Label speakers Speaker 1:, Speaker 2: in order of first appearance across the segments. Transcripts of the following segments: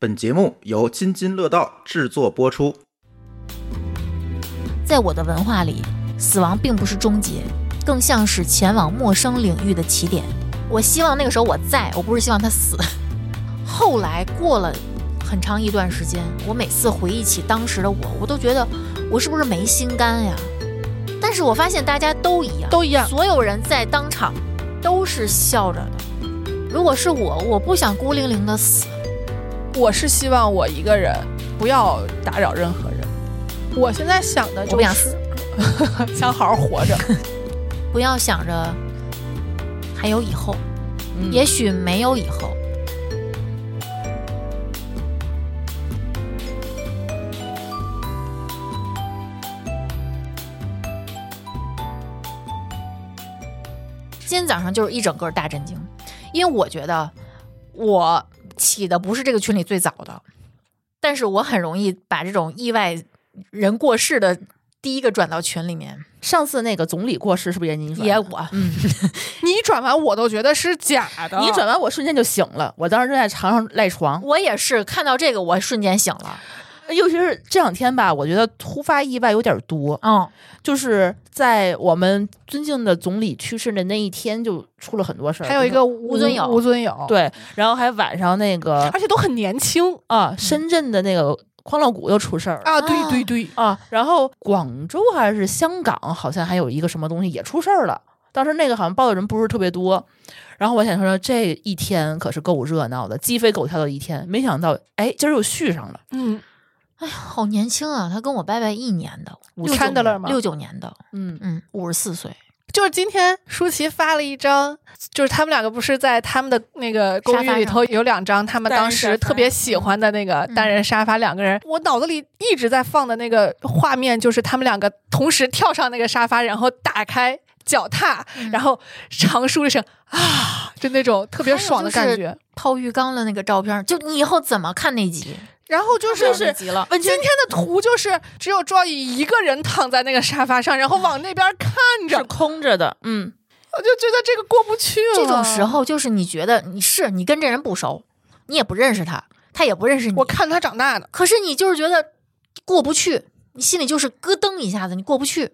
Speaker 1: 本节目由津津乐道制作播出。
Speaker 2: 在我的文化里，死亡并不是终结，更像是前往陌生领域的起点。我希望那个时候我在，我不是希望他死。后来过了很长一段时间，我每次回忆起当时的我，我都觉得我是不是没心肝呀？但是我发现大家都一样，
Speaker 3: 都一样
Speaker 2: 所有人在当场都是笑着的。如果是我，我不想孤零零的死。
Speaker 3: 我是希望我一个人不要打扰任何人。我现在想的
Speaker 2: 我
Speaker 3: 就
Speaker 2: 不想
Speaker 3: 是 想好好活着，
Speaker 2: 不要想着还有以后，
Speaker 3: 嗯
Speaker 2: 也许没有以后。今天早上就是一整个大震惊，因为我觉得我起的不是这个群里最早的，但是我很容易把这种意外人过世的第一个转到群里面，
Speaker 4: 上次那个总理过世是不是也你转的？
Speaker 2: 也我，
Speaker 3: 你转完我都觉得是假的。
Speaker 4: 你转完我瞬间就醒了，我当时就在床上赖床。
Speaker 2: 我也是看到这个，我瞬间醒了。
Speaker 4: 尤其是这两天吧，我觉得突发意外有点多，
Speaker 2: 嗯，
Speaker 4: 就是在我们尊敬的总理去世的那一天就出了很多事儿，
Speaker 3: 还有一个吴
Speaker 2: 吴尊友
Speaker 3: 吴尊友，，
Speaker 4: 对，然后还晚上那个
Speaker 3: 而且都很年轻
Speaker 4: 啊，深圳的那个欢乐谷又出事儿了。
Speaker 3: 啊，对
Speaker 2: 啊
Speaker 3: 对对，
Speaker 4: 啊，然后广州还是香港，好像还有一个什么东西也出事儿了。当时那个好像报的人不是特别多，然后我想说这一天可是够热闹的，鸡飞狗跳的一天。没想到，哎，今儿又续上了。
Speaker 3: 嗯，
Speaker 2: 好年轻啊，他跟我伯伯一年的，
Speaker 3: 你
Speaker 2: 69
Speaker 3: 看到了吗
Speaker 2: 六九年的，
Speaker 4: 嗯，
Speaker 2: 嗯，五十四岁，
Speaker 3: 就是今天舒淇发了一张，就是他们两个不是在他们的那个公寓里头有两张他们当时特别喜欢的那个
Speaker 2: 嗯
Speaker 3: 单人沙发，两个人，我脑子里一直在放的那个画面就是他们两个同时跳上那个沙发，然后打开脚踏，
Speaker 2: 嗯
Speaker 3: 然后长舒一声啊，就那种特别爽的感
Speaker 2: 还有
Speaker 3: 觉。
Speaker 2: 泡浴缸的那个照片，就你以后怎么看那集？
Speaker 3: 然后就是
Speaker 2: 太急了，
Speaker 3: 今天的图就是只有 Joy 一个人躺在那个沙发上，然后往那边看着
Speaker 4: 是，空着的。嗯，
Speaker 3: 我就觉得这个过不去了。
Speaker 2: 这种时，候就是你觉得你是你跟这人不熟，你也不认识他，他也不认识你
Speaker 3: 我，看他长大的，
Speaker 2: 可是你就是觉得过不去，你心里就是咯噔一下子，你过不去。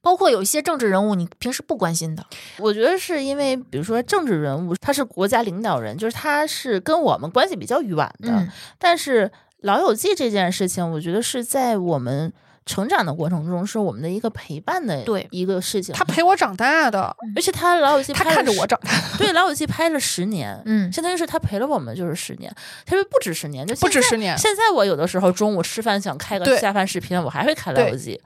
Speaker 2: 包括有一些政治人物，你平时不关心的，
Speaker 4: 我觉得是因为，比如说政治人物，他是国家领导人，就是他是跟我们关系比较远的。
Speaker 2: 嗯，
Speaker 4: 但是《老友记》这件事情，我觉得是在我们成长的过程中，是我们的一个陪伴的
Speaker 2: 对
Speaker 4: 一个事情。
Speaker 3: 他陪我长大的，
Speaker 4: 而且他《老友记》
Speaker 3: 他
Speaker 4: 拍了
Speaker 3: 看着
Speaker 4: 十
Speaker 3: 我长大，
Speaker 4: 对，《老友记》拍了十年，
Speaker 2: 嗯
Speaker 4: 相当于是他陪了我们就是十年，他说不止十年，就
Speaker 3: 不止
Speaker 4: 现在
Speaker 3: 十年
Speaker 4: 现在我有的时候中午吃饭想开个
Speaker 3: 对
Speaker 4: 下饭视频，我还会看《老友
Speaker 3: 对
Speaker 4: 记》。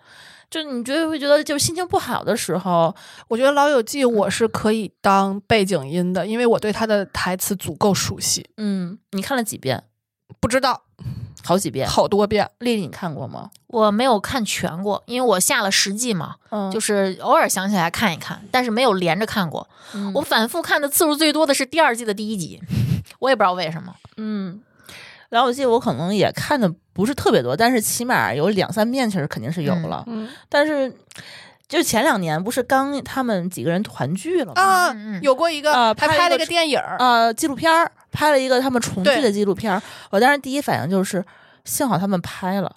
Speaker 4: 就你觉得会觉得，就是心情不好的时候，
Speaker 3: 我觉得《老友记》我是可以当背景音的，因为我对他的台词足够熟悉，
Speaker 4: 嗯，你看了几遍？
Speaker 3: 不知道
Speaker 4: 好几遍。
Speaker 3: 好多遍。
Speaker 4: 丽丽，你看过吗？
Speaker 2: 我没有看全过，因为我下了十季嘛，
Speaker 4: 嗯
Speaker 2: 就是是偶尔想起来看一看，但是没有连着看过。
Speaker 3: 嗯
Speaker 4: 嗯
Speaker 2: 我反复看的次数最多的是第二季的第一集，我也不知道为什么。
Speaker 4: 嗯，《老友记》我可能也看的不是特别多，但是起码有两三遍，其实肯定是有
Speaker 2: 嗯
Speaker 4: 了。
Speaker 3: 嗯
Speaker 4: 但是就前两年不是刚他们几个人团聚了吗？
Speaker 3: 啊
Speaker 2: 嗯嗯，
Speaker 3: 有过一个，
Speaker 4: 啊
Speaker 3: 还
Speaker 4: 拍了
Speaker 3: 拍了
Speaker 4: 一个
Speaker 3: 一个电影儿，
Speaker 4: 呃纪录片儿，拍了一个他们重聚
Speaker 3: 对
Speaker 4: 的纪录片儿。我当时第一反应就是，幸好他们拍了，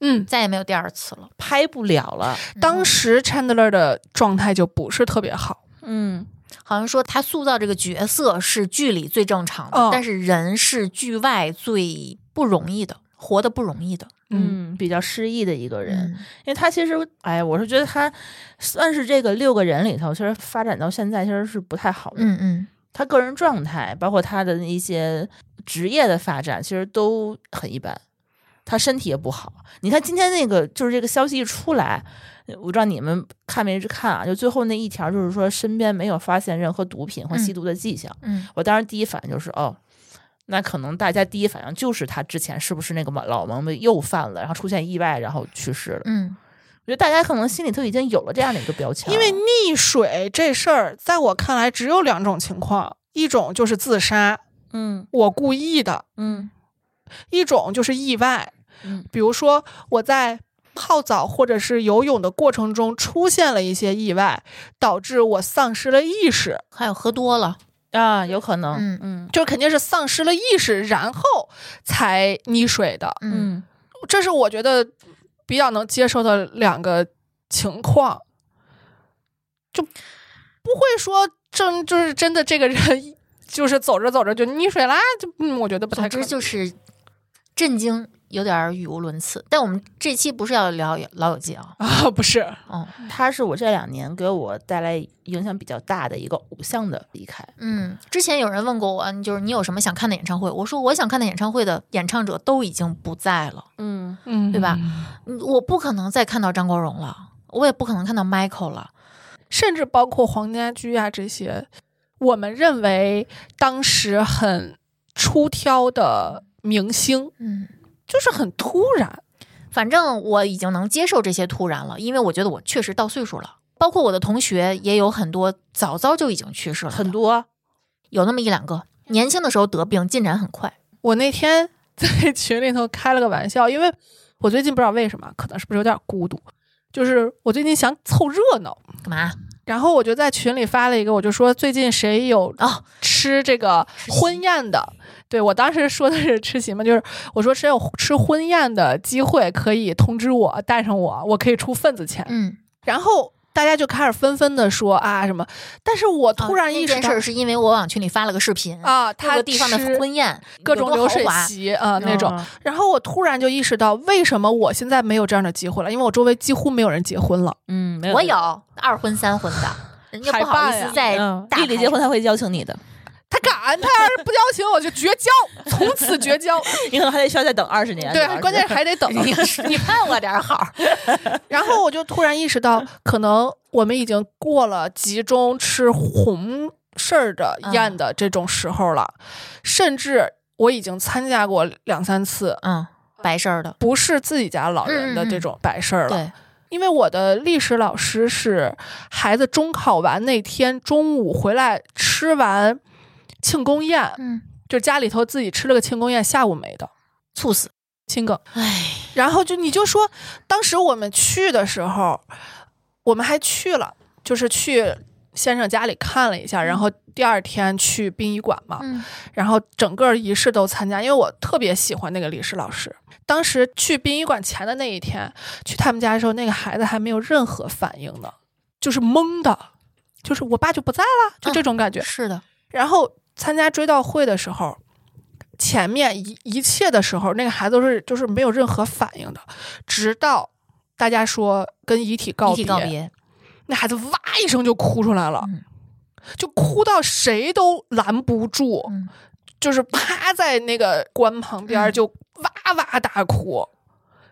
Speaker 3: 嗯，
Speaker 2: 再也没有第二次了。
Speaker 4: 拍不了了。
Speaker 3: 当时 Chandler 的状态就不是特别好，
Speaker 4: 嗯，
Speaker 2: 好像说他塑造这个角色是剧里最正常的，
Speaker 3: 哦
Speaker 2: 但是人是剧外最不容易的，活得不容易的
Speaker 4: 嗯，比较失意的一个人，
Speaker 3: 嗯
Speaker 2: 人。
Speaker 4: 因为他其实，哎，我是觉得他算是这个六个人里头，其实发展到现在其实是不太好的。
Speaker 2: 嗯嗯
Speaker 4: 他个人状态，包括他的一些职业的发展，其实都很一般。他身体也不好。你看今天那个，就是这个消息一出来，我不知道你们看没看啊？就最后那一条，就是说身边没有发现任何毒品或
Speaker 2: 嗯
Speaker 4: 吸毒的迹象。
Speaker 2: 嗯
Speaker 4: 我当时第一反应就是，哦，那可能大家第一反应就是他之前是不是那个老毛病又犯了，然后出现意外，然后去世了。
Speaker 2: 嗯
Speaker 4: 我觉得大家可能心里头已经有了这样的一个标签，
Speaker 3: 因为溺水这事儿，在我看来只有两种情况，一种就是自杀，
Speaker 4: 嗯
Speaker 3: 我故意的；
Speaker 4: 嗯
Speaker 3: 一种就是意外，
Speaker 4: 嗯
Speaker 3: 比如说我在泡澡或者是游泳的过程中出现了一些意外，导致我丧失了意识。
Speaker 2: 还有喝多了，
Speaker 4: 啊，有可能，
Speaker 2: 嗯
Speaker 4: 嗯
Speaker 3: 就是肯定是丧失了意识，然后才溺水的。
Speaker 2: 嗯，
Speaker 3: 这是我觉得比较能接受的两个情况，就不会说真就是真的这个人 就是走着走着就溺水啦，就嗯，我觉得不太
Speaker 2: 总
Speaker 3: 可
Speaker 2: 之就
Speaker 3: 能。
Speaker 2: 是震惊，有点儿语无伦次。但我们这期不是要聊《老友记》啊？
Speaker 3: 啊，不是，
Speaker 2: 哦，
Speaker 4: 他是我这两年给我带来影响比较大的一个偶像的离开。
Speaker 2: 嗯，之前有人问过我，就是你有什么想看的演唱会？我说我想看的演唱会的演唱者都已经不在了，
Speaker 4: 嗯，
Speaker 3: 嗯，
Speaker 2: 对吧？嗯我不可能再看到张国荣了，我也不可能看到 Michael 了。
Speaker 3: 甚至包括黄家驹啊这些，我们认为当时很出挑的明星，
Speaker 2: 嗯，
Speaker 3: 就是很突然。
Speaker 2: 反正我已经能接受这些突然了，因为我觉得我确实到岁数了。包括我的同学也有很多早早就已经去世了，
Speaker 4: 很多
Speaker 2: 有那么一两个年轻的时候得病，进展很快。
Speaker 3: 我那天 在群里头开了个玩笑，因为我最近不知道为什么，可能是不是有点孤独，就是我最近想凑热闹，
Speaker 2: 干嘛？
Speaker 3: 然后我就在群里发了一个，我就说最近谁有
Speaker 2: 哦，
Speaker 3: 吃这个婚宴的？对我当时说的是吃席嘛，就是我说谁有吃婚宴的机会可以通知我，带上我，我可以出份子钱。
Speaker 2: 嗯，
Speaker 3: 然后大家就开始纷纷的说啊什么，但是我突然意
Speaker 2: 一
Speaker 3: 识
Speaker 2: 哦啊件事
Speaker 3: 到
Speaker 2: 儿是因为我往群里发了个视频，
Speaker 3: 啊，
Speaker 2: 各
Speaker 3: 他
Speaker 2: 个地方的
Speaker 3: 吃
Speaker 2: 婚宴
Speaker 3: 各种
Speaker 2: 有多嗯
Speaker 3: 流
Speaker 2: 豪
Speaker 3: 水
Speaker 2: 华
Speaker 3: 席啊、那
Speaker 4: 那
Speaker 3: 种
Speaker 4: 种，，
Speaker 3: 然后我突然就意识到，为什么我现在没有这样的机会了？因为我周围几乎没有人结婚了。
Speaker 4: 嗯，没
Speaker 2: 我有二婚三婚的，人家不好意
Speaker 3: 海
Speaker 2: 思
Speaker 3: 报呀
Speaker 2: 在
Speaker 4: 嗯，
Speaker 2: 大
Speaker 4: 丽丽结婚
Speaker 2: 台
Speaker 4: 他会邀请你 的，
Speaker 3: 他敢，他要是不邀请我就绝交，从此绝交。
Speaker 4: 你可能还得需要再等二十年。
Speaker 3: 对
Speaker 4: 等20，
Speaker 3: 关键是还得等。
Speaker 2: 上，你盼我点好。
Speaker 3: 然后我就突然意识到，可能我们已经过了集中吃红事儿的
Speaker 2: 嗯
Speaker 3: 宴的这种时候了，甚至我已经参加过两三次。
Speaker 2: 嗯，白事儿的，
Speaker 3: 不是自己家老人
Speaker 2: 嗯
Speaker 3: 的
Speaker 2: 嗯嗯
Speaker 3: 这种白事儿了，
Speaker 2: 对，
Speaker 3: 因为我的历史老师是孩子中考完那天中午回来吃完庆功宴，
Speaker 2: 嗯，
Speaker 3: 就家里头自己吃了个庆功宴，下午没的
Speaker 2: 猝死，
Speaker 3: 亲梗。
Speaker 2: 唉，
Speaker 3: 然后就你就说，当时我们去的时候，我们还去了，就是去先生家里看了一下，然后第二天去殡仪馆嘛，
Speaker 2: 嗯
Speaker 3: 然后整个仪式都参加，因为我特别喜欢那个李氏老师。当时去殡仪馆前的那一天，去他们家的时候，那个孩子还没有任何反应呢，就是懵的，就是我爸就不在了，就这种感觉。
Speaker 2: 是的，
Speaker 3: 然后参加追悼会的时候，前面一一切的时候，那个孩子都是就是没有任何反应的，直到大家说跟遗体告
Speaker 2: 遗
Speaker 3: 别，
Speaker 2: 体告别，
Speaker 3: 那孩子哇一声就哭出来了，
Speaker 2: 嗯
Speaker 3: 就哭到谁都拦不住，
Speaker 2: 嗯
Speaker 3: 就是趴在那个棺旁边
Speaker 2: 嗯
Speaker 3: 就哇哇大哭。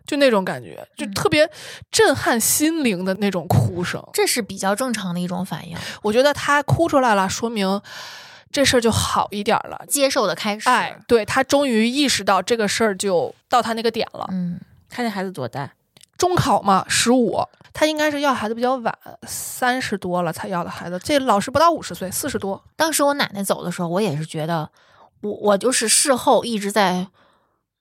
Speaker 3: 就那种感觉，就
Speaker 2: 嗯
Speaker 3: 特别震撼心灵的那种哭声。
Speaker 2: 这是比较正常的一种反应，
Speaker 3: 我觉得他哭出来了，说明这事儿就好一点儿了。
Speaker 2: 接受的开始。
Speaker 3: 哎，对他终于意识到这个事儿就到他那个点了。
Speaker 2: 嗯，
Speaker 4: 看这孩子多大，
Speaker 3: 中考嘛，十五，他应该是要孩子比较晚，三十多了才要的孩子。这老师不到五十岁，四十多。
Speaker 2: 当时我奶奶走的时候，我也是觉得，我我就是事后一直在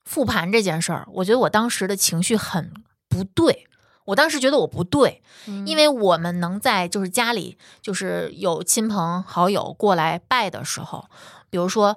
Speaker 2: 复盘这件事儿，我觉得我当时的情绪很不对，我当时觉得我不对，
Speaker 3: 嗯
Speaker 2: 因为我们能在就是家里就是有亲朋好友过来拜的时候，比如说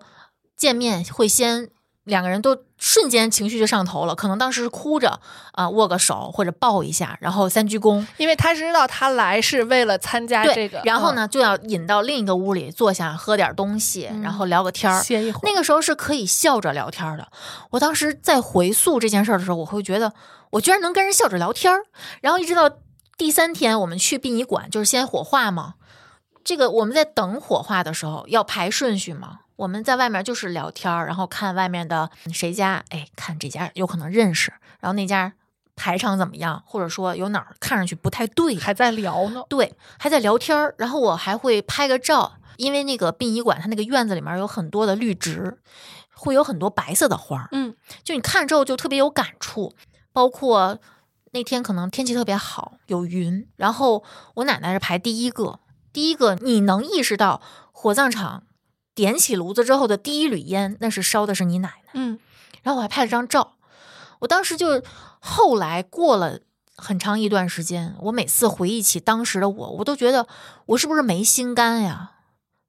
Speaker 2: 见面会先两个人都瞬间情绪就上头了，可能当时是哭着啊、握个手或者抱一下，然后三鞠躬，
Speaker 3: 因为他知道他来是为了参加
Speaker 2: 对，
Speaker 3: 啊这个，嗯
Speaker 2: 然后呢、就要引到另一个屋里坐下喝点东西，然后聊个天
Speaker 3: 嗯，
Speaker 2: 儿。
Speaker 3: 歇一会儿。
Speaker 2: 那个时候是可以笑着聊天的。我当时在回溯这件事儿的时候，我会觉得我居然能跟人笑着聊天儿。然后一直到第三天，我们去殡仪馆，就是先火化嘛。这个我们在等火化的时候要排顺序嘛。我们在外面就是聊天儿，然后看外面的谁家，哎，看这家有可能认识，然后那家排场怎么样，或者说有哪儿看上去不太对的，
Speaker 3: 还在聊呢，
Speaker 2: 对，还在聊天儿，然后我还会拍个照，因为那个殡仪馆它那个院子里面有很多的绿植，会有很多白色的花儿，
Speaker 3: 嗯，
Speaker 2: 就你看之后就特别有感触，包括那天可能天气特别好，有云，然后我奶奶是排第一个，第一个你能意识到火葬场点起炉子之后的第一缕烟，那是烧的是你奶奶。
Speaker 3: 嗯，
Speaker 2: 然后我还拍了张照。我当时就后来过了很长一段时间，我每次回忆起当时的我，我都觉得我是不是没心肝呀？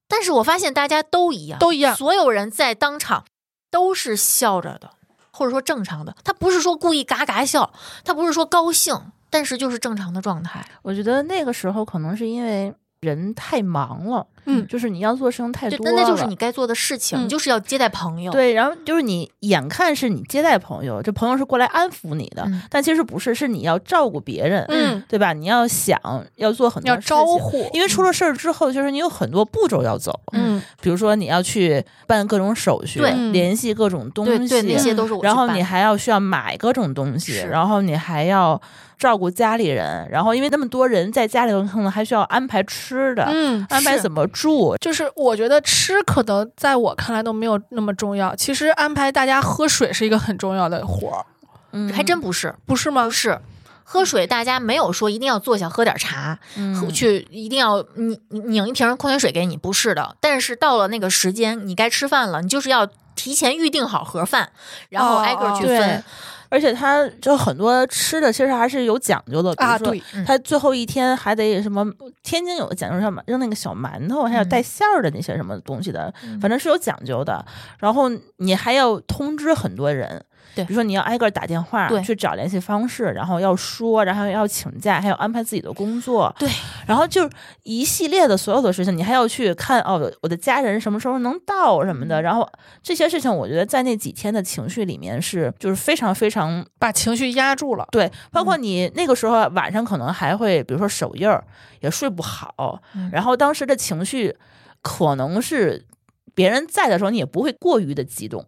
Speaker 2: 但是我发现大家都一样，
Speaker 3: 都一样
Speaker 2: 所有人在当场都是笑着的，或者说正常的。他不是说故意嘎嘎笑，他不是说高兴，但是就是正常的状态。
Speaker 4: 我觉得那个时候可能是因为人太忙了，
Speaker 3: 嗯
Speaker 4: 就是你要做事情太
Speaker 2: 对，
Speaker 4: 多
Speaker 2: 那
Speaker 4: 了，
Speaker 2: 那就是你该做的事情，
Speaker 4: 嗯
Speaker 2: 你就是要接待朋友。
Speaker 4: 对，然后就是你眼看是你接待朋友，这朋友是过来安抚你的，
Speaker 2: 嗯
Speaker 4: 但其实不是，是你要照顾别人，
Speaker 3: 嗯，
Speaker 4: 对吧？你要想要做很多
Speaker 3: 要
Speaker 4: 事
Speaker 3: 招
Speaker 4: 情
Speaker 3: 呼，
Speaker 4: 因为出了事儿之后，就是你有很多步骤要走，
Speaker 3: 嗯
Speaker 4: 比如说你要去办各种手续
Speaker 2: 对，
Speaker 4: 联系各种东
Speaker 2: 对
Speaker 4: 西，
Speaker 2: 对，那些都是我去
Speaker 4: 然后
Speaker 2: 办
Speaker 4: 你
Speaker 2: 的
Speaker 4: 还要需要买各种东西，
Speaker 2: 是
Speaker 4: 然后你还要照顾家里人，然后因为那么多人在家里头，可能还需要安排吃的，
Speaker 3: 嗯，
Speaker 4: 安排
Speaker 2: 是
Speaker 4: 怎么住，
Speaker 3: 就是我觉得吃可能在我看来都没有那么重要，其实安排大家喝水是一个很重要的活儿，
Speaker 4: 嗯
Speaker 2: 还真不是，
Speaker 3: 不是吗
Speaker 2: 不？是。喝水，大家没有说一定要坐下喝点茶，
Speaker 4: 嗯
Speaker 2: 喝去一定要拧拧一瓶矿泉水给你，不是的。但是到了那个时间，你该吃饭了，你就是要提前预定好盒饭，然后
Speaker 3: 哦
Speaker 2: 挨个
Speaker 3: 哦
Speaker 2: 去
Speaker 4: 对
Speaker 2: 分。，
Speaker 4: 而且它就很多吃的其实还是有讲究的，比
Speaker 3: 啊，
Speaker 4: 如说
Speaker 3: 对，
Speaker 2: 嗯
Speaker 4: 它最后一天还得什么，天津有个讲究，像扔那个小馒头，还有
Speaker 2: 嗯
Speaker 4: 带馅儿的那些什么东西的，
Speaker 2: 嗯
Speaker 4: 反正是有讲究的。然后你还要通知很多人。
Speaker 2: 对
Speaker 4: 比如说你要挨个打电话
Speaker 2: 对
Speaker 4: 去找联系方式，然后要说，然后要请假，还要安排自己的工作，
Speaker 2: 对，
Speaker 4: 然后就是一系列的所有的事情，你还要去看哦，我的家人什么时候能到什么的，
Speaker 2: 嗯
Speaker 4: 然后这些事情，我觉得在那几天的情绪里面是就是非常非常
Speaker 3: 把情绪压住了，
Speaker 4: 对，包括你那个时候晚上可能还会，比如说手印儿也睡不好，
Speaker 2: 嗯
Speaker 4: 然后当时的情绪可能是别人在的时候，你也不会过于的激动，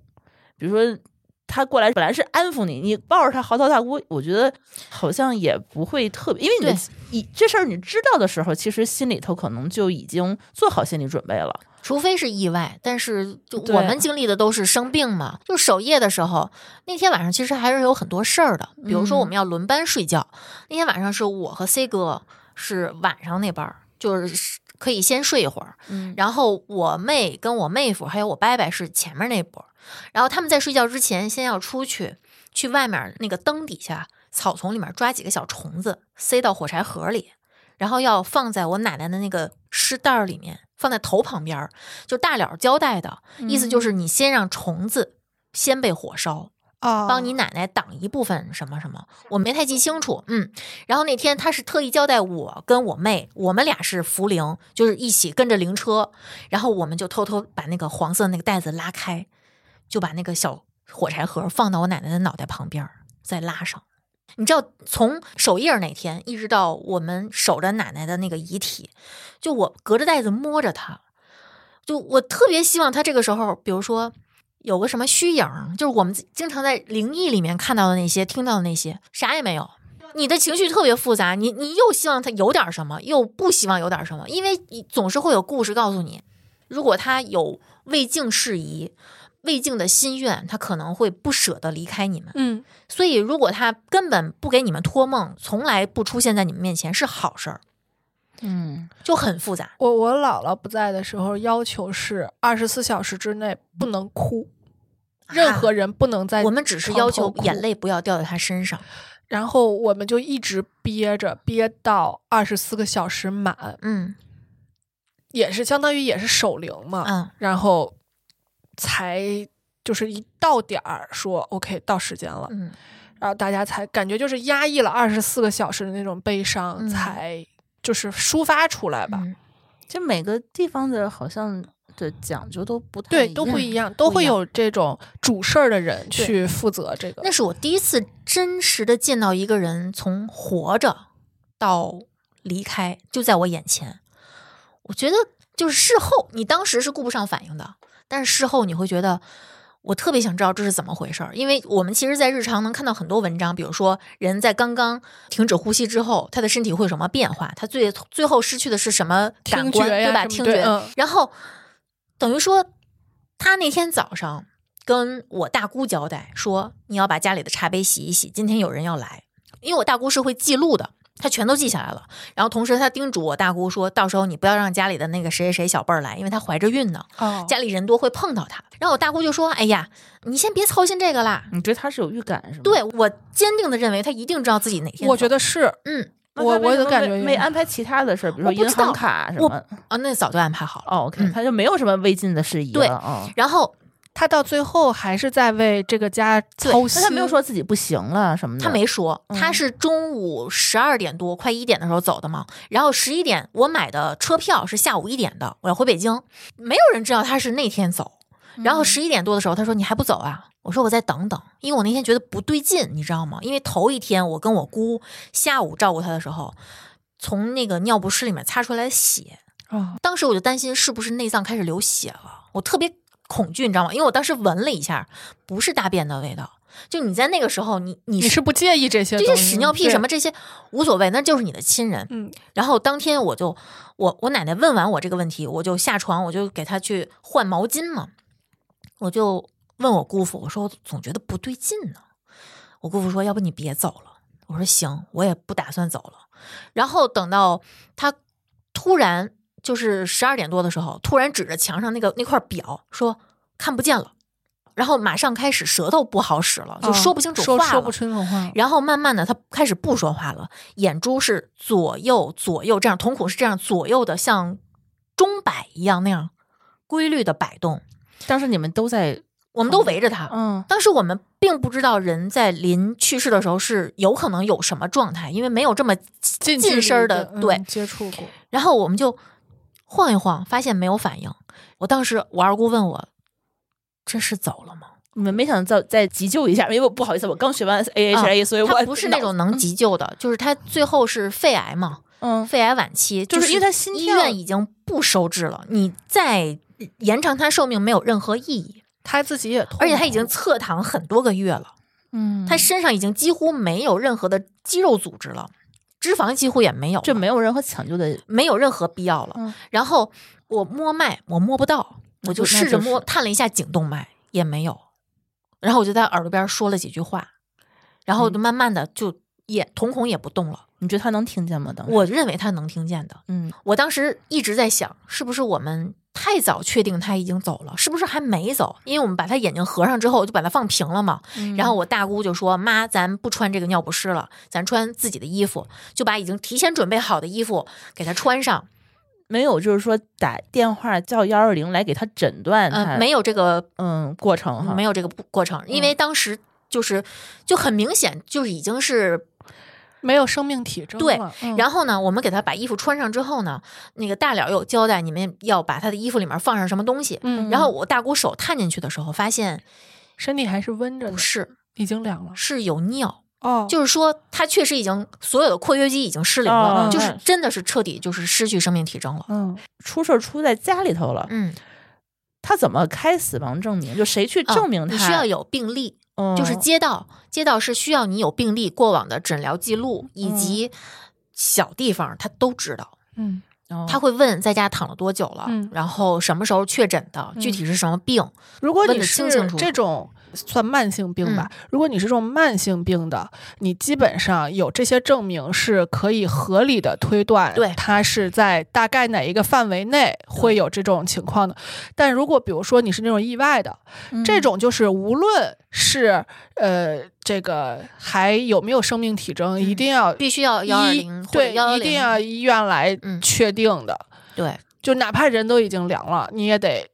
Speaker 4: 比如说。他过来本来是安抚你，你抱着他嚎啕大哭，我觉得好像也不会特别，因为你的
Speaker 2: 对
Speaker 4: 你这事儿你知道的时候，其实心里头可能就已经做好心理准备了。
Speaker 2: 除非是意外，但是就
Speaker 4: 对
Speaker 2: 我们经历的都是生病嘛。就守夜的时候，那天晚上其实还是有很多事儿的，比
Speaker 4: 嗯
Speaker 2: 如说我们要轮班睡觉。那天晚上是我和 C 哥是晚上那班儿，就是可以先睡一会儿。
Speaker 4: 嗯
Speaker 2: 然后我妹跟我妹夫还有我伯伯是前面那波儿，然后他们在睡觉之前先要出去，去外面那个灯底下草丛里面抓几个小虫子，塞到火柴盒里，然后要放在我奶奶的那个湿袋儿里面，放在头旁边儿，就大了交代的、意思，就是你先让虫子先被火烧，
Speaker 3: 啊，
Speaker 2: 帮你奶奶挡一部分什么什么，我没太记清楚，嗯。然后那天他是特意交代我跟我妹，我们俩是扶灵，就是一起跟着灵车，然后我们就偷偷把那个黄色那个袋子拉开，就把那个小火柴盒放到我奶奶的脑袋旁边儿，再拉上。你知道，从守夜那天一直到我们守着奶奶的那个遗体，就我隔着袋子摸着她，就我特别希望她这个时候，比如说有个什么虚影儿，就是我们经常在灵异里面看到的那些、听到的那些，啥也没有。你的情绪特别复杂，你你又希望他有点什么，又不希望有点什么，因为你总是会有故事告诉你，如果他有未竟事宜、未竟的心愿，他可能会不舍得离开你们。
Speaker 3: 嗯，
Speaker 2: 所以，如果他根本不给你们托梦，从来不出现在你们面前，是好事儿，
Speaker 4: 嗯，
Speaker 2: 就很复杂。
Speaker 3: 我我姥姥不在的时候，要求是二十四小时之内不能哭，任何人不能在、
Speaker 2: 啊我们只是要求眼。泪不要掉在他身上。
Speaker 3: 然后我们就一直憋着，憋到二十四个小时满，
Speaker 2: 嗯
Speaker 3: 也是相当于也是守灵嘛。
Speaker 2: 嗯，
Speaker 3: 然后才就是一到点儿说 OK 到时间了，
Speaker 2: 嗯，
Speaker 3: 然后大家才感觉就是压抑了二十四个小时的那种悲伤，
Speaker 2: 嗯
Speaker 3: 才就是抒发出来吧。
Speaker 2: 嗯
Speaker 4: 就每个地方的好像的讲究都不太
Speaker 2: 嗯
Speaker 3: 对，都不
Speaker 4: 样
Speaker 3: 一样，都
Speaker 4: 不一
Speaker 3: 会
Speaker 4: 样
Speaker 3: 有这种主事儿的人去负责这个
Speaker 2: 那。是我第一次真实的见到一个人从活着到离开，就在我眼前。我觉得就是事后，你当时是顾不上反应的，但是事后你会觉得。我特别想知道这是怎么回事儿，因为我们其实，在日常能看到很多文章，比如说人在刚刚停止呼吸之后，他的身体会有什么变化，他最最后失去的是什么感
Speaker 3: 听
Speaker 2: 官，
Speaker 3: 觉呀
Speaker 2: 对吧？
Speaker 3: 什
Speaker 2: 听
Speaker 3: 么对
Speaker 2: 觉，
Speaker 3: 嗯
Speaker 2: 然后等于说，他那天早上跟我大姑交代说，你要把家里的茶杯洗一洗，今天有人要来，因为我大姑是会记录的。她全都记下来了，然后同时她叮嘱我大姑说，到时候你不要让家里的那个谁谁谁小辈儿来，因为她怀着孕呢，
Speaker 3: 哦
Speaker 2: 家里人多会碰到她。然后我大姑就说：“哎呀，你先别操心这个啦。
Speaker 3: 嗯
Speaker 4: 你对他是有预感是吗？”
Speaker 2: 对我坚定的认为，她一定知道自己哪天。
Speaker 3: 我觉，得是，
Speaker 2: 嗯，
Speaker 4: 那他
Speaker 3: 我
Speaker 4: 为
Speaker 3: 我
Speaker 4: 什
Speaker 3: 有
Speaker 4: 么
Speaker 3: 感
Speaker 4: 没
Speaker 3: 觉有
Speaker 4: 没
Speaker 3: 点
Speaker 4: 安排其他的事儿，比如说
Speaker 2: 我不
Speaker 4: 银
Speaker 2: 知道
Speaker 4: 行卡什
Speaker 2: 我
Speaker 4: 么。
Speaker 2: 啊，那早就安排好了。
Speaker 4: 哦，OK，、
Speaker 2: 嗯
Speaker 4: 他就没有什么未尽的事宜
Speaker 2: 对
Speaker 4: 了啊。
Speaker 2: 然后
Speaker 3: 他到最后还是在为这个家操
Speaker 4: 那
Speaker 3: 心。
Speaker 4: 他没有说自己不行了什么的，
Speaker 2: 他没说，他是中午十二点多、快一点的时候走的嘛。然后十一点我买的车票是下午一点的，我要回北京，没有人知道他是那天走。然后十一点多的时候，他说你还不走啊？我说我再等等，因为我那天觉得不对劲，你知道吗？因为头一天我跟我姑下午照顾他的时候，从那个尿不湿里面擦出来的血，
Speaker 3: 啊，
Speaker 2: 当时我就担心是不是内脏开始流血了，我特别恐惧，你知道吗？因为我当时闻了一下，不是大便的味道。就你在那个时候，你你
Speaker 3: 你
Speaker 2: 是
Speaker 3: 是不介意这些
Speaker 2: 这
Speaker 3: 东西？
Speaker 2: 些屎尿屁
Speaker 3: 对
Speaker 2: 什么？这些无所谓，那就是你的亲人。
Speaker 3: 嗯，
Speaker 2: 然后当天我就我我奶奶问完我这个问题，我就下床，我就给她去换毛巾嘛。我就问我姑父，我说我总觉得不对劲呢。我姑父说，要不你别走了。我说行，我也不打算走了。然后等到他突然就是十二点多的时候，突然指着墙上那个那块表说看不见了，然后马上开始舌头不好使了，就
Speaker 3: 啊
Speaker 2: 说不清楚话
Speaker 3: 说
Speaker 2: 了，
Speaker 3: 说不清楚话。
Speaker 2: 然后慢慢的，他开始不说话了，眼珠是左右左右这样，瞳孔是这样左右的，像钟摆一样那样规律的摆动。
Speaker 4: 当时你们都在，
Speaker 2: 我们都围着他。
Speaker 4: 嗯，
Speaker 2: 当时我们并不知道人在临去世的时候是有可能有什么状态，因为没有这么
Speaker 3: 近距
Speaker 2: 近
Speaker 3: 离
Speaker 2: 身儿的
Speaker 3: 嗯
Speaker 2: 对。
Speaker 3: 接触过，
Speaker 2: 然后我们就晃一晃，发现没有反应。我当时我二姑问我：“这是走了吗
Speaker 4: 你们没想再再急救一下，因为我不好意思，我刚学完 AHA，、所以？”我
Speaker 2: 啊他不是那种能急救的，就是他最后是肺癌嘛。
Speaker 4: 嗯，
Speaker 2: 肺癌晚期，
Speaker 4: 就是是因为他心
Speaker 2: 医
Speaker 4: 跳
Speaker 2: 院已经不收治了，你再延长他寿命没有任何意义，
Speaker 3: 他自己也痛苦，
Speaker 2: 而且他已经侧躺很多个月了，
Speaker 4: 嗯，
Speaker 2: 他身上已经几乎没有任何的肌肉组织了，脂肪几乎也没有了，
Speaker 4: 这没有任何抢救的，
Speaker 2: 没有任何必要了。
Speaker 4: 嗯
Speaker 2: 然后我摸脉，我摸不到，我就
Speaker 4: 那就
Speaker 2: 试着
Speaker 4: 是
Speaker 2: 摸，探了一下颈动脉，也没有。然后我就在耳朵边说了几句话，然后
Speaker 4: 嗯
Speaker 2: 我就慢慢的就也瞳孔也不动了。
Speaker 4: 你觉得他能听见吗？当时，
Speaker 2: 我认为他能听见的，
Speaker 4: 嗯，
Speaker 2: 我当时一直在想，是不是我们太早确定他已经走了，是不是还没走？因为我们把他眼睛合上之后，就把他放平了嘛。
Speaker 4: 嗯
Speaker 2: 然后我大姑就说：“妈，咱不穿这个尿不湿了，咱穿自己的衣服，就把已经提前准备好的衣服给他穿上。
Speaker 4: 没有，就是说打电话叫幺二零来给他诊断他，
Speaker 2: 呃，没有这个，
Speaker 4: 嗯，过程哈，
Speaker 2: 没有这个过程，因为当时就是就很明显，就是已经是
Speaker 3: 没有生命体征
Speaker 2: 对
Speaker 3: 了，嗯
Speaker 2: 然后呢，我们给他把衣服穿上之后呢，那个大了有交代，你们要把他的衣服里面放上什么东西。
Speaker 3: 嗯
Speaker 2: 然后我大姑手探进去的时候，发现
Speaker 3: 身体还是温着
Speaker 2: 不
Speaker 3: 的，
Speaker 2: 是，
Speaker 3: 已经凉了。
Speaker 2: 是有尿，
Speaker 3: 哦，
Speaker 2: 就是说他确实已经所有的括约肌已经失灵了，
Speaker 4: 哦
Speaker 2: 就是真的是彻底就是失去生命体征了。
Speaker 3: 嗯，
Speaker 4: 出事儿出在家里头了，
Speaker 2: 嗯，
Speaker 4: 他怎么开死亡证明？就谁去
Speaker 2: 啊
Speaker 4: 证明他？
Speaker 2: 你需要有病历，
Speaker 4: 嗯，
Speaker 2: 就是街道，街道是需要你有病历、过往的诊疗记录以及小地方他都知道。
Speaker 3: 嗯，
Speaker 4: 哦
Speaker 2: 他会问在家躺了多久了，
Speaker 3: 嗯
Speaker 2: 然后什么时候确诊的，具体是什么病，
Speaker 3: 如果
Speaker 2: 问
Speaker 3: 你
Speaker 2: 得
Speaker 3: 是
Speaker 2: 清清楚楚嗯
Speaker 3: 这种算慢性病吧，如果你是这种慢性病的，你基本上有这些证明是可以合理的推断，
Speaker 2: 对
Speaker 3: 它是在大概哪一个范围内会有这种情况的。但如果比如说你是那种意外的，
Speaker 2: 嗯
Speaker 3: 这种就是无论是呃这个还有没有生命体征，一定要
Speaker 2: 必须要嗯幺二零或
Speaker 3: 医
Speaker 2: 者
Speaker 3: 对，
Speaker 2: 幺幺
Speaker 3: 一定
Speaker 2: 零，
Speaker 3: 要医院来
Speaker 2: 嗯
Speaker 3: 确定的。
Speaker 2: 对，
Speaker 3: 就哪怕人都已经凉了，你也得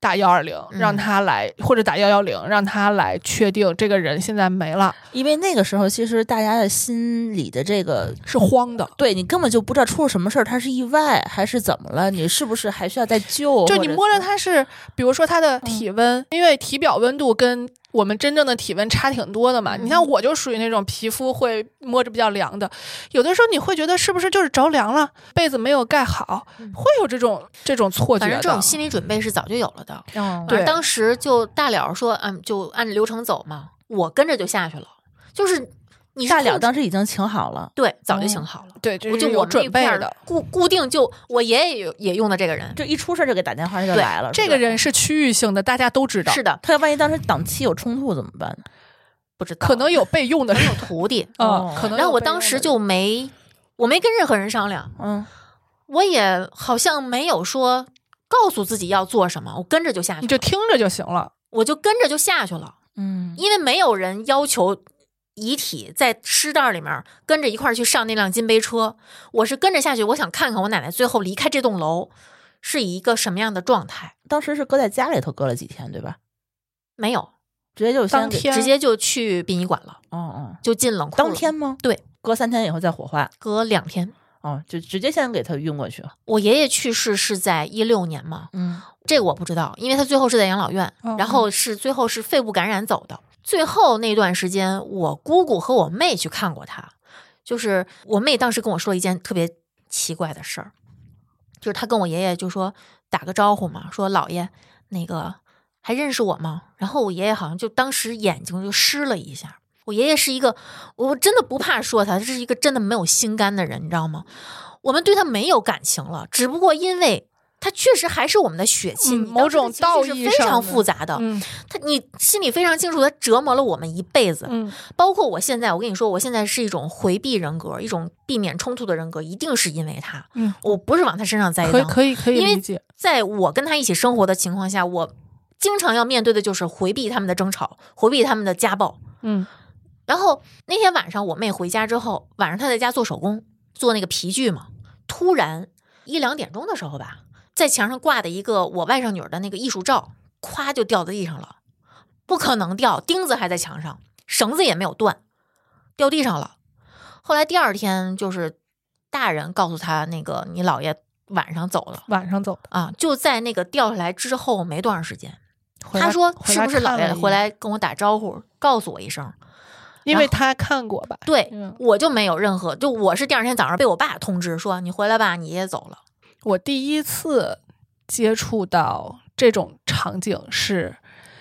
Speaker 3: 打幺二零，
Speaker 2: 嗯
Speaker 3: 让他来，或者打幺幺零，让他来确定这个人现在没了，
Speaker 4: 因为那个时候其实大家的心里的这个，
Speaker 3: 是慌的。
Speaker 4: 对你根本就不知道出了什么事儿，他是意外还是怎么了？你是不是还需要再救？
Speaker 3: 就你
Speaker 4: 或者
Speaker 3: 摸着他是，比如说他的体温，因为体表温度跟我们真正的体温差挺多的嘛。
Speaker 2: 嗯
Speaker 3: 你像我就属于那种皮肤会摸着比较凉的，有的时候你会觉得是不是就是着凉了，被子没有盖好，
Speaker 2: 嗯
Speaker 3: 会有这种这种错觉
Speaker 2: 反
Speaker 3: 的。
Speaker 2: 正这种心理准备是早就有了的。
Speaker 4: 嗯
Speaker 3: 对
Speaker 2: 当时就大了说，嗯，就按流程走嘛，我跟着就下去了，就是你是
Speaker 4: 大了
Speaker 2: 控制
Speaker 4: 当时已经请好了，
Speaker 2: 对，早就请好了。
Speaker 3: 对，这
Speaker 2: 我就是我
Speaker 3: 哦有
Speaker 2: 们那
Speaker 3: 准备
Speaker 2: 片儿
Speaker 3: 的。
Speaker 2: 固固定就我爷爷也有也用的这个人，
Speaker 4: 就一出事儿就给打电话就
Speaker 2: 对
Speaker 4: 来了。
Speaker 3: 这
Speaker 4: 吧
Speaker 3: 个人是区域性的，大家都知道，
Speaker 2: 是的，
Speaker 4: 他万一当时档期有冲突怎么办？
Speaker 2: 不知道
Speaker 3: 可能有备用的
Speaker 2: 可
Speaker 3: 人
Speaker 2: 能有徒弟。嗯
Speaker 3: 啊
Speaker 4: 哦，
Speaker 3: 可能有备用的人。
Speaker 2: 然后我当时就没，我没跟任何人商量，
Speaker 4: 嗯，
Speaker 2: 我也好像没有说告诉自己要做什么，我跟着就下去
Speaker 3: 你
Speaker 2: 了，
Speaker 3: 就听着就行了。
Speaker 2: 我就跟着就下去了，
Speaker 4: 嗯，
Speaker 2: 因为没有人要求遗体在尸袋里面跟着一块儿去上那辆金杯车，我是跟着下去，我想看看我奶奶最后离开这栋楼是以一个什么样的状态。
Speaker 4: 当时是搁在家里头搁了几天，对吧？
Speaker 2: 没有，
Speaker 4: 直接就先
Speaker 3: 当
Speaker 4: 给
Speaker 3: 天
Speaker 2: 直接就去殡仪馆了，
Speaker 4: 哦哦，
Speaker 2: 就进冷库了。
Speaker 4: 啊当天吗？
Speaker 2: 对，
Speaker 4: 隔三天以后再火化，
Speaker 2: 隔两天，
Speaker 4: 哦，就直接先给他运过去。
Speaker 2: 我爷爷去世是在一六年嘛，
Speaker 4: 嗯，
Speaker 2: 这个我不知道，因为他最后是在养老院，
Speaker 3: 哦
Speaker 2: 然后是最后是肺部感染走的。最后那段时间，我姑姑和我妹去看过他，就是我妹当时跟我说一件特别奇怪的事儿，就是她跟我爷爷就说打个招呼嘛，说姥爷那个还认识我吗？然后我爷爷好像就当时眼睛就湿了一下。我爷爷是一个，我真的不怕说他，是一个真的没有心肝的人，你知道吗？我们对他没有感情了，只不过因为他确实还是我们的血亲，
Speaker 3: 嗯
Speaker 2: 你当时
Speaker 3: 某种
Speaker 2: 的情绪
Speaker 3: 道义
Speaker 2: 是非
Speaker 3: 上
Speaker 2: 常
Speaker 3: 的
Speaker 2: 复杂的。
Speaker 3: 嗯
Speaker 2: 他你心里非常清楚，他折磨了我们一辈子。
Speaker 3: 嗯
Speaker 2: 包括我现在，我跟你说，我现在是一种回避人格，一种避免冲突的人格，一定是因为他。
Speaker 3: 嗯，
Speaker 2: 我不是往他身上栽
Speaker 3: 可以
Speaker 2: 赃，
Speaker 3: 可以可以
Speaker 2: 因为
Speaker 3: 理解，
Speaker 2: 在我跟他一起生活的情况下，我经常要面对的就是回避他们的争吵，回避他们的家暴。
Speaker 3: 嗯
Speaker 2: 然后那天晚上我妹回家之后，晚上她在家做手工，做那个皮具嘛。突然一两点钟的时候吧，在墙上挂的一个我外甥女儿的那个艺术照，咵就掉在地上了。不可能掉，钉子还在墙上，绳子也没有断，掉地上了。后来第二天就是大人告诉他，那个你姥爷晚上走了
Speaker 3: 晚上走的，
Speaker 2: 啊，就在那个掉下来之后没多长时间。
Speaker 3: 回
Speaker 2: 他
Speaker 3: 来
Speaker 2: 说
Speaker 3: 回
Speaker 2: 是
Speaker 3: 来
Speaker 2: 不是
Speaker 3: 看
Speaker 2: 姥
Speaker 3: 了
Speaker 2: 爷
Speaker 3: 一
Speaker 2: 回
Speaker 3: 眼
Speaker 2: 来跟我打招呼，告诉我一声？
Speaker 3: 因
Speaker 2: 然
Speaker 3: 为
Speaker 2: 后
Speaker 3: 他看过吧？
Speaker 2: 对
Speaker 3: 嗯，
Speaker 2: 我就没有任何，就我是第二天早上被我爸通知说你回来吧，你爷爷走了。
Speaker 3: 我第一次接触到这种场景是，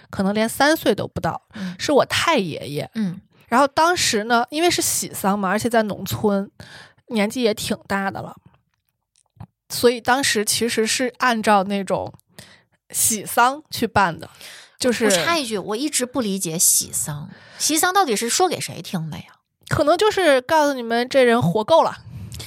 Speaker 3: 可能连三岁都不到，
Speaker 2: 嗯
Speaker 3: 是我太爷爷。
Speaker 2: 嗯
Speaker 3: 然后当时呢，因为是喜丧嘛，而且在农村，年纪也挺大的了，所以当时其实是按照那种喜丧去办的，就是
Speaker 2: 我插一句，我一直不理解喜丧，喜丧到底是说给谁听的呀？
Speaker 3: 可能就是告诉你们这人活够了，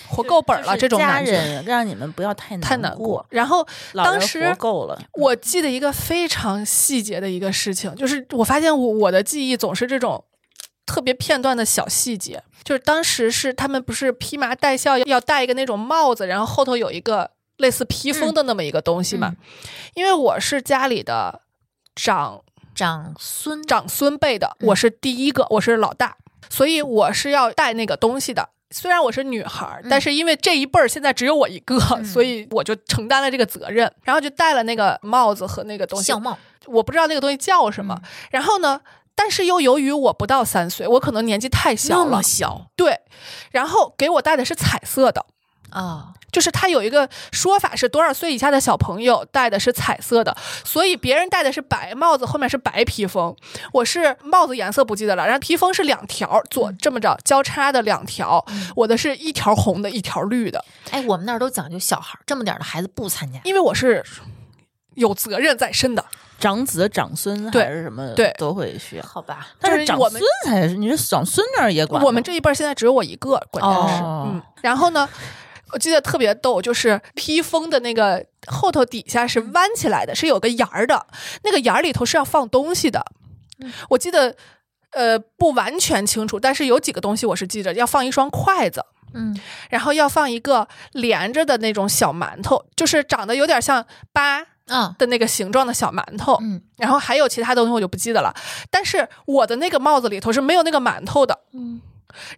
Speaker 3: 活够本儿了
Speaker 4: 就是
Speaker 3: 这种
Speaker 4: 家
Speaker 3: 感觉。
Speaker 4: 人让你们不要太
Speaker 3: 太
Speaker 4: 难
Speaker 3: 难过，，然后
Speaker 4: 老人
Speaker 3: 当时
Speaker 4: 活够了，
Speaker 3: 我记得一个非常细节的一个事情，就是我发现我我的记忆总是这种特别片段的小细节。就是当时是他们不是披麻戴孝要戴一个那种帽子，然后后头有一个类似披风的那么一个东西嘛。因为我是家里的长
Speaker 2: 长孙
Speaker 3: 长孙辈的，
Speaker 2: 嗯
Speaker 3: 我是第一个，我是老大，所以我是要带那个东西的。虽然我是女孩儿，
Speaker 2: 嗯
Speaker 3: 但是因为这一辈儿现在只有我一个，
Speaker 2: 嗯
Speaker 3: 所以我就承担了这个责任，然后就戴了那个帽子和那个东西
Speaker 2: 相。貌，
Speaker 3: 我不知道那个东西叫什
Speaker 2: 嗯
Speaker 3: 么。然后呢，但是又由于我不到三岁，我可能年纪太小
Speaker 2: 那么
Speaker 3: 了，
Speaker 2: 小
Speaker 3: 对。然后给我带的是彩色的，
Speaker 2: 啊？
Speaker 3: 就是它有一个说法是多少岁以下的小朋友戴的是彩色的，所以别人戴的是白帽子，后面是白披风。我是帽子颜色不记得了，然后披风是两条，
Speaker 4: 嗯
Speaker 3: 左这么着交叉的两条，我的是一条红的，一条绿的，
Speaker 2: 哎，我们那儿都讲究小孩儿这么点儿的孩子不参加，
Speaker 3: 因为我是有责任在身的。
Speaker 4: 长子长孙
Speaker 3: 对
Speaker 4: 还是什么，
Speaker 3: 对
Speaker 4: 都会需要。
Speaker 2: 好吧？
Speaker 3: 就
Speaker 4: 但
Speaker 3: 是
Speaker 4: 是长
Speaker 3: 我
Speaker 4: 孙
Speaker 3: 们
Speaker 4: 才是，你是长孙那儿也管吗。
Speaker 3: 我们这一辈儿现在只有我一个，关键是，
Speaker 4: 哦
Speaker 3: 嗯，然后呢，我记得特别逗，就是披风的那个后头底下是弯起来的，是有个沿儿的，那个沿儿里头是要放东西的，我记得。呃，不完全清楚，但是有几个东西我是记着，要放一双筷子，
Speaker 2: 嗯，
Speaker 3: 然后要放一个连着的那种小馒头，就是长得有点像粑
Speaker 2: 啊，
Speaker 3: 的那个形状的小馒头，
Speaker 2: 嗯，
Speaker 3: 然后还有其他东西我就不记得了。但是我的那个帽子里头是没有那个馒头的，
Speaker 2: 嗯，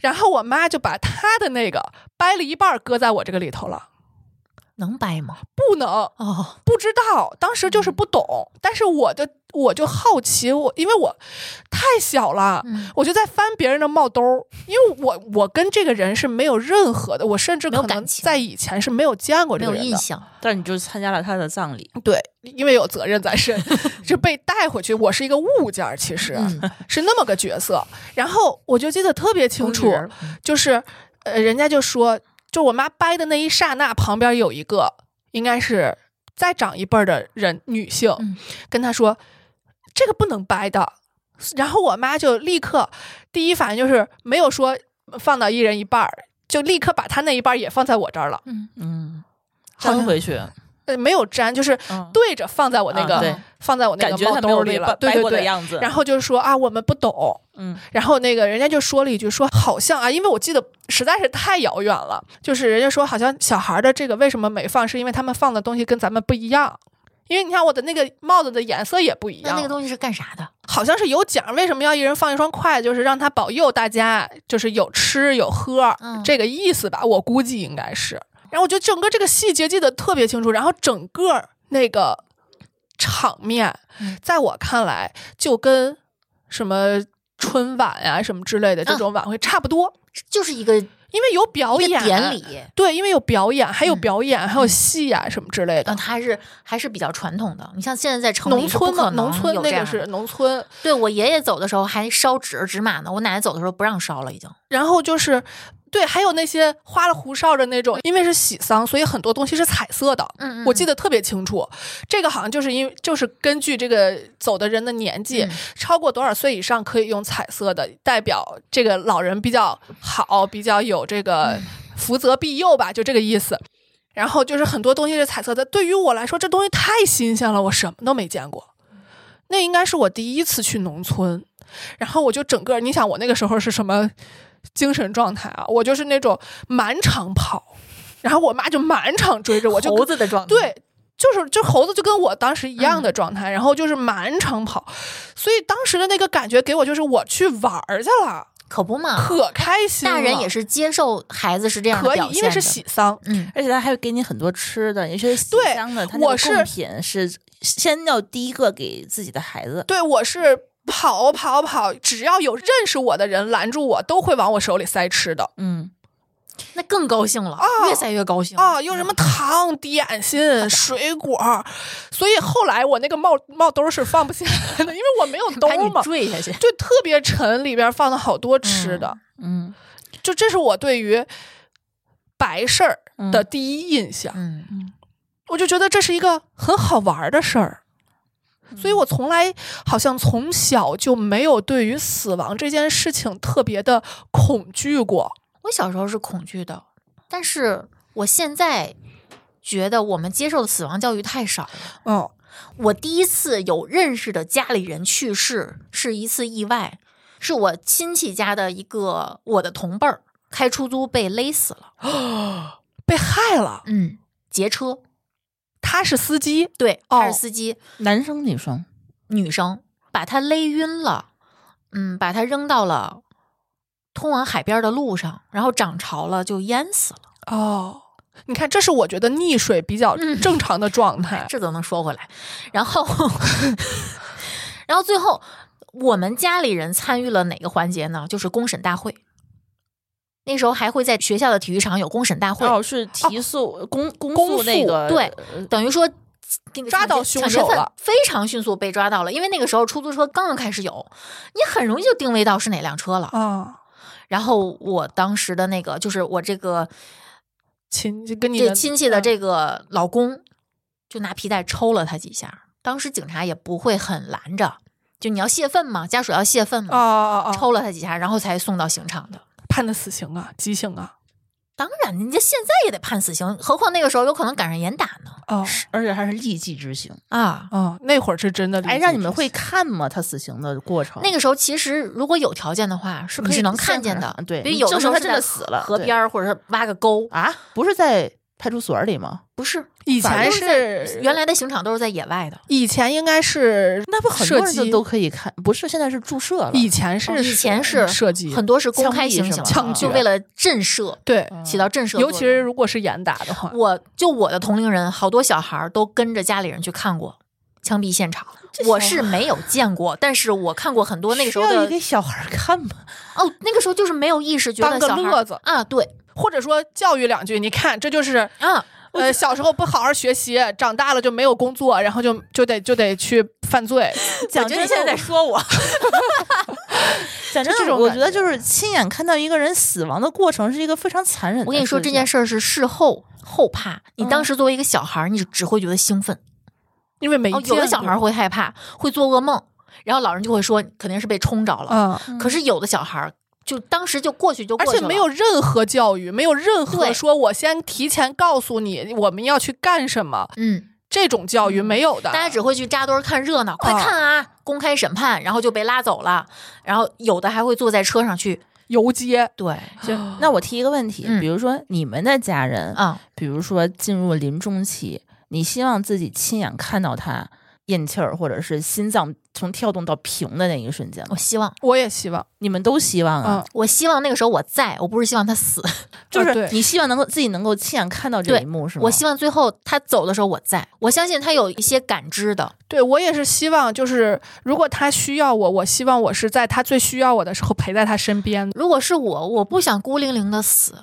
Speaker 3: 然后我妈就把她的那个掰了一半儿搁在我这个里头了，
Speaker 2: 能掰吗？
Speaker 3: 不能
Speaker 2: 哦，嗯
Speaker 3: 不知道，当时就是不懂，但是我就我就好奇，我因为我太小了。
Speaker 2: 嗯，
Speaker 3: 我就在翻别人的帽兜儿，因为我我跟这个人是没有任何的，我甚至
Speaker 2: 没有
Speaker 3: 可能
Speaker 2: 感情
Speaker 3: 在以前是没有见过
Speaker 2: 没
Speaker 3: 这
Speaker 2: 有
Speaker 3: 个人
Speaker 2: 印
Speaker 3: 的，
Speaker 2: 象，
Speaker 4: 但你就参加了他的葬礼，
Speaker 3: 对，因为有责任在身， 是被带回去。我是一个物件儿，其实、
Speaker 2: 嗯
Speaker 3: 是那么个角色。然后我就记得特别清楚，就是呃，人家就说，就我妈掰的那一刹那，旁边有一个应该是再长一辈儿的人女性，
Speaker 2: 嗯
Speaker 3: 跟她说这个不能掰的。然后我妈就立刻第一反应就是没有说放到一人一半儿，就立刻把她那一半儿也放在我这儿了。
Speaker 2: 嗯，
Speaker 4: 嗯，
Speaker 3: 好像
Speaker 4: 搬回去，
Speaker 3: 呃，没有粘，就是
Speaker 4: 嗯
Speaker 3: 对着放在我那
Speaker 4: 啊
Speaker 3: 个
Speaker 4: 对
Speaker 3: 放在我那
Speaker 4: 感
Speaker 3: 个
Speaker 4: 觉
Speaker 3: 帽
Speaker 4: 他没有
Speaker 3: 兜
Speaker 4: 被
Speaker 3: 里
Speaker 4: 掰
Speaker 3: 了，对
Speaker 4: 掰
Speaker 3: 对
Speaker 4: 过的
Speaker 3: 对。
Speaker 4: 样子。
Speaker 3: 然后就说啊，我们不懂，
Speaker 4: 嗯，
Speaker 3: 然后那个人家就说了一句说，好像啊，因为我记得实在是太遥远了，就是人家说好像小孩的这个为什么没放，是因为他们放的东西跟咱们不一样。因为你看我的那个帽子的颜色也不一
Speaker 2: 那
Speaker 3: 样，
Speaker 2: 那个东西是干啥的？
Speaker 3: 好像是有奖，为什么要一人放一双筷子？就是让他保佑大家，就是有吃有喝、
Speaker 2: 嗯
Speaker 3: 这个意思吧？我估计应该是。然后我觉得整个这个细节记得特别清楚，然后整个那个场面
Speaker 2: 嗯，
Speaker 3: 在我看来就跟什么春晚呀、什么之类
Speaker 2: 嗯
Speaker 3: 的这种晚会差不多，
Speaker 2: 就是一个
Speaker 3: 因为有表
Speaker 2: 一个
Speaker 3: 演
Speaker 2: 典。礼，
Speaker 3: 对，因为有表演，还有
Speaker 2: 嗯
Speaker 3: 表演，还有
Speaker 2: 嗯
Speaker 3: 戏呀、什么之类的。
Speaker 2: 然后它是嗯还是比较传统的。你像现在在城
Speaker 3: 农
Speaker 2: 里是不
Speaker 3: 村
Speaker 2: 可
Speaker 3: 的，
Speaker 2: 能
Speaker 3: 农村
Speaker 2: 有这
Speaker 3: 那
Speaker 2: 样
Speaker 3: 个
Speaker 2: 的
Speaker 3: 是农村，
Speaker 2: 对我爷爷走的时候还烧纸纸马呢，我奶奶走的时候不让烧了，已经。
Speaker 3: 然后就是，对，还有那些花里胡哨的那种，因为是喜丧，所以很多东西是彩色的。
Speaker 2: 嗯
Speaker 3: 我记
Speaker 2: 得
Speaker 3: 得特别清楚，这个好像就是因为就是根据这个走的人的年纪，
Speaker 2: 嗯
Speaker 3: 超过多少岁以上可以用彩色的，代表这个老人比较好，比较有这
Speaker 2: 嗯
Speaker 3: 个福泽庇佑吧，就这个意思。然后就是很多东西是彩色的，对于我来说，这东西太新鲜了，我什么都没见过。那应该是我第一次去农村，然后我就整个，你想我那个时候是什么精神状态啊？我就是那种满场跑，然后我妈就满场追着我，就
Speaker 4: 猴子的状态，，
Speaker 3: 对，就是就猴子就跟我当时一样的
Speaker 2: 嗯
Speaker 3: 状态，然后就是满场跑，所以当时的那个感觉给我就是我去玩儿去了，
Speaker 2: 可不嘛，
Speaker 3: 可开心了。
Speaker 2: 啊大人也是接受孩子是这样的
Speaker 3: 可以
Speaker 2: 表，现
Speaker 3: 因为是
Speaker 2: 的
Speaker 3: 喜丧，
Speaker 2: 嗯
Speaker 4: 而且他还会给你很多吃的，也是喜
Speaker 3: 对
Speaker 4: 香的。他
Speaker 3: 我
Speaker 4: 那个
Speaker 3: 是
Speaker 4: 贡品是先要第一个给自己的孩子，
Speaker 3: 对我是。跑跑跑！只要有认识我的人拦住我，都会往我手里塞吃的
Speaker 4: 嗯，
Speaker 2: 那更高兴了，越塞越高兴嗯
Speaker 3: 啊，有什么糖、点心、水果儿。所以后来我那个帽帽兜是放不下来的，因为我没有兜
Speaker 2: 把你
Speaker 3: 嘛，
Speaker 2: 坠下 去。
Speaker 3: 就特别沉，里边放了好多吃的。
Speaker 4: 嗯
Speaker 3: 就这是我对于白事儿的
Speaker 4: 嗯
Speaker 3: 第一印象，
Speaker 2: 嗯，
Speaker 3: 我就觉得这是一个很好玩儿的事儿。
Speaker 4: 嗯
Speaker 3: 所以我从来好像从小就没有对于死亡这件事情特别的恐惧过。
Speaker 2: 我小时候是恐惧的，但是我现在觉得我们接受的死亡教育太少了。
Speaker 3: 嗯，
Speaker 2: 我第一次有认识的家里人去世是一次意外，是我亲戚家的一个我的同辈儿开出租被勒死了，
Speaker 3: 被害了，
Speaker 2: 嗯，劫车，
Speaker 3: 他是司机，
Speaker 2: 对，
Speaker 3: 哦
Speaker 2: 他是司机，
Speaker 4: 男生女生，
Speaker 2: 女生把他勒晕了，嗯，把他扔到了通往海边的路上，然后涨潮了就淹死了。
Speaker 3: 哦，你看，这是我觉得溺水比较
Speaker 2: 嗯
Speaker 3: 正常的状 态。
Speaker 2: 这都能说回来，然后， 然后最后我们家里人参与了哪个环节呢？就是公审大会。那时候还会在学校的体育场有公审大会，
Speaker 4: 哦是提速公公
Speaker 3: 哦公
Speaker 4: 诉那
Speaker 3: 诉
Speaker 4: 个
Speaker 2: 对等于说那个
Speaker 3: 抓
Speaker 2: 呃抢劫
Speaker 3: 到凶
Speaker 2: 抢劫
Speaker 3: 手
Speaker 2: 犯
Speaker 3: 了
Speaker 2: 非常迅速被抓到了。因为那个时候出租车刚刚开始有，你很容易就定位到是哪辆车了。
Speaker 3: 啊，
Speaker 2: 然后我当时的那个就是我这个
Speaker 3: 亲，跟你
Speaker 2: 这
Speaker 3: 的
Speaker 2: 亲戚的
Speaker 3: 嗯
Speaker 2: 这个老公就拿皮带抽了他几下，当时警察也不会很拦着，就你要泄愤嘛，家属要泄愤
Speaker 3: 啊
Speaker 2: 嘛，
Speaker 3: 啊啊，
Speaker 2: 抽了他几下，然后才送到刑场的。
Speaker 3: 判的死刑啊，极刑啊，
Speaker 2: 当然，人家现在也得判死刑，何况那个时候有可能赶上严打呢
Speaker 3: 哦
Speaker 4: 而且还是立即执行。
Speaker 2: 啊！
Speaker 3: 哦，那会儿是真的理解。
Speaker 4: 哎，让你们会看吗？他死刑的过程？
Speaker 2: 那个时候其实如果有条件的话，是
Speaker 4: 可
Speaker 2: 你
Speaker 4: 以
Speaker 2: 是能
Speaker 4: 现
Speaker 2: 看见
Speaker 4: 场
Speaker 2: 的，
Speaker 4: 对
Speaker 2: 比如
Speaker 4: 你
Speaker 2: 有的
Speaker 4: 证
Speaker 2: 时候
Speaker 4: 明他
Speaker 2: 是
Speaker 4: 真的
Speaker 2: 在
Speaker 4: 死了
Speaker 2: 河
Speaker 4: 对
Speaker 2: 边儿或者是挖个沟，
Speaker 4: 啊，不是在派出所里吗？
Speaker 2: 不是，
Speaker 3: 以
Speaker 2: 反
Speaker 3: 前
Speaker 2: 正都在
Speaker 3: 是
Speaker 2: 原来的刑场都是在野外的，
Speaker 3: 以前应该是
Speaker 4: 那不很
Speaker 3: 射
Speaker 4: 多人就
Speaker 3: 击
Speaker 4: 都可以看？不是，现在是注射了。
Speaker 3: 以前是、
Speaker 2: 哦以前是
Speaker 3: 射击，
Speaker 2: 很多是嗯公
Speaker 4: 枪
Speaker 2: 开
Speaker 4: 毙
Speaker 2: 行
Speaker 4: 是
Speaker 2: 刑
Speaker 4: 吗
Speaker 2: 的，
Speaker 3: 枪
Speaker 2: 就
Speaker 3: 决
Speaker 2: 为了震慑，
Speaker 3: 对，
Speaker 2: 起到震慑作用，
Speaker 3: 尤其是如果是严打的话，
Speaker 2: 我就我的同龄人，好多小孩儿都跟着家里人去看过枪毙现场
Speaker 4: 这。
Speaker 2: 我
Speaker 4: 小
Speaker 2: 是没有见过，但是我看过很多那个时候
Speaker 4: 需要
Speaker 2: 的
Speaker 4: 给小孩儿看吗？
Speaker 2: 哦，那个时候就是没有意识，觉得
Speaker 3: 当个
Speaker 2: 小孩
Speaker 3: 乐
Speaker 2: 儿
Speaker 3: 子
Speaker 2: 啊，对
Speaker 3: 或者说教育两句，你看这就是。
Speaker 2: 啊，
Speaker 3: 呃，小时候不好好学习，长大了就没有工作，然后就就得就得去犯罪。
Speaker 4: 讲
Speaker 2: 我觉得
Speaker 4: 真的，
Speaker 2: 你现在在说我，
Speaker 4: 讲真
Speaker 3: 就这
Speaker 4: 的，
Speaker 3: 种
Speaker 4: 我
Speaker 3: 感
Speaker 4: 觉得
Speaker 3: 觉
Speaker 4: 就是亲眼看到一个人死亡的过程是一个非常残忍的。
Speaker 2: 我
Speaker 3: 哎
Speaker 2: 跟你说这件
Speaker 4: 事
Speaker 2: 事儿是事后后怕，你当
Speaker 4: 嗯
Speaker 2: 时作为一个小孩儿，你只会觉得兴奋，
Speaker 3: 因为没
Speaker 2: 哦，
Speaker 3: 见
Speaker 2: 有的小
Speaker 3: 过
Speaker 2: 孩儿，会害怕，会做噩梦，然后老人就会说肯定是被冲着了，
Speaker 3: 嗯，
Speaker 4: 嗯
Speaker 2: 可是有的小孩儿就当时就过去就过
Speaker 3: 而
Speaker 2: 去
Speaker 3: 且
Speaker 2: 了
Speaker 3: 没有任何教育，没有任何
Speaker 2: 对
Speaker 3: 说我先提前告诉你我们要去干什么，
Speaker 2: 嗯，
Speaker 3: 这种教育没有的。
Speaker 2: 大家只会去扎堆儿看热闹，快
Speaker 3: 啊
Speaker 2: 看啊！公开审判，然后就被拉走了，然后有的还会坐在车上去，
Speaker 3: 游街，
Speaker 2: 对，
Speaker 4: 就那我提一个问题，
Speaker 2: 嗯
Speaker 4: 比如说你们的家人，
Speaker 2: 啊、
Speaker 4: 比如说进入临终期，你希望自己亲眼看到他咽气儿，或者是心脏从跳动到平的那一个瞬间吗
Speaker 2: 我？希望，
Speaker 3: 我也希望，
Speaker 4: 你们都希望啊，
Speaker 3: 嗯，
Speaker 2: 我希望那个时候我在，我不是希望他死，
Speaker 4: 就
Speaker 3: 啊
Speaker 4: 是
Speaker 3: 对
Speaker 4: 你希望能够自己能够亲眼看到这
Speaker 2: 对
Speaker 4: 一幕，是吗？
Speaker 2: 我希望最后他走的时候我在，我相信他有一些感知的，
Speaker 3: 对我也是希望，就是如果他需要我，我希望我是在他最需要我的时候陪在他身边。
Speaker 2: 如果是我，我不想孤零零的死。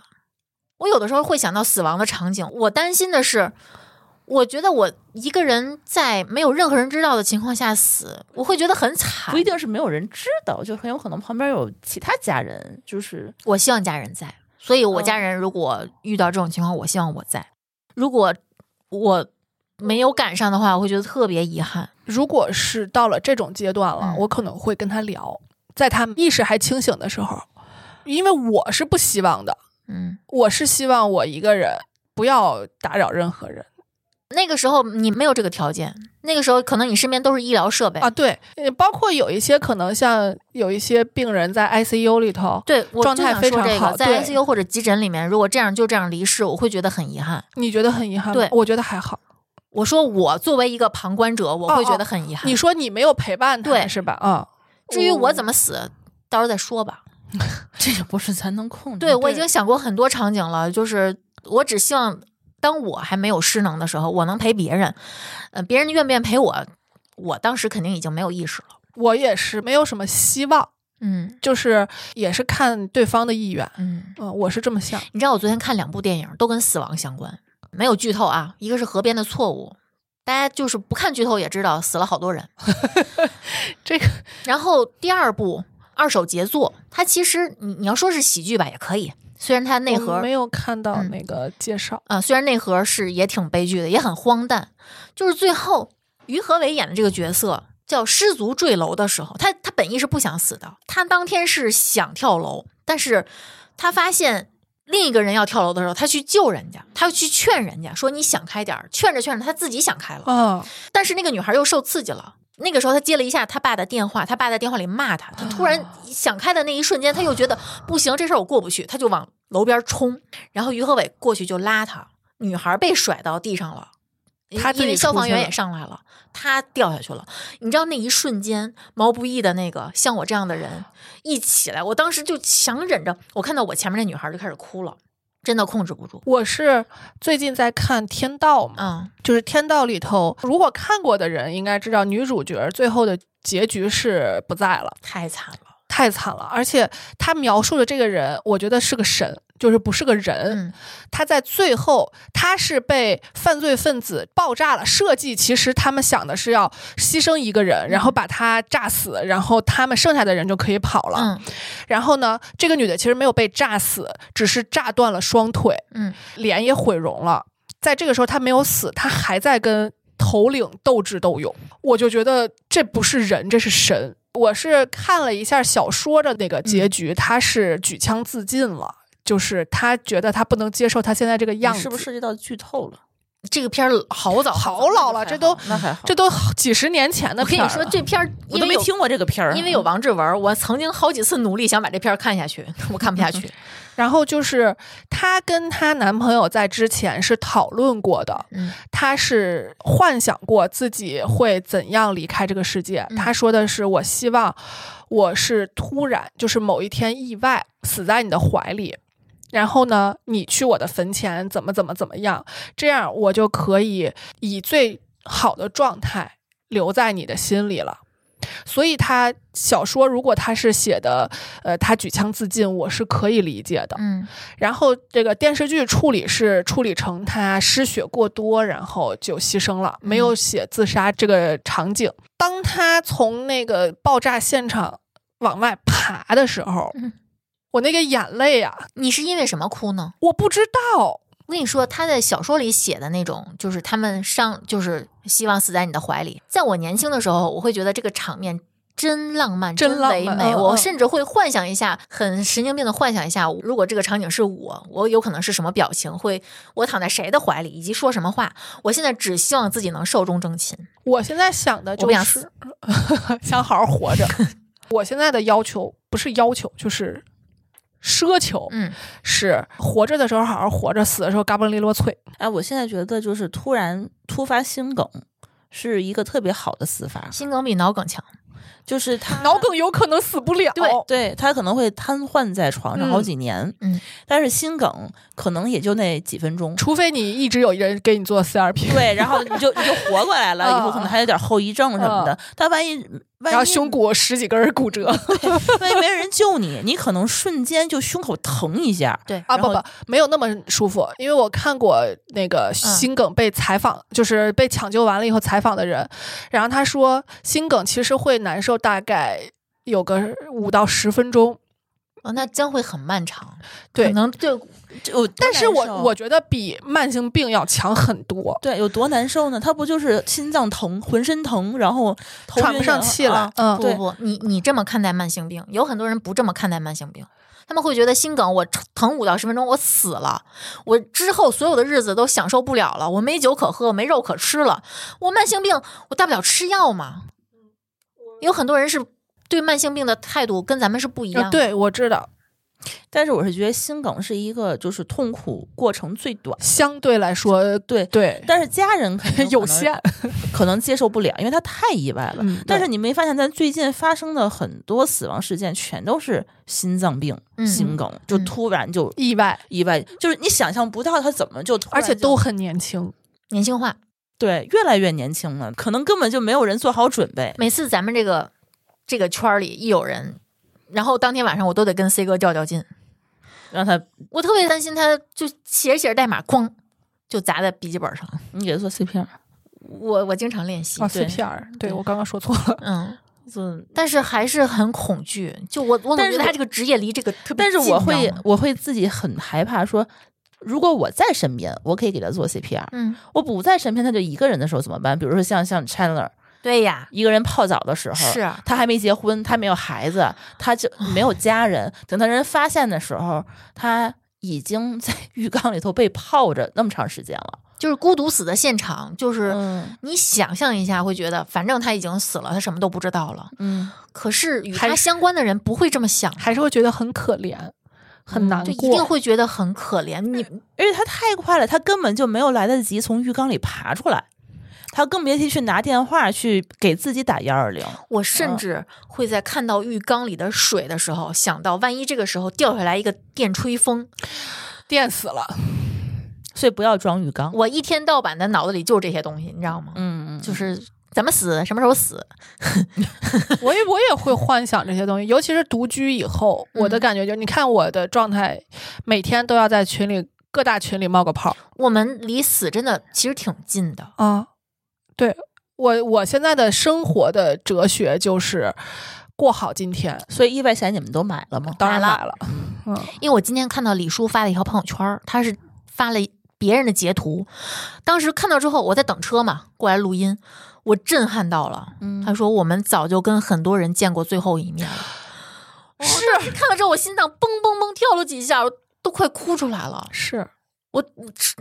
Speaker 2: 我有的时候会想到死亡的场景，我担心的是，我觉得我一个人在没有任何人知道的情况下死，我会觉得很惨
Speaker 4: 不一。定是没有人知道，就很有可能旁边有其他家人，就是
Speaker 2: 我希望家人在，所以我
Speaker 4: 嗯
Speaker 2: 家人如果遇到这种情况，我希望我在。如果我没有赶上的话，我会觉得特别遗憾。
Speaker 3: 如果是到了这种阶段了
Speaker 2: 嗯，
Speaker 3: 我可能会跟他聊，在他意识还清醒的时候，因为我是不希望的，
Speaker 2: 嗯，
Speaker 3: 我是希望我一个人不要打扰任何人
Speaker 2: 那个时候你没有这个条件，那个时候可能你身边都是医疗设备。
Speaker 3: 啊。对，呃包括有一些可能像有一些病人在 ICU 里头，
Speaker 2: 对，我
Speaker 3: 状
Speaker 2: 就
Speaker 3: 态
Speaker 2: 想
Speaker 3: 非
Speaker 2: 说
Speaker 3: 常
Speaker 2: 这个，
Speaker 3: 好
Speaker 2: 在
Speaker 3: 对
Speaker 2: ICU 或者急诊里面，如果这样就这样离世，我会觉得很遗憾。
Speaker 3: 你觉得很遗憾吗？
Speaker 2: 对
Speaker 3: 我觉得还好。
Speaker 2: 我说我作为一个旁观者，我会觉得很遗憾。
Speaker 3: 哦你说你没有陪伴他
Speaker 2: 对
Speaker 3: 是吧？啊、
Speaker 2: 至于我
Speaker 3: 么？
Speaker 2: 怎么死，到时候再说吧。
Speaker 4: 这个不是咱能控制的。
Speaker 2: 对我已
Speaker 3: 嗯对
Speaker 2: 经想过很多场景了，就是我只希望当我还没有失能的时候，我能陪别人。呃，别人愿不愿意陪我，我当时肯定已经没有意识了。
Speaker 3: 我也是没有什么希望，
Speaker 2: 嗯
Speaker 3: 就是也是看对方的意愿。
Speaker 2: 嗯，
Speaker 3: 嗯，我是这么想。
Speaker 2: 你知道我昨天看两部电影都跟死亡相关，没有剧透啊。一个是《河边的错误》，大家就是不看剧透也知道死了好多人。
Speaker 3: 这个
Speaker 2: 然后第二部《二手杰作》，它其实你你要说是喜剧吧，也可以。虽然它内
Speaker 3: 我
Speaker 2: 核
Speaker 3: 没有看到
Speaker 2: 嗯
Speaker 3: 那个介绍，
Speaker 2: 啊、虽然内核是也挺悲剧的，也很荒诞，就是最后于和伟演的这个角色叫失足坠楼的时候，他他本意是不想死的，他当天是想跳楼，但是他发现。另一个人要跳楼的时候，他去救人家，他去劝人家说：“你想开点儿。”劝着劝着，他自己想开了。
Speaker 3: 嗯，
Speaker 2: 但是那个女孩又受刺激了。那个时候，她接了一下她爸的电话，她爸在电话里骂她。她突
Speaker 3: 啊
Speaker 2: 然想开的那一瞬间，她又觉得不行，这事儿我过不去，她就往楼边冲。然后于和伟过去就拉她，女孩被甩到地上了，因
Speaker 3: 她自己
Speaker 2: 因为消防员
Speaker 3: 出去
Speaker 2: 也
Speaker 3: 了
Speaker 2: 上来了，她掉下去了。你知道那一瞬间，毛不易的那个像我这样的人一起来，我当时就强忍着，我看到我前面那女孩就开始哭了，真的控制不住。
Speaker 3: 我是最近在看《天道》嘛，
Speaker 2: 嗯
Speaker 3: 就是《天道》里头，如果看过的人应该知道，女主角最后的结局是不在了，
Speaker 2: 太惨了。
Speaker 3: 太惨了。而且她描述的这个人，我觉得是个神，就是不是个人。
Speaker 2: 嗯
Speaker 3: 她在最后，她是被犯罪分子爆炸了。设计其实他们想的是要牺牲一个人，然后把他炸死，然后他们剩下的人就可以跑了。
Speaker 2: 嗯
Speaker 3: 然后呢，这个女的其实没有被炸死，只是炸断了双腿，
Speaker 2: 嗯，
Speaker 3: 脸也毁容了。在这个时候，她没有死，她还在跟头领斗智斗勇。我就觉得这不是人，这是神。我是看了一下小说的那个结
Speaker 4: 嗯
Speaker 3: 局，她是举枪自尽了，就是她觉得她不能接受她现在这个样
Speaker 4: 你
Speaker 3: 子，
Speaker 4: 是不是涉及到剧透了？
Speaker 2: 这个片儿好早
Speaker 3: 好老了？这都
Speaker 4: 那还好，
Speaker 3: 这都几十年前的
Speaker 2: 我跟
Speaker 3: 片儿
Speaker 2: 你
Speaker 3: 了。
Speaker 2: 说，这片儿
Speaker 4: 我都没
Speaker 2: 因为有
Speaker 4: 听过这个片儿，啊
Speaker 2: 因为有王志文，我曾经好几次努力想把这片儿看下去， 我看不下去。
Speaker 3: 然后就是她跟她男朋友在之前是讨论过的，
Speaker 2: 嗯
Speaker 3: 她是幻想过自己会怎样离开这个世界。
Speaker 2: 嗯
Speaker 3: 她说的是，我希望我是突然，就是某一天意外死在你的怀里。然后呢，你去我的坟前怎么怎么怎么样，这样我就可以以最好的状态留在你的心里了。所以她小说如果她是写的，呃，她举枪自尽，我是可以理解的。
Speaker 2: 嗯
Speaker 3: 然后这个电视剧处理是处理成他失血过多，然后就牺牲了，没
Speaker 2: 嗯
Speaker 3: 有写自杀这个场景。当他从那个爆炸现场往外爬的时候，
Speaker 2: 嗯
Speaker 3: 我那个眼泪啊，
Speaker 2: 你是因为什么哭呢？
Speaker 3: 我不知道，
Speaker 2: 我跟你说，他在小说里写的那种，就是他们上，就是希望死在你的怀里。在我年轻的时候，我会觉得这个场面真浪漫，
Speaker 3: 真浪
Speaker 2: 唯
Speaker 3: 漫
Speaker 2: 美。
Speaker 3: 嗯
Speaker 2: 我
Speaker 3: 嗯
Speaker 2: 甚至会幻想一下，很神经病的幻想一下，如果这个场景是我，我有可能是什么表情，会我躺在谁的怀里，以及说什么话。我现在只希望自己能寿终正寝。
Speaker 3: 我现在想的
Speaker 2: 我
Speaker 3: 就
Speaker 2: 不想
Speaker 3: 是 想好好活着。我现在的要求不是要求，就是奢求，
Speaker 2: 嗯，
Speaker 3: 是活着的时候好好活着，死的时候嘎嘣利落脆。
Speaker 4: 哎，我现在觉得就是突然突发心梗。是一个特别好的死法，
Speaker 2: 心梗比脑梗强。
Speaker 4: 就是
Speaker 2: 嗯
Speaker 4: 他
Speaker 3: 脑梗有可能死不了，
Speaker 4: 对他可能会瘫痪在床上好
Speaker 3: 嗯
Speaker 4: 几年，
Speaker 2: 嗯
Speaker 4: 但是心梗可能也就那几分钟，
Speaker 3: 除非你一直有人给你做 CRP，
Speaker 4: 对，然后你就你就活过来了，以后可能还有点后遗症什么的，但万一万
Speaker 3: 然后
Speaker 4: 一
Speaker 3: 胸骨十几根儿骨 折
Speaker 4: 万一没人救你，你可能瞬间就胸口疼一下，
Speaker 2: 对
Speaker 3: 啊，
Speaker 4: 然
Speaker 3: 不
Speaker 4: 后嗯
Speaker 3: 不，没有那么舒服，因为我看过那个心梗被采访，就是被抢救完了以后采访的人，然后他说心梗其实会难受大概有个五到十分钟，
Speaker 2: 哦，那将会很漫长。
Speaker 3: 对
Speaker 2: 可能对
Speaker 4: 这有多
Speaker 3: 但是
Speaker 4: 难
Speaker 3: 我
Speaker 4: 受
Speaker 3: 我觉得比慢性病要强很多，
Speaker 4: 对有多难受呢？他不就是心脏疼、浑身疼，然后头
Speaker 3: 喘
Speaker 4: 晕
Speaker 3: 不上
Speaker 4: 然后
Speaker 3: 气来
Speaker 4: 啊，
Speaker 3: 嗯
Speaker 2: 不不不，你你这么看待慢性病，有很多人不这么看待慢性病，他们会觉得心梗我疼疼五到十分钟，我死了，我之后所有的日子都享受不了了，我没酒可喝，没肉可吃了，我慢性病我大不了吃药嘛。有很多人是对慢性病的态度跟咱们是不一样
Speaker 3: 呃
Speaker 2: 的，，
Speaker 3: 对，我知道，
Speaker 4: 但是我是觉得心梗是一个就是痛苦过程最短，
Speaker 3: 相对来说，
Speaker 4: 对
Speaker 3: 对，
Speaker 4: 但是家人肯 定
Speaker 3: 有
Speaker 4: 可能
Speaker 3: 限，
Speaker 4: 可能接受不了，因为他太意外了。
Speaker 3: 嗯
Speaker 4: 但是
Speaker 3: 对
Speaker 4: 你没发现，咱最近发生的很多死亡事件，全都是心脏病、
Speaker 2: 嗯
Speaker 4: 心梗，就
Speaker 2: 嗯
Speaker 4: 突然就
Speaker 3: 意外，
Speaker 4: 意外，就是你想象不到他怎么就突
Speaker 3: 而
Speaker 4: 然就，
Speaker 3: 且都很年轻，
Speaker 2: 年轻化。
Speaker 4: 对越来越年轻了，可能根本就没有人做好准备。
Speaker 2: 每次咱们这个这个圈儿里一有人，然后当天晚上我都得跟 C 哥较较劲。
Speaker 4: 让他
Speaker 2: 我特别担心他，就写着写着代码，哐就砸在笔记本上。
Speaker 4: 你给他做 CPR，
Speaker 2: 我我经常练习
Speaker 3: 啊，
Speaker 4: 对
Speaker 3: ，CPR，对
Speaker 4: 对
Speaker 3: 我刚刚说错了，
Speaker 2: 嗯，
Speaker 4: 做。
Speaker 2: 但是还是很恐惧。就我我总
Speaker 4: 但
Speaker 2: 觉
Speaker 4: 是
Speaker 2: 得他这个职业离这个特别
Speaker 4: 但是
Speaker 2: 近，
Speaker 4: 我会
Speaker 2: 你知道吗
Speaker 4: 我会自己很害怕说。如果我在身边，我可以给他做 CPR；、
Speaker 2: 嗯，
Speaker 4: 我不在身边，他就一个人的时候怎么办？比如说像像 Chandler
Speaker 2: 对呀，
Speaker 4: 一个人泡澡的时候，
Speaker 2: 是啊
Speaker 4: 他还没结婚，他没有孩子，他就没有家人。等他人发现的时候，他已经在浴缸里头被泡着那么长时间了。
Speaker 2: 就是孤独死的现场，就是
Speaker 4: 嗯
Speaker 2: 你想象一下，会觉得反正他已经死了，他什么都不知道了。
Speaker 4: 嗯，
Speaker 2: 可是与
Speaker 3: 还
Speaker 2: 他
Speaker 3: 是
Speaker 2: 相关的人不会这么想，
Speaker 3: 还是会觉得很可怜，很难
Speaker 2: 就一定
Speaker 3: 过。
Speaker 2: 会觉得很可怜。你
Speaker 4: 而且他太快了，他根本就没有来得及从浴缸里爬出来，他更别提去拿电话去给自己打幺二零。
Speaker 2: 我
Speaker 4: 嗯
Speaker 2: 甚至会在看到浴缸里的水的时候，想到万一这个时候掉下来一个电吹风，
Speaker 3: 电死了，
Speaker 4: 所以不要装浴缸。
Speaker 2: 我一天到晚的脑子里就这些东西，你知道吗？
Speaker 4: 嗯，嗯
Speaker 2: 就是怎么死，什么时候死，
Speaker 3: 我也我也会幻想这些东西，尤其是独居以后，我的
Speaker 2: 嗯
Speaker 3: 感觉就是，你看我的状态，每天都要在群里各大群里冒个泡
Speaker 2: 我们离死真的其实挺近的。
Speaker 3: 啊。对我我现在的生活的哲学就是过好今天，
Speaker 4: 所以意外险你们都买了吗？
Speaker 3: 当然
Speaker 2: 买了
Speaker 3: 买了，嗯，
Speaker 2: 因为我今天看到李叔发了一条朋友圈儿，他是发了别人的截图，当时看到之后，我在等车嘛，过来录音，我震撼到了。
Speaker 4: 嗯
Speaker 2: 他说我们早就跟很多人见过最后一面了，是看到之后我心脏嘣嘣嘣跳了几下，我都快哭出来了。
Speaker 3: 是
Speaker 2: 我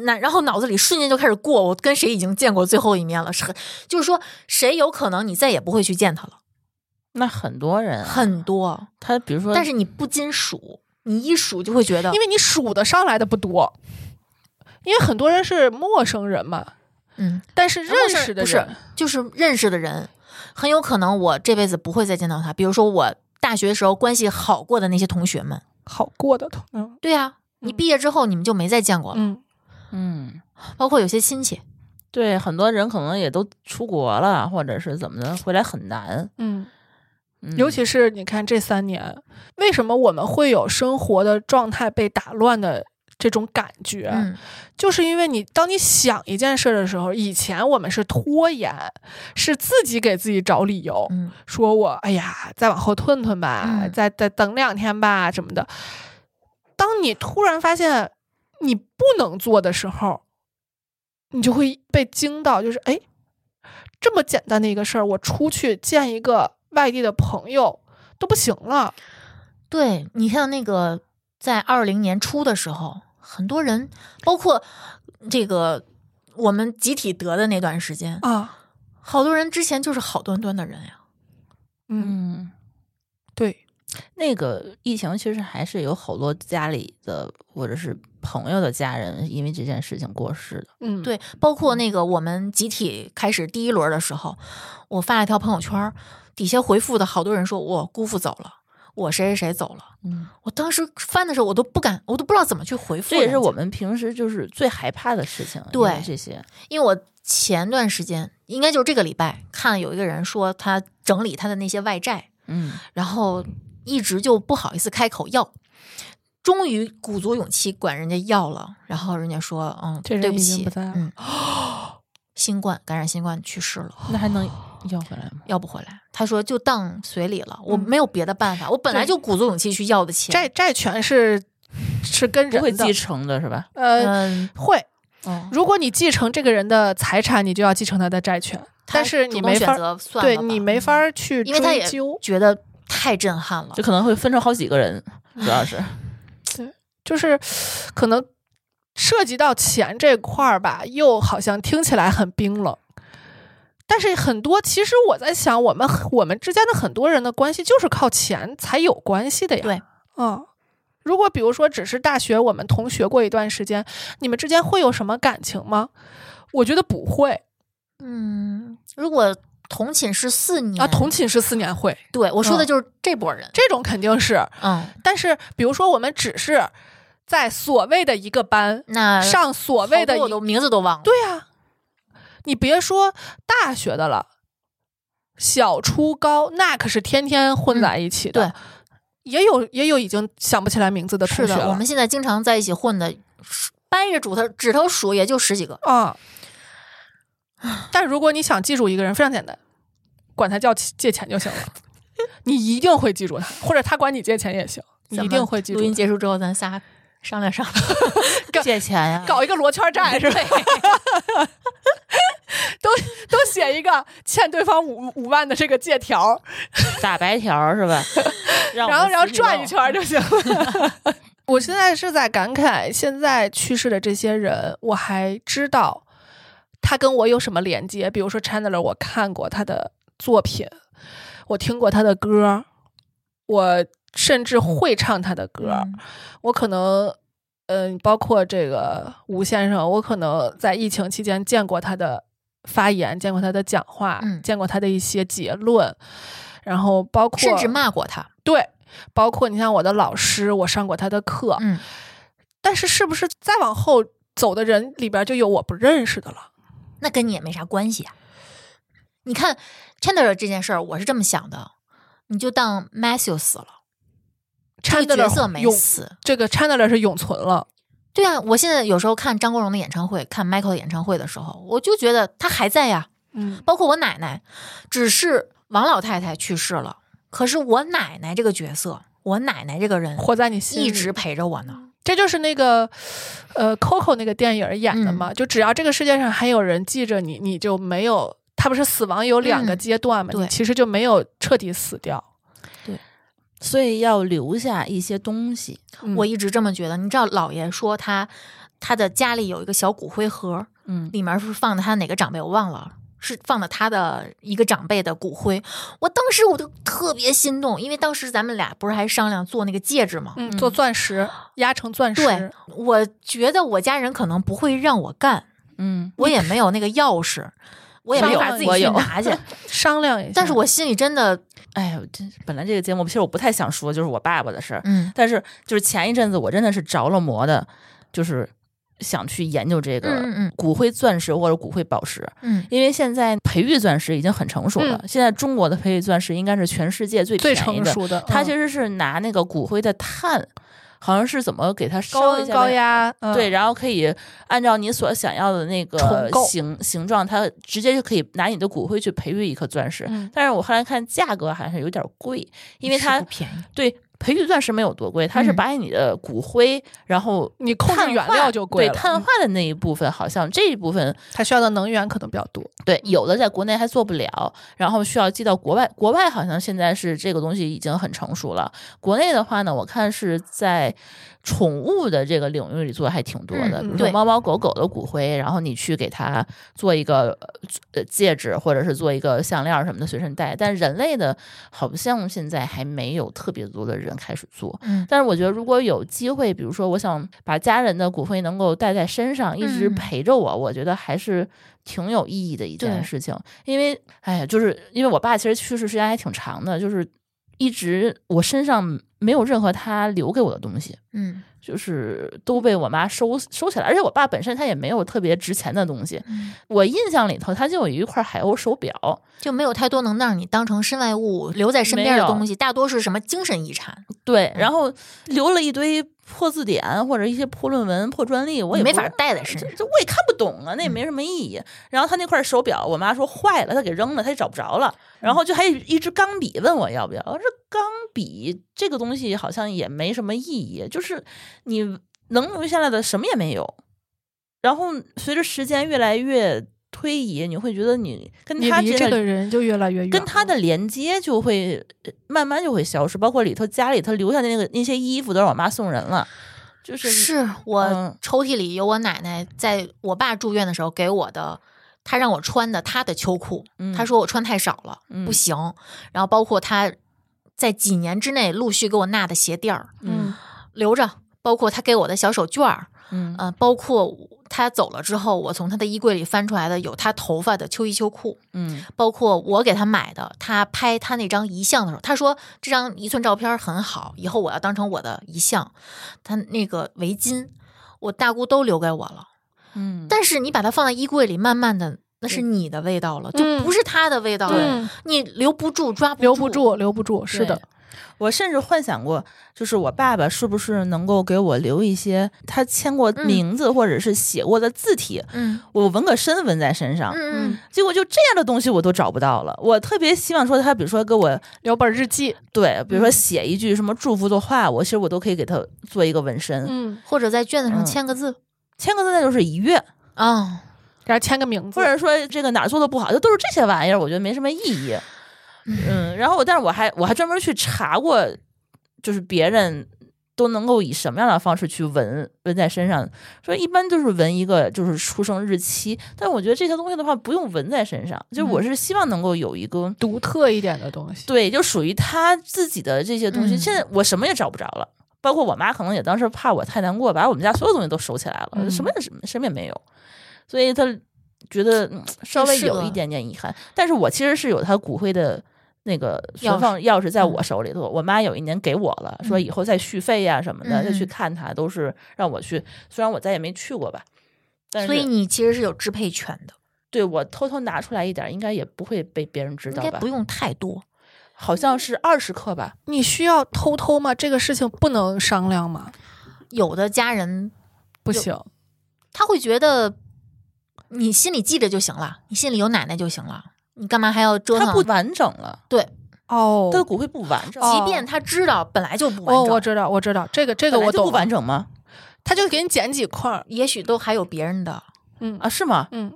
Speaker 2: 那然后脑子里瞬间就开始过，我跟谁已经见过最后一面了？是就是说谁有可能你再也不会去见他了，
Speaker 4: 那很多人啊，
Speaker 2: 很多，
Speaker 4: 他比如说，
Speaker 2: 但是你不禁数，你一数就会觉得
Speaker 3: 嗯因，为你数得上来的不多，因为很多人是陌生人嘛，
Speaker 2: 嗯，
Speaker 3: 但是认
Speaker 2: 陌生
Speaker 3: 识的
Speaker 2: 不是
Speaker 3: 人，
Speaker 2: 就是认识的人，很有可能我这辈子不会再见到他。比如说我大学时候关系好过的那些同学们，
Speaker 3: 好过的都，嗯
Speaker 2: 对呀、你
Speaker 3: 嗯
Speaker 2: 毕业之后你们就没再见过了，
Speaker 3: 嗯，
Speaker 4: 嗯，
Speaker 2: 包括有些亲戚，
Speaker 4: 对，很多人可能也都出国了，或者是怎么的，回来很难。
Speaker 3: 嗯，
Speaker 4: 嗯、
Speaker 3: 尤其是你看这三年，为什么我们会有生活的状态被打乱的这种感觉？
Speaker 2: 嗯，
Speaker 3: 就是因为你当你想一件事的时候，以前我们是拖延，是自己给自己找理由，
Speaker 2: 嗯
Speaker 3: 说我哎呀，再往后吞吞吧，
Speaker 2: 嗯
Speaker 3: 再再等两天吧什么的。当你突然发现你不能做的时候，你就会被惊到，就是哎，这么简单的一个事儿，我出去见一个外地的朋友都不行了。
Speaker 2: 对你像那个在二零年初的时候，很多人，包括这个我们集体得的那段时间，
Speaker 3: 啊，
Speaker 2: 好多人之前就是好端端的人呀。
Speaker 3: 嗯，
Speaker 4: 嗯，
Speaker 3: 对，
Speaker 4: 那个疫情其实还是有好多家里的或者是朋友的家人因为这件事情过世的。
Speaker 3: 嗯，
Speaker 2: 对，包括那个我们集体开始第一轮的时候，我发了一条朋友圈儿，底下回复的好多人说我姑父走了，我谁谁谁走了。
Speaker 4: 嗯，
Speaker 2: 我当时翻的时候，我都不敢，我都不知道怎么去回复
Speaker 4: 这
Speaker 2: 人家。
Speaker 4: 也是我们平时就是最害怕的事情。
Speaker 2: 对
Speaker 4: 因为这些，
Speaker 2: 因为我前段时间应该就是这个礼拜看有一个人说他整理他的那些外债，
Speaker 4: 嗯，
Speaker 2: 然后一直就不好意思开口要，终于鼓足勇气管人家要了，然后人家说嗯，
Speaker 3: 这人
Speaker 2: 对不
Speaker 3: 已经
Speaker 2: 起，
Speaker 3: 不在了
Speaker 2: 嗯，新冠感染新冠去世了。
Speaker 4: 那还能要回来吗？
Speaker 2: 要不回来，他说就当随礼了，我
Speaker 3: 嗯
Speaker 2: 没有别的办法，我本来
Speaker 3: 对
Speaker 2: 就鼓足勇气去要的钱。
Speaker 3: 债债权是是跟
Speaker 4: 不会
Speaker 3: 人的
Speaker 4: 继，承的是吧？
Speaker 3: 呃，
Speaker 2: 嗯，
Speaker 3: 会。
Speaker 2: 哦，
Speaker 3: 如果你继承这个人的财产，你就要继承他的债权，但是
Speaker 2: 他
Speaker 3: 你
Speaker 2: 主动
Speaker 3: 没法
Speaker 2: 选
Speaker 3: 儿，
Speaker 2: 择算了
Speaker 3: 对
Speaker 2: 吧嗯
Speaker 3: 你没法儿去
Speaker 2: 因为他
Speaker 3: 追
Speaker 2: 也
Speaker 3: 究。
Speaker 2: 觉得太震撼了
Speaker 4: 就，可能会分成好几个人，主要是
Speaker 3: 就是可能涉及到钱这块儿吧，又好像听起来很冰冷。但是很多，其实我在想，我们我们之间的很多人的关系就是靠钱才有关系的呀。
Speaker 2: 对，
Speaker 3: 嗯，如果比如说只是大学我们同学过一段时间，你们之间会有什么感情吗？我觉得不会
Speaker 2: 嗯，如果同寝室四年
Speaker 3: 啊，同寝室四年会
Speaker 2: 对我说的
Speaker 3: 嗯
Speaker 2: 就是这波人，
Speaker 3: 这种肯定是，
Speaker 2: 嗯，
Speaker 3: 但是比如说我们只是在所谓的一个班、
Speaker 2: 那
Speaker 3: 上所谓的
Speaker 2: 好多
Speaker 3: 一
Speaker 2: 我呃都名字都忘了，
Speaker 3: 对呀、你别说大学的了，小初高那可是天天混在一起的。
Speaker 2: 嗯对
Speaker 3: 也有也有已经想不起来名字的同
Speaker 2: 是
Speaker 3: 学
Speaker 2: 的，我
Speaker 3: 了
Speaker 2: 们现在经常在一起混的，掰着指头指头数也就十几个，
Speaker 3: 啊。但如果你想记住一个人，非常简单，管他叫起借钱就行了，你一定会记住他，或者他管你借钱也行，你
Speaker 2: 咱
Speaker 3: 一
Speaker 2: 们
Speaker 3: 定会记
Speaker 2: 录音
Speaker 3: 住
Speaker 2: 结束之后，咱仨商量商 量，
Speaker 4: 借钱啊呀
Speaker 3: 他。。搞一个罗圈债是吧？ 都都写一个欠对方五五万的这个借条，
Speaker 4: 打白条儿是吧？让我
Speaker 3: 然后
Speaker 4: 们
Speaker 3: 然后
Speaker 4: 自己
Speaker 3: 转
Speaker 4: 弄
Speaker 3: 一圈
Speaker 2: 嗯
Speaker 3: 儿就行了。 我现在是在感慨现在去世的这些人，我还知道他跟我有什么连接。比如说 Chandler，我看过他的作品，我听过他的歌，我甚至会唱他 的歌。
Speaker 2: 嗯
Speaker 3: 我可能，嗯、包括这个吴先生，我可能在疫情期间见过他的发言，见过他的讲话，
Speaker 2: 嗯
Speaker 3: 见过他的一些结论，然后包括
Speaker 2: 甚至骂过他，
Speaker 3: 对，包括你像我的老师，我上过他的课，
Speaker 2: 嗯，
Speaker 3: 但是是不是再往后走的人里边就有我不认识的了？
Speaker 2: 那跟你也没啥关系啊。你看 Chandler 这件事儿，我是这么想的，你就当 Matthew 死了，这个角
Speaker 3: Chandler
Speaker 2: 色没
Speaker 3: 永
Speaker 2: 死。
Speaker 3: 这个 Chandler 是永存了，
Speaker 2: 对啊，我现在有时候看张国荣的演唱会，看 Michael 的演唱会的时候，我就觉得他还在呀。
Speaker 3: 嗯，
Speaker 2: 包括我奶奶，只是王老太太去世了，可是我奶奶这个角色，我奶奶这个人
Speaker 3: 活在你心里
Speaker 2: 一直，陪着我
Speaker 4: 嗯
Speaker 2: 呢。
Speaker 3: 这就是那个呃 Coco 那个电影演
Speaker 2: 嗯
Speaker 3: 的嘛，就只要这个世界上还有人记着你，你就没有。他不是死亡有两个
Speaker 2: 嗯
Speaker 3: 阶段嘛？
Speaker 2: 对
Speaker 3: 你其实就没有彻底死掉。
Speaker 4: 所以要留下一些东西。
Speaker 3: 嗯
Speaker 2: 我一直这么觉得。你知道，姥爷说他他的家里有一个小骨灰盒，
Speaker 4: 嗯，
Speaker 2: 里面是放的他哪个长辈我忘了，是放的他的一个长辈的骨灰。我当时我就特别心动，因为当时咱们俩不是还商量做那个戒指吗？
Speaker 3: 嗯，做钻石压成钻石，
Speaker 2: 对，我觉得我家人可能不会让我干，
Speaker 4: 嗯，
Speaker 2: 我也没有那个钥匙，我也没法自己
Speaker 4: 我
Speaker 2: 去
Speaker 4: 有
Speaker 2: 拿去。
Speaker 3: 商量一下。
Speaker 2: 但是我心里真的，
Speaker 4: 哎呀，这本来这个节目其实我不太想说，就是我爸爸的事儿，
Speaker 2: 嗯
Speaker 4: 但是就是前一阵子我真的是着了魔的，就是想去研究这
Speaker 2: 嗯
Speaker 4: 个
Speaker 2: 嗯
Speaker 4: 骨灰钻石或者骨灰宝石，
Speaker 2: 嗯，
Speaker 4: 因为现在培育钻石已经很成熟了，现在中国的培育钻石应该是全世界最
Speaker 3: 嗯最
Speaker 4: 便宜
Speaker 3: 成
Speaker 4: 的，
Speaker 3: 熟的，
Speaker 4: 它
Speaker 3: 嗯
Speaker 4: 其实是拿那个骨灰的碳，好像是怎么给它烧
Speaker 3: 高
Speaker 4: 一
Speaker 3: 温
Speaker 4: 下
Speaker 3: 高
Speaker 4: 呗
Speaker 3: 压，
Speaker 4: 对，
Speaker 3: 嗯，
Speaker 4: 然后可以按照你所想要的那
Speaker 3: 重
Speaker 4: 个
Speaker 3: 构
Speaker 4: 形形状，它直接就可以拿你的骨灰去培育一颗钻石。
Speaker 3: 嗯
Speaker 4: 但是我后来看价格还是有点贵，因为
Speaker 2: 是
Speaker 4: 它
Speaker 2: 不便宜，
Speaker 4: 对培育钻石没有多贵，它是
Speaker 2: 嗯
Speaker 4: 把你的骨灰，然后
Speaker 3: 你控制
Speaker 4: 碳
Speaker 3: 原
Speaker 4: 化
Speaker 3: 料就贵
Speaker 4: 对
Speaker 3: 了，嗯
Speaker 4: 碳化的那一部分，好像这一部分
Speaker 3: 它需要的能源可能比较多。
Speaker 4: 对有的在国内还做不了，然后需要寄到国外。国外好像现在是这个东西已经很成熟了。国内的话呢，我看是在宠物的这个领域里做的还挺多的，
Speaker 3: 嗯嗯
Speaker 4: 比如
Speaker 2: 对
Speaker 4: 说猫猫狗狗的骨灰，然后你去给它做一个呃戒指，或者是做一个项链什么的随身带。但人类的好像现在还没有特别多的人开始做。
Speaker 2: 嗯
Speaker 4: 但是我觉得，如果有机会，比如说我想把家人的骨灰能够带在身上，一直
Speaker 2: 嗯
Speaker 4: 陪着我，我觉得还是挺有意义的一件
Speaker 2: 对
Speaker 4: 事情。因为，哎呀，就是因为我爸其实去世时间还挺长的，就是一直我身上没有任何他留给我的东西，
Speaker 2: 嗯
Speaker 4: 就是都被我妈收收起来。而且我爸本身他也没有特别值钱的东西，
Speaker 2: 嗯，
Speaker 4: 我印象里头他就有一块海鸥手表，
Speaker 2: 就没有太多能让你当成身外物留在身边的
Speaker 4: 没有
Speaker 2: 东西，大多是什么精神遗产，
Speaker 3: 嗯
Speaker 4: 对，然后留了一堆破字典或者一些破论文、破专利，我也
Speaker 2: 没
Speaker 4: 不
Speaker 2: 法带在身
Speaker 4: 这
Speaker 2: 上。
Speaker 4: 这我也看不懂啊，那也
Speaker 3: 嗯
Speaker 4: 没什么意义。然后他那块手表，我妈说坏了，她给扔了，她也找不着了。然后就还有一支钢笔问我要不要，我说钢笔这个东西好像也没什么意义，就是你能留下来的什么也没有。然后随着时间越来越推移，你会觉得你跟
Speaker 3: 你
Speaker 4: 他
Speaker 3: 离
Speaker 4: 之间
Speaker 3: 这
Speaker 4: 的
Speaker 3: 个人就越来越远，
Speaker 4: 跟他的连接就会呃慢慢就会消失，包括里头家里头留下的那个那些衣服都让我妈送人了，就是
Speaker 2: 是我
Speaker 4: 嗯
Speaker 2: 抽屉里有我奶奶在我爸住院的时候给我的，她让我穿的她的秋裤，
Speaker 4: 嗯
Speaker 2: 她说我穿太少了，
Speaker 4: 嗯
Speaker 2: 不行。然后包括她在几年之内陆续给我纳的鞋垫儿
Speaker 3: 嗯，
Speaker 2: 留着，包括她给我的小手绢儿，
Speaker 4: 嗯
Speaker 2: 呃，包括她走了之后，我从她的衣柜里翻出来的有她头发的秋衣秋裤，
Speaker 4: 嗯
Speaker 2: 包括我给他买的，他拍他那张遗像的时候，他说这张一寸照片很好，以后我要当成我的遗像。他那个围巾，我大姑都留给我了。
Speaker 4: 嗯，
Speaker 2: 但是你把它放在衣柜里，慢慢的，那是你的味道了，
Speaker 3: 嗯
Speaker 2: 就不是他的味道了。
Speaker 3: 嗯
Speaker 2: 你留不住，抓不
Speaker 3: 留不。住，留不住，是的
Speaker 4: 对，我甚至幻想过，就是我爸爸是不是能够给我留一些他签过名字或者是写过的字体，
Speaker 2: 嗯
Speaker 4: 我纹个身纹在身上。
Speaker 2: 嗯嗯，
Speaker 4: 结果就这样的东西我都找不到了。我特别希望说他，比如说给我
Speaker 3: 留本日记，
Speaker 4: 对，比如说
Speaker 2: 嗯
Speaker 4: 写一句什么祝福的话，我其实我都可以给他做一个纹身，
Speaker 3: 嗯，
Speaker 2: 或者在卷子上
Speaker 4: 嗯
Speaker 2: 签个字
Speaker 4: 签个字那就是一月，
Speaker 2: 啊、
Speaker 3: 然后签个名字，
Speaker 4: 或者说这个哪儿做的不好，就都是这些玩意儿，我觉得没什么意义。嗯，然后我但是我还我还专门去查过，就是别人都能够以什么样的方式去纹纹在身上，说一般就是纹一个就是出生日期，但我觉得这些东西的话不用纹在身上，就我是希望能够有一个。
Speaker 3: 独特一点的东西，
Speaker 4: 对，就属于他自己的这些东西。
Speaker 2: 嗯
Speaker 4: 现在我什么也找不着了，包括我妈可能也当时怕我太难过，把我们家所有东西都收起来了，
Speaker 3: 嗯
Speaker 4: 什么也什么什么也没有，所以她觉得嗯稍微
Speaker 2: 是
Speaker 4: 有
Speaker 2: 个
Speaker 4: 一点点遗憾。但是我其实是有她骨灰的。那个
Speaker 2: 钥
Speaker 4: 存
Speaker 2: 匙
Speaker 4: 放钥匙在
Speaker 2: 嗯
Speaker 4: 我手里头，我妈有一年给我了，说
Speaker 2: 嗯
Speaker 4: 以后再续费呀、什么的，再
Speaker 2: 嗯嗯
Speaker 4: 去看她，都是让我去。虽然我再也没去过吧，但是
Speaker 2: 所以你其实是有支配权的，
Speaker 4: 对我偷偷拿出来一点儿，应该也不会被别人知
Speaker 2: 应
Speaker 4: 道
Speaker 2: 该
Speaker 4: 吧
Speaker 2: 不？用太多。
Speaker 4: 好像是二十克吧，
Speaker 3: 你需要偷偷吗？这个事情不能商量吗？
Speaker 2: 有的家人
Speaker 3: 不行，
Speaker 2: 他会觉得你心里记着就行了，你心里有奶奶就行了，你干嘛还要折
Speaker 4: 它
Speaker 2: 腾？啊
Speaker 4: 不完整了。
Speaker 2: 对，
Speaker 3: 哦
Speaker 4: 它的骨灰不完整，
Speaker 3: 哦
Speaker 2: 即便他知道本来就不完
Speaker 3: 哦，
Speaker 2: 整，
Speaker 3: 我知道，我知道，这个这个
Speaker 4: 本来
Speaker 3: 我
Speaker 4: 就不
Speaker 3: 懂了，
Speaker 4: 完整吗？
Speaker 3: 他就给你剪几块儿，
Speaker 2: 也许都还有别人的。
Speaker 3: 嗯
Speaker 4: 啊，是吗？
Speaker 3: 嗯，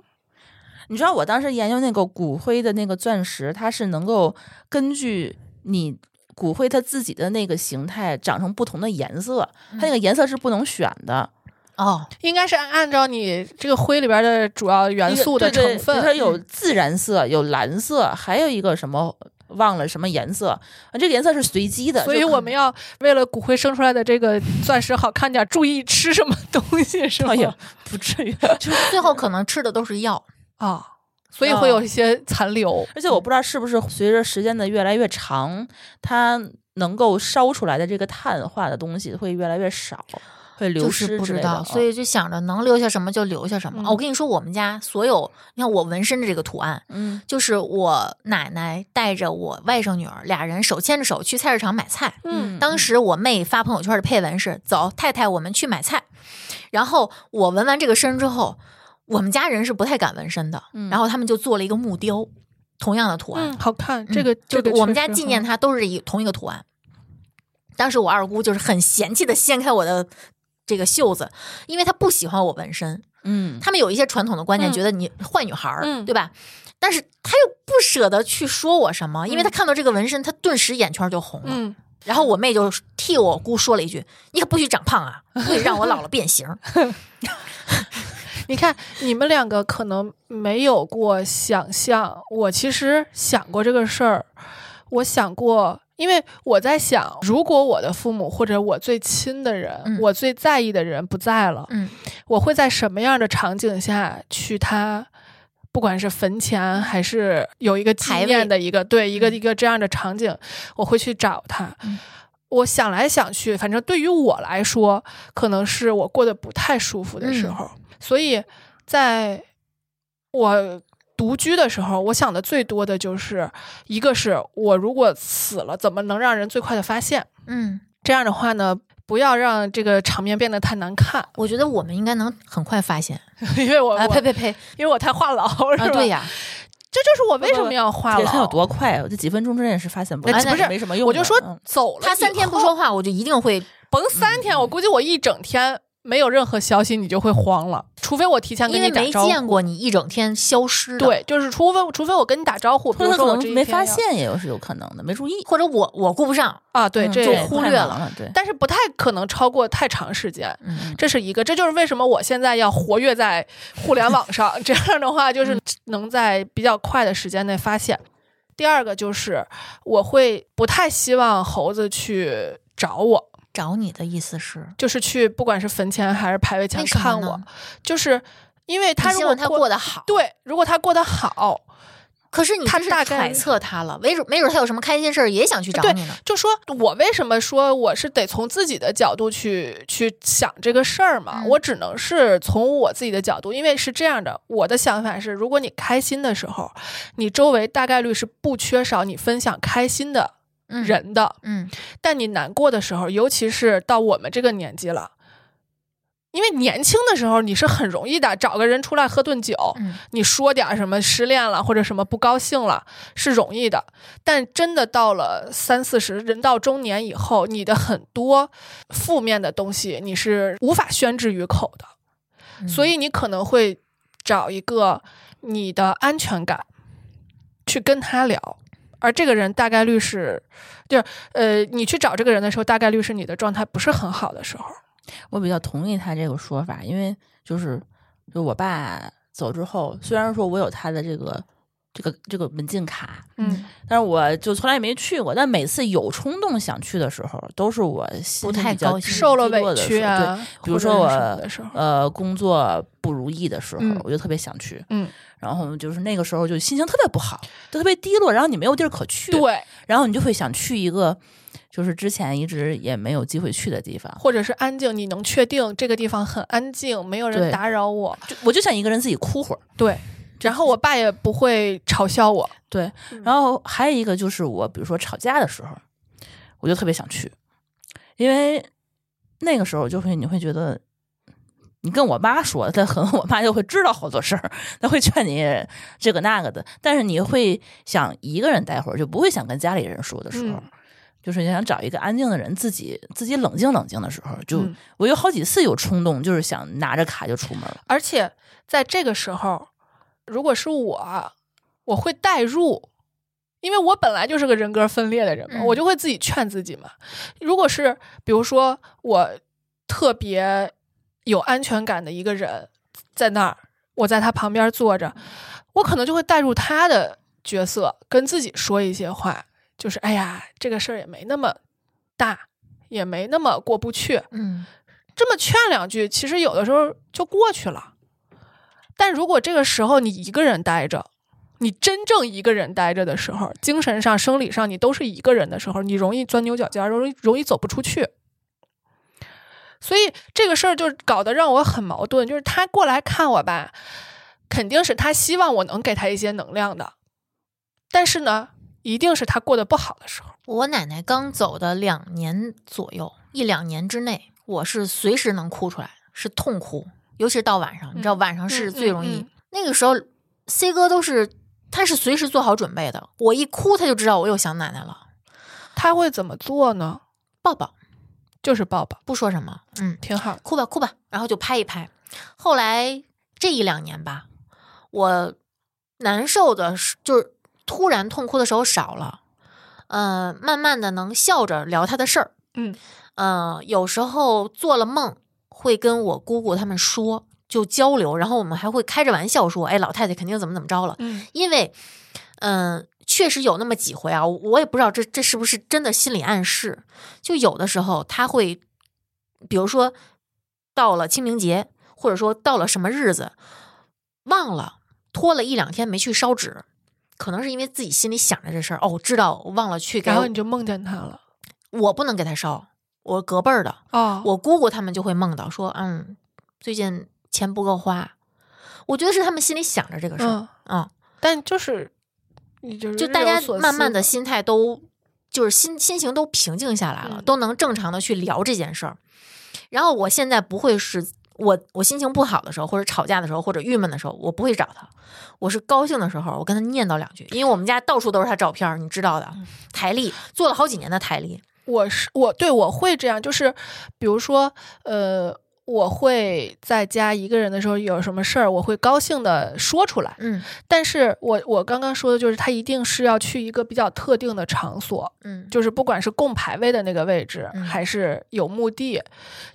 Speaker 4: 你知道我当时研究那个骨灰的那个钻石，它是能够根据你骨灰它自己的那个形态长成不同的颜色，
Speaker 3: 嗯
Speaker 4: 它那个颜色是不能选的，
Speaker 2: 哦，
Speaker 3: 应该是按按照你这个灰里边的主要元
Speaker 4: 一个
Speaker 3: 素的
Speaker 4: 对对
Speaker 3: 成分，
Speaker 4: 它有自然色，有蓝色，还有一个什么忘了什么颜色，啊，这个颜色是随机的，
Speaker 3: 所以
Speaker 4: 就
Speaker 3: 我们要为了骨灰生出来的这个钻石好看点，注意吃什么 东西，是吗
Speaker 4: 哎？呀不 至于。
Speaker 2: 最后可能吃的都是药。
Speaker 3: 啊，所以会有一些残留。
Speaker 4: 而且我不知道是不是随着时间的越来越长，它能够烧出来的这个碳化的东西会越来越少，会流
Speaker 2: 就
Speaker 4: 失
Speaker 2: 是不
Speaker 4: 之
Speaker 2: 知
Speaker 4: 类的
Speaker 2: 道，
Speaker 4: 啊。
Speaker 2: 所以就想着能留下什么就留下什么。
Speaker 3: 嗯
Speaker 2: 哦我跟你说，我们家所有，你看我纹身的这个图案，
Speaker 4: 嗯
Speaker 2: 就是我奶奶带着我外甥女儿俩人手牵着手去菜市场买菜，
Speaker 3: 嗯
Speaker 2: 当时我妹发朋友圈的配文是“走，太太，我们去买菜”。然后我纹完这个身之后，我们家人是不太敢纹身的，
Speaker 4: 嗯
Speaker 2: 然后他们就做了一个木雕，同样的图案。
Speaker 3: 嗯，好看，
Speaker 2: 嗯
Speaker 3: 这个、这
Speaker 2: 就
Speaker 3: 个
Speaker 2: 我们家
Speaker 3: 确实
Speaker 2: 纪念
Speaker 3: 很
Speaker 2: 它都是一同一个图案。当时我二姑就是很嫌弃的掀开我的这个袖子，因为她不喜欢我纹身。
Speaker 4: 嗯，
Speaker 2: 他们有一些传统的观念，
Speaker 3: 嗯
Speaker 2: 觉得你坏女孩儿，
Speaker 3: 嗯
Speaker 2: 对吧？但是他又不舍得去说我什么，因为他看到这个纹身，他顿时眼圈就红了。
Speaker 3: 嗯，
Speaker 2: 然后我妹就替我姑说了一句：“你可不许长胖啊，不许让我老了变形。
Speaker 3: 你看你们两个可能没有过想象，我其实想过这个事儿，我想过。因为我在想，如果我的父母或者我最亲的人，
Speaker 2: 嗯
Speaker 3: 我最在意的人不在了”，
Speaker 2: 嗯
Speaker 3: 我会在什么样的场景下去他，不管是坟前还是有一个纪
Speaker 2: 牌嗯位
Speaker 3: 念的一个对一个
Speaker 2: 嗯
Speaker 3: 一个这样的场景，我会去找他。
Speaker 2: 嗯
Speaker 3: 我想来想去，反正对于我来说，可能是我过得不太舒服的
Speaker 2: 嗯
Speaker 3: 时候，所以在我。独居的时候，我想的最多的就是，一个是我如果死了，怎么能让人最快的发现？
Speaker 2: 嗯，
Speaker 3: 这样的话呢，不要让这个场面变得太难看，
Speaker 2: 我觉得我们应该能很快发现
Speaker 3: 因为我
Speaker 2: 啊！
Speaker 3: 我
Speaker 2: 呸呸呸！
Speaker 3: 因为我太话痨 是呃吧？
Speaker 2: 啊，对，呀，
Speaker 3: 这就是我为什么要话
Speaker 4: 这
Speaker 3: 痨。
Speaker 4: 他有多快啊？我这几分钟之内是发现不
Speaker 2: 哎
Speaker 4: 了，
Speaker 2: 那
Speaker 4: 不
Speaker 2: 是
Speaker 4: 是没什么用的。
Speaker 3: 我就说
Speaker 4: 嗯
Speaker 3: 走了，
Speaker 2: 他三天不说，话，我就一定会
Speaker 3: 甭三天，我估计我一整天没有任何消息，你就会慌了。除非我提前跟
Speaker 2: 因
Speaker 3: 你
Speaker 2: 为
Speaker 3: 打
Speaker 2: 没
Speaker 3: 招呼，
Speaker 2: 见过你一整天消失的，
Speaker 3: 对，就是除非除非我跟你打招呼，比
Speaker 4: 或
Speaker 3: 如
Speaker 4: 者
Speaker 3: 说我
Speaker 4: 可
Speaker 3: 这一
Speaker 4: 能没
Speaker 3: 天
Speaker 4: 发
Speaker 3: 要
Speaker 4: 现，也有是有可能的，没注意。
Speaker 2: 或者我我顾不上，
Speaker 3: 啊，对，
Speaker 4: 嗯
Speaker 3: 这
Speaker 4: 这
Speaker 2: 也
Speaker 4: 也
Speaker 2: 忽
Speaker 4: 太
Speaker 2: 略
Speaker 4: 忙
Speaker 2: 了
Speaker 4: 了。对，
Speaker 3: 但是不太可能超过太长时间。
Speaker 2: 嗯，
Speaker 3: 这是一个，这就是为什么我现在要活跃在互联网上。 这样的话，
Speaker 2: 嗯
Speaker 3: 就是能在比较快的时间内发现。第二个就是，我会不太希望猴子去找我，
Speaker 2: 找你的意思是，
Speaker 3: 就是去不管是坟前还是牌位前
Speaker 2: 为什么
Speaker 3: 看
Speaker 2: 呢
Speaker 3: 我，就是因为他
Speaker 2: 你
Speaker 3: 如
Speaker 2: 希
Speaker 3: 果
Speaker 2: 望他过得好，
Speaker 3: 对，如果他过得好，
Speaker 2: 可是你
Speaker 3: 他
Speaker 2: 这是
Speaker 3: 大概
Speaker 2: 揣测他了，没准没准他有什么开心事儿也想去找
Speaker 3: 对
Speaker 2: 你呢。
Speaker 3: 就说我为什么说我是得从自己的角度去去想这个事儿嘛，
Speaker 2: 嗯
Speaker 3: 我只能是从我自己的角度，因为是这样的，我的想法是，如果你开心的时候，你周围大概率是不缺少你分享开心的
Speaker 2: 嗯，
Speaker 3: 人的，
Speaker 2: 嗯，
Speaker 3: 但你难过的时候，尤其是到我们这个年纪了，因为年轻的时候你是很容易的，找个人出来喝顿酒，
Speaker 2: 嗯
Speaker 3: 你说点儿什么失恋了或者什么不高兴了是容易的，但真的到了三四十，人到中年以后，你的很多负面的东西你是无法宣之于口的，
Speaker 2: 嗯，
Speaker 3: 所以你可能会找一个你的安全感去跟他聊，而这个人大概率是，就是呃，你去找这个人的时候，大概率是你的状态不是很好的时候。
Speaker 4: 我比较同意他这个说法，因为就是就我爸走之后，虽然说我有他的这个这个这个门禁卡，
Speaker 2: 嗯
Speaker 4: 但是我就从来没去过。但每次有冲动想去的时候，都是我心
Speaker 2: 不
Speaker 4: 情
Speaker 2: 太
Speaker 4: 比较
Speaker 2: 高兴
Speaker 4: 低
Speaker 3: 受了
Speaker 4: 低落
Speaker 3: 委
Speaker 4: 的
Speaker 3: 屈
Speaker 4: 时候对
Speaker 3: 啊，
Speaker 4: 比
Speaker 3: 或
Speaker 4: 如
Speaker 3: 者
Speaker 4: 说
Speaker 3: 是什么
Speaker 4: 我
Speaker 3: 的时候，
Speaker 4: 呃工作不如意的时候，
Speaker 3: 嗯
Speaker 4: 我就特别想去，
Speaker 3: 嗯，
Speaker 4: 然后就是那个时候就心情特别不好，就特别低落，然后你没有地儿可去，，
Speaker 3: 对，
Speaker 4: 然后你就会想去一个就是之前一直也没有机会去的地方，
Speaker 3: 或者是安静，你能确定这个地方很安静，没有人
Speaker 4: 对
Speaker 3: 打扰我，
Speaker 4: 就我就想一个人自己哭会儿。
Speaker 3: 对。然后我爸也不会嘲笑我，
Speaker 4: 对
Speaker 3: 嗯，
Speaker 4: 然后还有一个就是我，比如说吵架的时候，我就特别想去，因为那个时候就会你会觉得，你跟我妈说，她可能我妈就会知道好多事儿，她会劝你这个那个的，但是你会想一个人待会儿，就不会想跟家里人说的时候。
Speaker 3: 嗯
Speaker 4: 就是你想找一个安静的人，自己自己冷静冷静的时候，就、
Speaker 3: 嗯
Speaker 4: 我有好几次有冲动，就是想拿着卡就出门了。
Speaker 3: 而且在这个时候，如果是我，我会代入，因为我本来就是个人格分裂的人嘛，
Speaker 2: 嗯
Speaker 3: 我就会自己劝自己嘛。如果是比如说我特别有安全感的一个人在那儿，我在他旁边坐着，我可能就会代入他的角色，跟自己说一些话，就是哎呀，这个事儿也没那么大，也没那么过不去，
Speaker 2: 嗯，
Speaker 3: 这么劝两句，其实有的时候就过去了。但如果这个时候你一个人待着，你真正一个人待着的时候，精神上、生理上你都是一个人的时候，你容易钻牛角尖儿，容易容易走不出去。所以这个事儿就搞得让我很矛盾，就是他过来看我吧，肯定是他希望我能给他一些能量的，但是呢，一定是他过得不好的时候。
Speaker 2: 我奶奶刚走的两年左右，一两年之内，我是随时能哭出来，是痛哭，尤其是到晚上，你知道
Speaker 3: 嗯
Speaker 2: 晚上是
Speaker 3: 嗯
Speaker 2: 最容易。
Speaker 3: 嗯嗯
Speaker 2: 那个时候，C 哥都是他是随时做好准备的，我一哭他就知道我又想奶奶了。
Speaker 3: 他会怎么做呢？
Speaker 2: 抱抱，
Speaker 3: 就是抱抱，
Speaker 2: 不说什么，嗯，
Speaker 3: 挺好的。
Speaker 2: 哭吧哭吧，然后就拍一拍。后来这一两年吧，我难受的是就是突然痛哭的时候少了，呃，慢慢的能笑着聊他的事儿，
Speaker 3: 嗯，
Speaker 2: 呃，有时候做了梦会跟我姑姑他们说，就交流，然后我们还会开着玩笑说，哎，老太太肯定怎么怎么着了，
Speaker 3: 嗯
Speaker 2: 因为，嗯、确实有那么几回啊，我也不知道这这是不是真的心理暗示。就有的时候他会，比如说到了清明节，或者说到了什么日子，忘了拖了一两天没去烧纸，可能是因为自己心里想着这事儿，哦，我知道我忘了去给
Speaker 3: 然，后你就梦见他了。
Speaker 2: 我不能给他烧，我隔辈儿的，
Speaker 3: 哦，
Speaker 2: 我姑姑他们就会梦到说，嗯，最近钱不够花，我觉得是他们心里想着这个事儿，
Speaker 3: 嗯，
Speaker 2: 嗯
Speaker 3: 但就是你就是
Speaker 2: 就
Speaker 3: 日
Speaker 2: 大
Speaker 3: 有
Speaker 2: 家
Speaker 3: 所
Speaker 2: 慢
Speaker 3: 思
Speaker 2: 慢的心态都就是心心情都平静下来了，
Speaker 3: 嗯
Speaker 2: 都能正常的去聊这件事儿。然后我现在不会是我我心情不好的时候，或者吵架的时候，或者郁闷的时候，我不会找他。我是高兴的时候，我跟他念叨两句，因为我们家到处都是他照片儿，你知道的，
Speaker 3: 嗯
Speaker 2: 台历做了好几年的台历，
Speaker 3: 我是我对我会这样，就是比如说，呃，我会在家一个人的时候有什么事儿，我会高兴的说出来。
Speaker 2: 嗯
Speaker 3: 但是我我刚刚说的就是，他一定是要去一个比较特定的场所，
Speaker 2: 嗯
Speaker 3: 就是不管是供牌位的那个位置，
Speaker 2: 嗯
Speaker 3: 还是有墓地，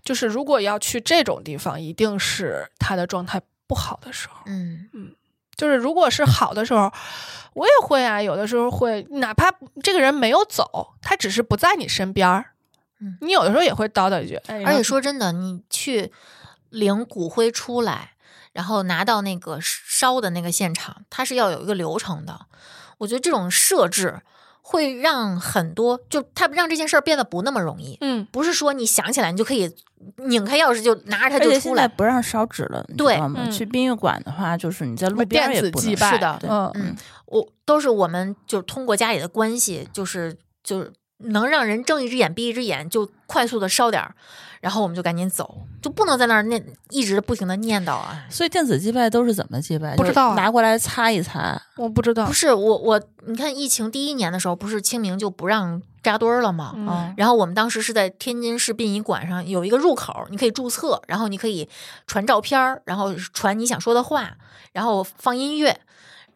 Speaker 3: 就是如果要去这种地方，一定是他的状态不好的时候。
Speaker 2: 嗯
Speaker 3: 就是如果是好的时候，我也会啊，有的时候会，哪怕这个人没有走，他只是不在你身边儿，
Speaker 2: 嗯
Speaker 3: 你有的时候也会叨叨一句，哎，
Speaker 2: 而且说真的，你去领骨灰出来，然后拿到那个烧的那个现场，它是要有一个流程的。我觉得这种设置会让很多，就它让这件事儿变得不那么容易。
Speaker 3: 嗯，
Speaker 2: 不是说你想起来你就可以拧开钥匙就拿着它
Speaker 4: 而且
Speaker 2: 就出
Speaker 4: 现在
Speaker 2: 来。
Speaker 4: 不让烧纸了，你知
Speaker 2: 对
Speaker 4: 道吗？
Speaker 3: 嗯
Speaker 4: 去殡仪馆的话，就是你在路边
Speaker 3: 电
Speaker 4: 儿也
Speaker 3: 子
Speaker 4: 不
Speaker 3: 祭
Speaker 4: 能
Speaker 3: 拜
Speaker 4: 烧
Speaker 2: 是的
Speaker 4: 对
Speaker 3: 嗯
Speaker 4: 嗯，
Speaker 2: 我都是我们就是通过家里的关系，就是就是能让人睁一只眼闭一只眼，就快速的烧点儿，然后我们就赶紧走，就不能在那儿念一直不停的念叨啊。
Speaker 4: 所以电子祭拜都是怎么祭拜？
Speaker 3: 不知道啊
Speaker 4: 就是拿过来擦一擦。
Speaker 3: 我不知道
Speaker 2: 不，是我我，你看疫情第一年的时候，不是清明就不让扎堆儿了吗？
Speaker 3: 嗯
Speaker 4: 嗯，
Speaker 2: 然后我们当时是在天津市殡仪馆上有一个入口，你可以注册，然后你可以传照片儿，然后传你想说的话，然后放音乐，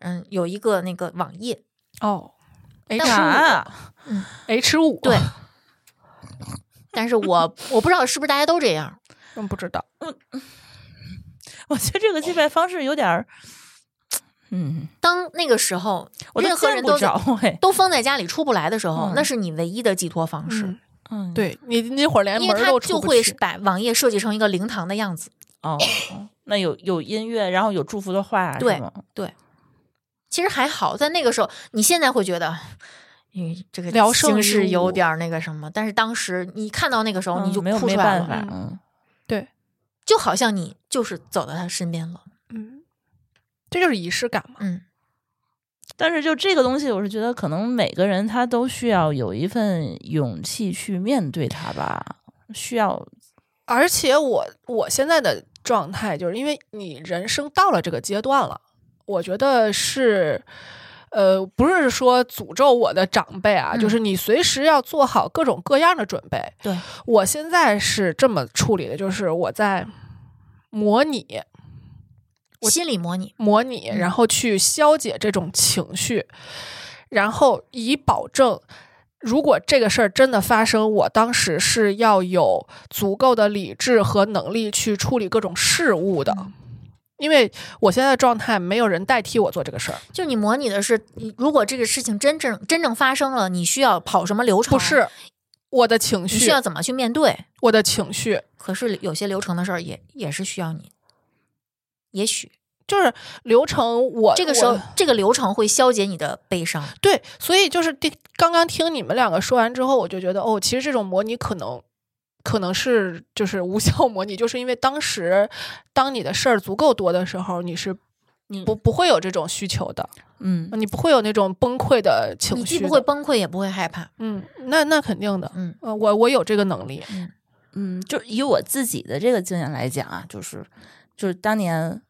Speaker 2: 嗯，有一个那个网页，
Speaker 3: 哦
Speaker 2: 但是
Speaker 3: ，H
Speaker 4: 啊，
Speaker 3: 五 H 五，
Speaker 2: 对，但是我我不知道是不是大家都这样，
Speaker 3: 嗯，不知道，
Speaker 4: 我觉得这个祭拜方式有点儿，嗯，
Speaker 2: 当那个时候
Speaker 4: 我
Speaker 2: 任
Speaker 4: 都
Speaker 2: 何
Speaker 4: 见
Speaker 2: 人
Speaker 4: 不
Speaker 2: 都在嗯
Speaker 4: 着哎，
Speaker 2: 都封在家里出不来的时候，
Speaker 4: 嗯
Speaker 2: 那是你唯一的寄托方式，
Speaker 3: 嗯，
Speaker 4: 嗯，
Speaker 3: 对你你那会儿连
Speaker 2: 因
Speaker 3: 门
Speaker 2: 为
Speaker 3: 儿
Speaker 2: 它
Speaker 3: 都
Speaker 2: 就
Speaker 3: 出不
Speaker 2: 会
Speaker 3: 去，
Speaker 2: 把网页设计成一个灵堂的样子。
Speaker 4: 哦，哦那有有音乐，然后有祝福的话，是
Speaker 2: 对
Speaker 4: 吗
Speaker 2: 其实还好，在那个时候，你现在会觉得，嗯，这个
Speaker 3: 聊胜
Speaker 2: 形
Speaker 3: 于
Speaker 2: 式有
Speaker 3: 无
Speaker 2: 点儿那个什么，但是当时你看到那个时候，
Speaker 4: 嗯
Speaker 2: 你就
Speaker 4: 没有
Speaker 2: 哭
Speaker 4: 没
Speaker 2: 出来
Speaker 4: 办
Speaker 2: 了，
Speaker 4: 法，
Speaker 3: 嗯
Speaker 4: 嗯，
Speaker 2: 就好像你就是走到他身边了，
Speaker 3: 嗯，这就是仪式感嘛，
Speaker 2: 嗯
Speaker 4: 但是就这个东西，我是觉得可能每个人他都需要有一份勇气去面对它吧，需要
Speaker 3: 而且我我现在的状态就是因为你人生到了这个阶段了，我觉得是。呃，不是说诅咒我的长辈啊，
Speaker 2: 嗯
Speaker 3: 就是你随时要做好各种各样的准备。
Speaker 2: 对，
Speaker 3: 我现在是这么处理的，就是我在模拟
Speaker 2: 心理模拟，
Speaker 3: 模拟，
Speaker 2: 嗯
Speaker 3: 然后去消解这种情绪，然后以保证，如果这个事儿真的发生，我当时是要有足够的理智和能力去处理各种事物的。
Speaker 2: 嗯
Speaker 3: 因为我现在的状态，没有人代替我做这个事儿，
Speaker 2: 就你模拟的是，你如果这个事情真正真正发生了，你需要跑什么流程？
Speaker 3: 不，是我的情
Speaker 2: 你
Speaker 3: 绪
Speaker 2: 需，要怎么去面对？
Speaker 3: 我的情绪
Speaker 2: 可是有些流程的事儿也也是需要你，也许
Speaker 3: 就是流程我。我
Speaker 2: 这个时候这个流程会消解你的悲伤，
Speaker 3: 对，所以就是第刚刚听你们两个说完之后，我就觉得哦，其实这种模拟可能可能是就是无效模拟，就是因为当时当你的事儿足够多的时候，你是
Speaker 2: 嗯
Speaker 4: 你
Speaker 3: 不不会有这种需求的，
Speaker 4: 嗯，
Speaker 3: 你不会有那种崩溃的情绪
Speaker 2: 你
Speaker 3: 的。
Speaker 2: 既不会崩溃，也不会害怕。
Speaker 3: 嗯，那那肯定的，
Speaker 2: 嗯
Speaker 3: 呃，我我有这个能力，
Speaker 4: 嗯，就以我自己的这个经验来讲啊，就是就是当年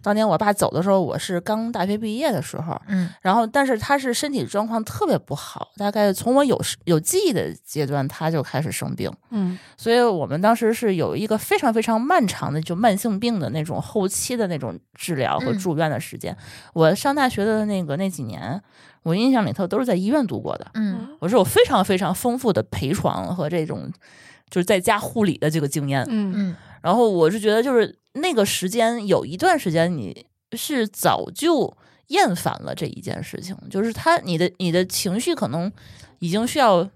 Speaker 4: 当年我爸走的时候，我是刚大学毕业的时候，
Speaker 2: 嗯
Speaker 4: 然后但是他是身体状况特别不好，大概从我有有记忆的阶段他就开始生病，
Speaker 3: 嗯
Speaker 4: 所以我们当时是有一个非常非常漫长的就慢性病的那种后期的那种治疗和
Speaker 2: 嗯
Speaker 4: 住院的时间。我上大学的那个那几年，我印象里头都是在医院度过的。
Speaker 2: 嗯
Speaker 4: 我是有非常非常丰富的陪床和这种就是在家护理的这个经验。
Speaker 3: 嗯
Speaker 2: 嗯
Speaker 4: 然后我是觉得，就是那个时间有一段时间，你是早就厌烦了这一件事情，就是他你的你的情绪可能已经需要，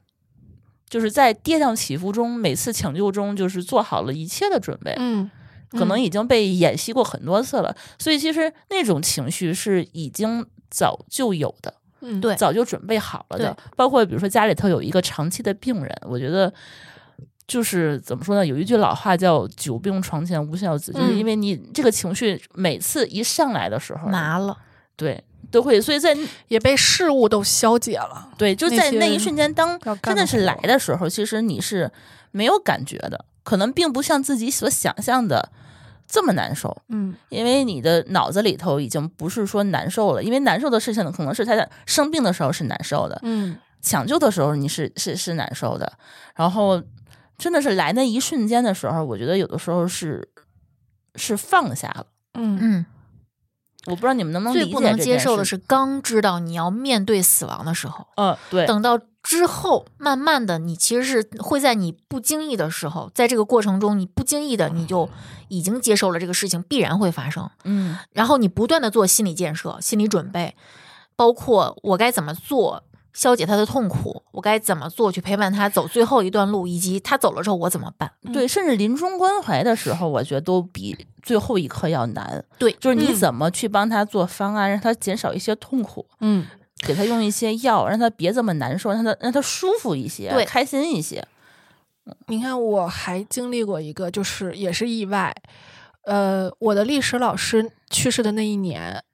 Speaker 4: 就是在跌宕起伏中，每次抢救中，就是做好了一切的准备，
Speaker 3: 嗯，
Speaker 4: 可能已经被演习过很多次了，所以其实那种情绪是已经早就有的。
Speaker 3: 嗯
Speaker 2: 对
Speaker 4: 早就准备好了的。包括比如说家里头有一个长期的病人，我觉得就是怎么说呢？有一句老话叫“久病床前无孝子”，就是
Speaker 3: 嗯
Speaker 4: 因为你这个情绪每次一上来的时候，
Speaker 2: 麻了，
Speaker 4: 对都会，所以在
Speaker 3: 也被事物都消解了，
Speaker 4: 对就
Speaker 3: 那
Speaker 4: 在
Speaker 3: 些
Speaker 4: 那一瞬间，当
Speaker 3: 要干
Speaker 4: 真的
Speaker 3: 的
Speaker 4: 是
Speaker 3: 活
Speaker 4: 来的时候，其实你是没有感觉的，可能并不像自己所想象的这么难受。
Speaker 3: 嗯
Speaker 4: 因为你的脑子里头已经不是说难受了，因为难受的事情呢，可能是他在生病的时候是难受的，
Speaker 3: 嗯
Speaker 4: 抢救的时候你是是是难受的，然后真的是来那一瞬间的时候，我觉得有的时候是是放下了。
Speaker 3: 嗯
Speaker 2: 嗯，
Speaker 4: 我不知道你们能不能
Speaker 2: 最
Speaker 4: 理解
Speaker 2: 不能
Speaker 4: 这
Speaker 2: 接
Speaker 4: 件
Speaker 2: 受的
Speaker 4: 事，
Speaker 2: 是刚知道你要面对死亡的时候，
Speaker 4: 嗯，对，
Speaker 2: 等到之后慢慢的，你其实是会在你不经意的时候，在这个过程中，你不经意的你就已经接受了这个事情必然会发生，
Speaker 4: 嗯
Speaker 2: 然后你不断的做心理建设、心理准备，包括我该怎么做消解他的痛苦，我该怎么做去陪伴他走最后一段路，以及他走了之后我怎么办？
Speaker 4: 对，甚至临终关怀的时候，我觉得都比最后一刻要难。
Speaker 2: 对
Speaker 4: 就是你
Speaker 3: 嗯
Speaker 4: 怎么去帮他做方案，让他减少一些痛苦，
Speaker 3: 嗯
Speaker 4: 给他用一些药，让他别这么难受，让他让他舒服一些，
Speaker 2: 对
Speaker 4: 开心一些。
Speaker 3: 你看，我还经历过一个，就是也是意外。呃，我的历史老师去世的那一年，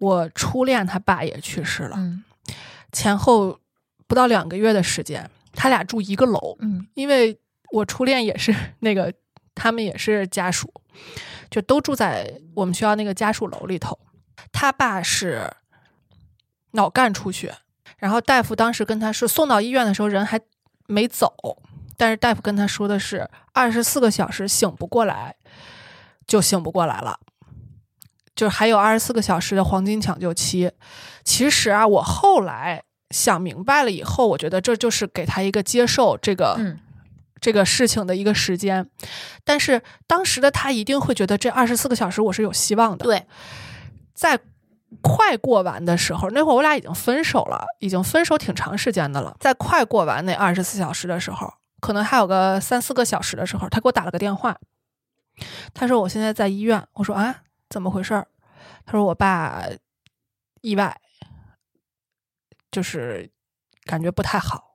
Speaker 3: 我初恋他爸也去世了，
Speaker 2: 嗯
Speaker 3: 前后不到两个月的时间，他俩住一个楼，
Speaker 2: 嗯
Speaker 3: 因为我初恋也是那个，他们也是家属，就都住在我们学校那个家属楼里头。他爸是脑干出血，然后大夫当时跟他说，送到医院的时候人还没走，但是大夫跟他说的是二十四个小时醒不过来，就醒不过来了。就是还有二十四个小时的黄金抢救期，其实啊，我后来想明白了以后，我觉得这就是给他一个接受这个、
Speaker 2: 嗯
Speaker 3: 这个事情的一个时间。但是当时的他一定会觉得这二十四个小时我是有希望的。
Speaker 2: 对，
Speaker 3: 在快过完的时候，那会儿我俩已经分手了，已经分手挺长时间的了。在快过完那二十四小时的时候，可能还有个三四个小时的时候，他给我打了个电话，他说我现在在医院。我说啊，怎么回事儿？他说我爸意外，就是感觉不太好，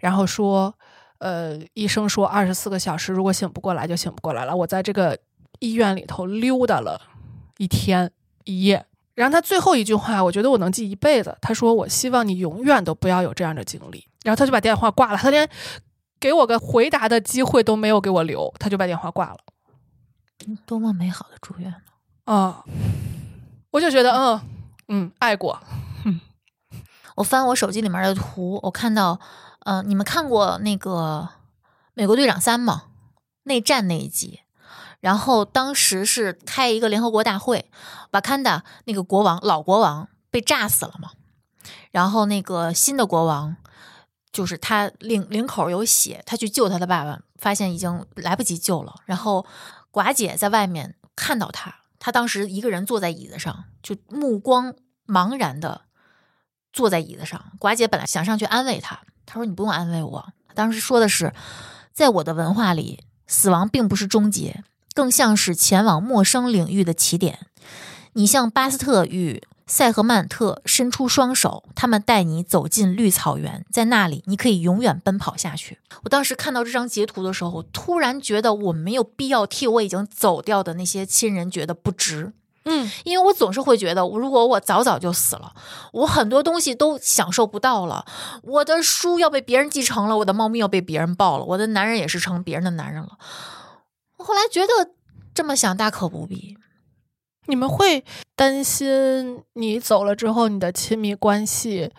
Speaker 3: 然后说。呃，医生说二十四个小时，如果醒不过来就醒不过来了。我在这个医院里头溜达了一天一夜。然后他最后一句话，我觉得我能记一辈子。他说：“我希望你永远都不要有这样的经历。”然后他就把电话挂了，他连给我个回答的机会都没有给我留，他就把电话挂了。
Speaker 2: 多么美好的祝愿！
Speaker 3: 啊、我就觉得，嗯嗯，爱过，
Speaker 2: 我翻我手机里面的图，我看到，呃，你们看过那个《美国队长三》吗？内战那一集，然后当时是开一个联合国大会，瓦坎达那个国王老国王被炸死了嘛，然后那个新的国王就是他领领口有血，他去救他的爸爸，发现已经来不及救了，然后寡姐在外面看到他，他当时一个人坐在椅子上，就目光茫然的坐在椅子上。寡姐本来想上去安慰他，她说：“你不用安慰我。”当时说的是，在我的文化里，死亡并不是终结，更像是前往陌生领域的起点。你像巴斯特与塞赫曼特伸出双手，他们带你走进绿草原，在那里你可以永远奔跑下去。我当时看到这张截图的时候，我突然觉得我没有必要替我已经走掉的那些亲人觉得不值。
Speaker 3: 嗯
Speaker 2: 因为我总是会觉得，我如果我早早就死了，我很多东西都享受不到了。我的书要被别人继承了，我的猫咪要被别人抱了，我的男人也是成别人的男人了。我后来觉得这么想大可不必，
Speaker 3: 你们会担心你走了之后，你的亲密关系，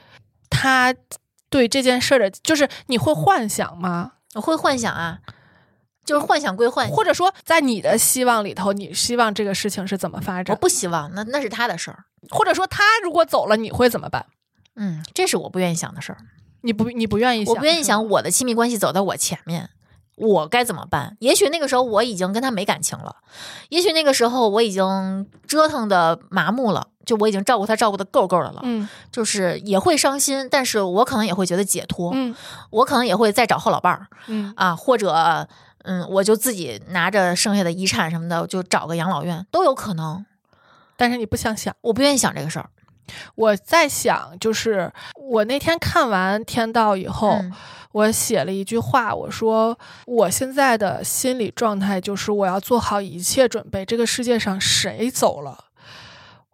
Speaker 3: 他对这件事儿的，就是你会幻想吗？
Speaker 2: 我会幻想啊，就是幻想归幻想，
Speaker 3: 或者说，在你的希望里头，你希望这个事情是怎么发
Speaker 2: 我
Speaker 3: 展？
Speaker 2: 不希望，那那是他的事儿。
Speaker 3: 或者说，他如果走了，你会怎么办？
Speaker 2: 嗯，这是我不愿意想的事儿，
Speaker 3: 你不，你不愿意想，
Speaker 2: 我不愿意
Speaker 3: 是吗
Speaker 2: 想我的亲密关系走到我前面，我该怎么办？也许那个时候我已经跟他没感情了，也许那个时候我已经折腾的麻木了，就我已经照顾他照顾的够够的了，
Speaker 3: 嗯
Speaker 2: 就是也会伤心，但是我可能也会觉得解脱，
Speaker 3: 嗯
Speaker 2: 我可能也会再找后老伴儿，
Speaker 3: 嗯
Speaker 2: 啊，或者嗯，我就自己拿着剩下的遗产什么的，就找个养老院都有可能。
Speaker 3: 但是你不想想。
Speaker 2: 我不愿意想这个事儿。
Speaker 3: 我在想，就是我那天看完《天道》以后，
Speaker 2: 嗯
Speaker 3: 我写了一句话，我说我现在的心理状态就是我要做好一切准备，这个世界上谁走了，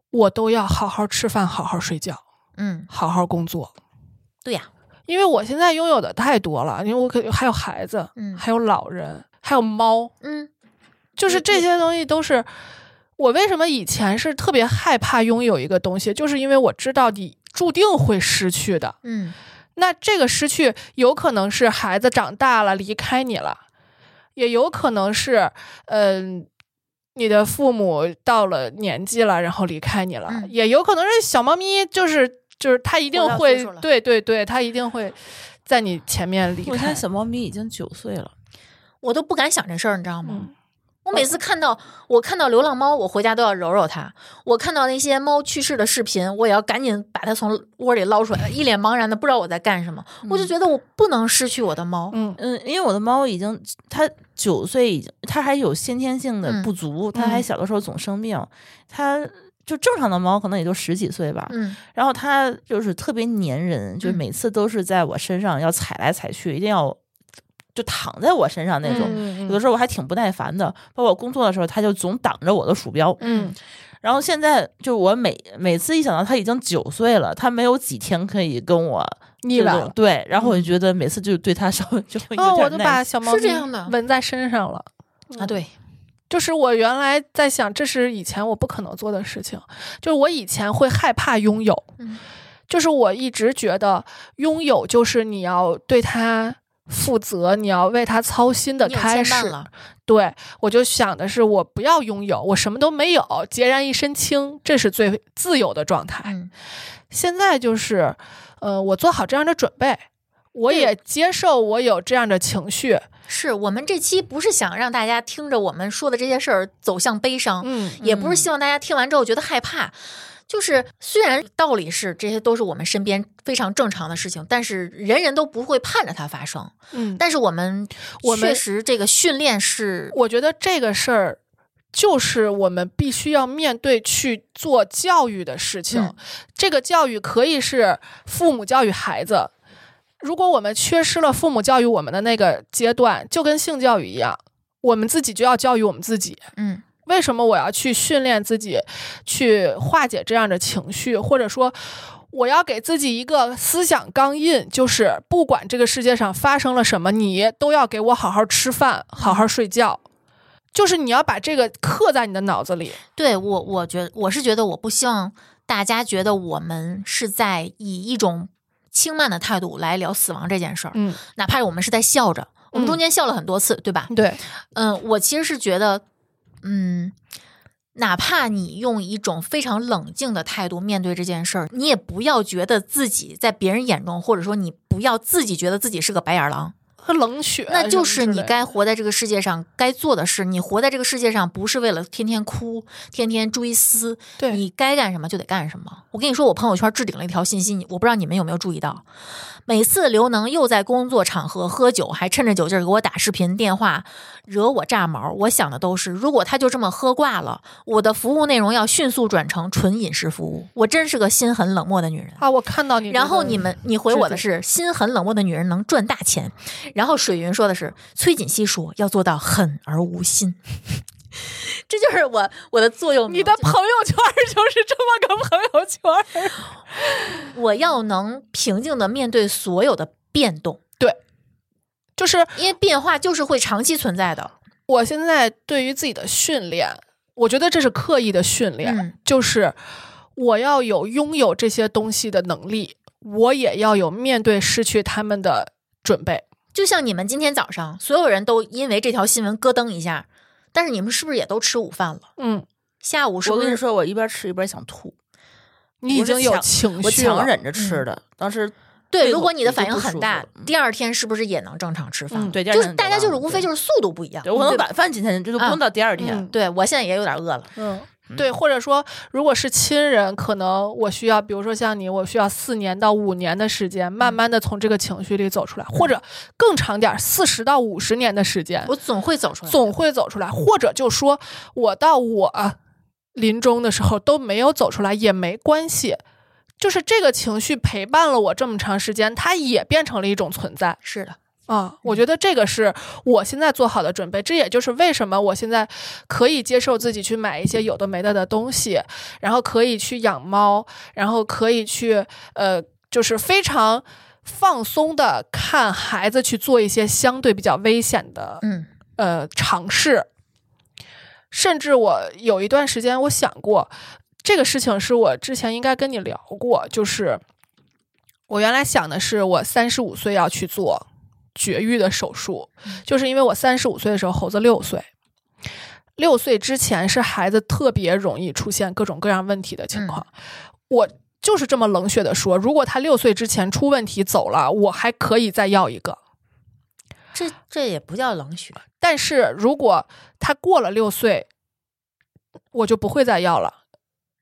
Speaker 3: 我都要好好吃饭、好好睡觉、
Speaker 2: 嗯，
Speaker 3: 好好工作，
Speaker 2: 对呀、
Speaker 3: 因为我现在拥有的太多了，因为我可还有孩子，
Speaker 2: 嗯
Speaker 3: 还有老人，还有猫，
Speaker 2: 嗯
Speaker 3: 就是
Speaker 2: 嗯
Speaker 3: 这
Speaker 2: 嗯
Speaker 3: 些东西都是我为什么以前是特别害怕拥有一个东西，就是因为我知道你注定会失去的。
Speaker 2: 嗯
Speaker 3: 那这个失去有可能是孩子长大了离开你了，也有可能是嗯。你的父母到了年纪了，然后离开你了，
Speaker 2: 嗯
Speaker 3: 也有可能是小猫咪，就是就是它一定
Speaker 2: 活到岁
Speaker 3: 会
Speaker 2: 数了，
Speaker 3: 对对对，它一定会在你前面离
Speaker 4: 我看
Speaker 3: 开。
Speaker 4: 小猫咪已经九岁了，
Speaker 2: 我都不敢想这事儿，你知道吗？
Speaker 3: 嗯
Speaker 2: 我每次看到我看到流浪猫，我回家都要揉揉它；我看到那些猫去世的视频，我也要赶紧把它从窝里捞出来，一脸茫然的不知道我在干什么。我就觉得我不能失去我的猫。
Speaker 3: 嗯
Speaker 4: 嗯，因为我的猫已经它九岁，已经它还有先天性的
Speaker 2: 嗯
Speaker 4: 不足，它还
Speaker 3: 嗯
Speaker 4: 小的时候总生病，它就正常的猫可能也就十几岁吧，
Speaker 2: 嗯
Speaker 4: 然后它就是特别粘人，就是
Speaker 2: 嗯
Speaker 4: 每次都是在我身上要踩来踩去，一定要就躺在我身上那种。
Speaker 3: 嗯
Speaker 4: 有的时候我还挺不耐烦的，包括我工作的时候，它就总挡着我的鼠标。
Speaker 3: 嗯
Speaker 4: 然后现在就我每每次一想到它已经九岁了，它没有几天可以跟我
Speaker 3: 腻歪
Speaker 4: 这
Speaker 3: 了嗯
Speaker 4: 种，对，然后我就觉得每次就对它稍微 就会有点
Speaker 3: 哦，我都
Speaker 4: 耐
Speaker 3: 把
Speaker 4: 心
Speaker 3: 小猫
Speaker 2: 是这
Speaker 3: 咪
Speaker 2: 样的
Speaker 3: 纹在身上了。
Speaker 2: 啊，对，
Speaker 3: 就是我原来在想，这是以前我不可能做的事情。就是我以前会害怕拥有，
Speaker 2: 嗯
Speaker 3: 就是我一直觉得拥有就是你要对它负责，你要为它操心的
Speaker 2: 你有
Speaker 3: 开
Speaker 2: 牵绊
Speaker 3: 始。
Speaker 2: 了。
Speaker 3: 对我就想的是，我不要拥有，我什么都没有，孑然一身轻，这是最自由的状态。
Speaker 2: 嗯
Speaker 3: 现在就是，呃，我做好这样的准备，我也接受我有这样的情绪。
Speaker 2: 是我们这期不是想让大家听着我们说的这些事儿走向悲伤，
Speaker 3: 嗯
Speaker 2: 也不是希望大家听完之后觉得害怕。就是虽然道理是这些都是我们身边非常正常的事情，但是人人都不会盼着它发生。
Speaker 3: 嗯，
Speaker 2: 但是我们
Speaker 3: 我们
Speaker 2: 确实这个训练是
Speaker 3: 我觉得这个事儿就是我们必须要面对去做教育的事情。
Speaker 2: 嗯
Speaker 3: 这个教育可以是父母教育孩子。如果我们缺失了父母教育我们的那个阶段，就跟性教育一样，我们自己就要教育我们自己。
Speaker 2: 嗯
Speaker 3: 为什么我要去训练自己，去化解这样的情绪，或者说我要给自己一个思想钢印，就是不管这个世界上发生了什么，你都要给我好好吃饭，好好睡觉。就是你要把这个刻在你的脑子里，
Speaker 2: 对我我觉我是觉得我不希望大家觉得我们是在以一种轻慢的态度来聊死亡这件事儿，
Speaker 3: 嗯，
Speaker 2: 哪怕我们是在笑着，我们中
Speaker 3: 嗯
Speaker 2: 间笑了很多次，对吧？
Speaker 3: 对，
Speaker 2: 嗯，我其实是觉得，嗯，哪怕你用一种非常冷静的态度面对这件事儿，你也不要觉得自己在别人眼中，或者说你不要自己觉得自己是个白眼狼，
Speaker 3: 和冷血啊什么之类的，
Speaker 2: 那就是你该活在这个世界上该做的事。你活在这个世界上，不是为了天天哭、天天追思，
Speaker 3: 对
Speaker 2: 你该干什么就得干什么。我跟你说，我朋友圈置顶了一条信息，你我不知道你们有没有注意到，每次刘能又在工作场合喝酒，还趁着酒劲儿给我打视频电话，惹我炸毛。我想的都是，如果他就这么喝挂了，我的服务内容要迅速转成纯饮食服务。我真是个心很冷漠的女人。
Speaker 3: 啊，我看到你这个，
Speaker 2: 然后你们，你回我的
Speaker 3: 是
Speaker 2: 是心很冷漠的女人能赚大钱。然后水云说的是崔锦熙说要做到狠而无心， 这就是我我的座右铭。
Speaker 3: 你的
Speaker 2: 就是
Speaker 3: 朋友圈 就是这么个朋友圈，
Speaker 2: 我要能平静的面对所有的变动，
Speaker 3: 就是
Speaker 2: 因为变化就是会长期存在的。
Speaker 3: 我现在对于自己的训练，我觉得这是刻意的训练，
Speaker 2: 嗯
Speaker 3: 就是我要有拥有这些东西的能力，我也要有面对失去他们的准备。
Speaker 2: 就像你们今天早上，所有人都因为这条新闻咯噔一下，但是你们是不是也都吃午饭了？
Speaker 3: 嗯，
Speaker 2: 下午是
Speaker 4: 我
Speaker 2: 不
Speaker 4: 跟你
Speaker 2: 是
Speaker 4: 说，我一边吃一边想吐，
Speaker 3: 你已
Speaker 4: 我是
Speaker 3: 经有
Speaker 4: 强
Speaker 3: 情
Speaker 4: 我
Speaker 3: 绪了，
Speaker 4: 强忍着吃的。当时
Speaker 2: 嗯对？
Speaker 4: 胃
Speaker 2: 如
Speaker 4: 口
Speaker 2: 果你的
Speaker 4: 就
Speaker 2: 反应
Speaker 4: 不
Speaker 2: 很
Speaker 4: 舒
Speaker 2: 大
Speaker 4: 服了，嗯
Speaker 2: 第二天是不是也能正常吃饭
Speaker 3: 嗯
Speaker 2: 了？
Speaker 4: 对第二
Speaker 2: 就是
Speaker 4: 天
Speaker 2: 大家
Speaker 4: 就
Speaker 2: 就是
Speaker 4: 忘了
Speaker 2: 无非
Speaker 4: 对
Speaker 2: 就是速度不一样
Speaker 4: 对。我可能
Speaker 3: 对
Speaker 4: 晚饭今天这都
Speaker 2: 啊
Speaker 4: 不用到第二天
Speaker 3: 嗯，
Speaker 2: 对我现在也有点饿了，
Speaker 3: 嗯，对，或者说，如果是亲人，可能我需要，比如说像你，我需要四年到五年的时间，
Speaker 4: 嗯
Speaker 3: 慢慢的从这个情绪里走出来，或者更长点儿，四十到五十年的时间，
Speaker 2: 我总会走出来。
Speaker 3: 总会走出来。或者就说，我到我呃临终的时候都没有走出来也没关系，就是这个情绪陪伴了我这么长时间，它也变成了一种存在。
Speaker 2: 是的，
Speaker 3: 啊，我觉得这个是我现在做好的准备，这也就是为什么我现在可以接受自己去买一些有的没的的东西，然后可以去养猫，然后可以去呃，就是非常放松的看孩子去做一些相对比较危险的
Speaker 2: 嗯，
Speaker 3: 呃尝试，甚至我有一段时间我想过这个事情，是我之前应该跟你聊过，就是我原来想的是我三十五岁要去做绝育的手术，就是因为我三十五岁的时候猴子六岁。六岁之前是孩子特别容易出现各种各样问题的情况，我就是这么冷血的说，如果他六岁之前出问题走了，我还可以再要一个，
Speaker 2: 这这也不叫冷血，
Speaker 3: 但是如果他过了六岁，我就不会再要了，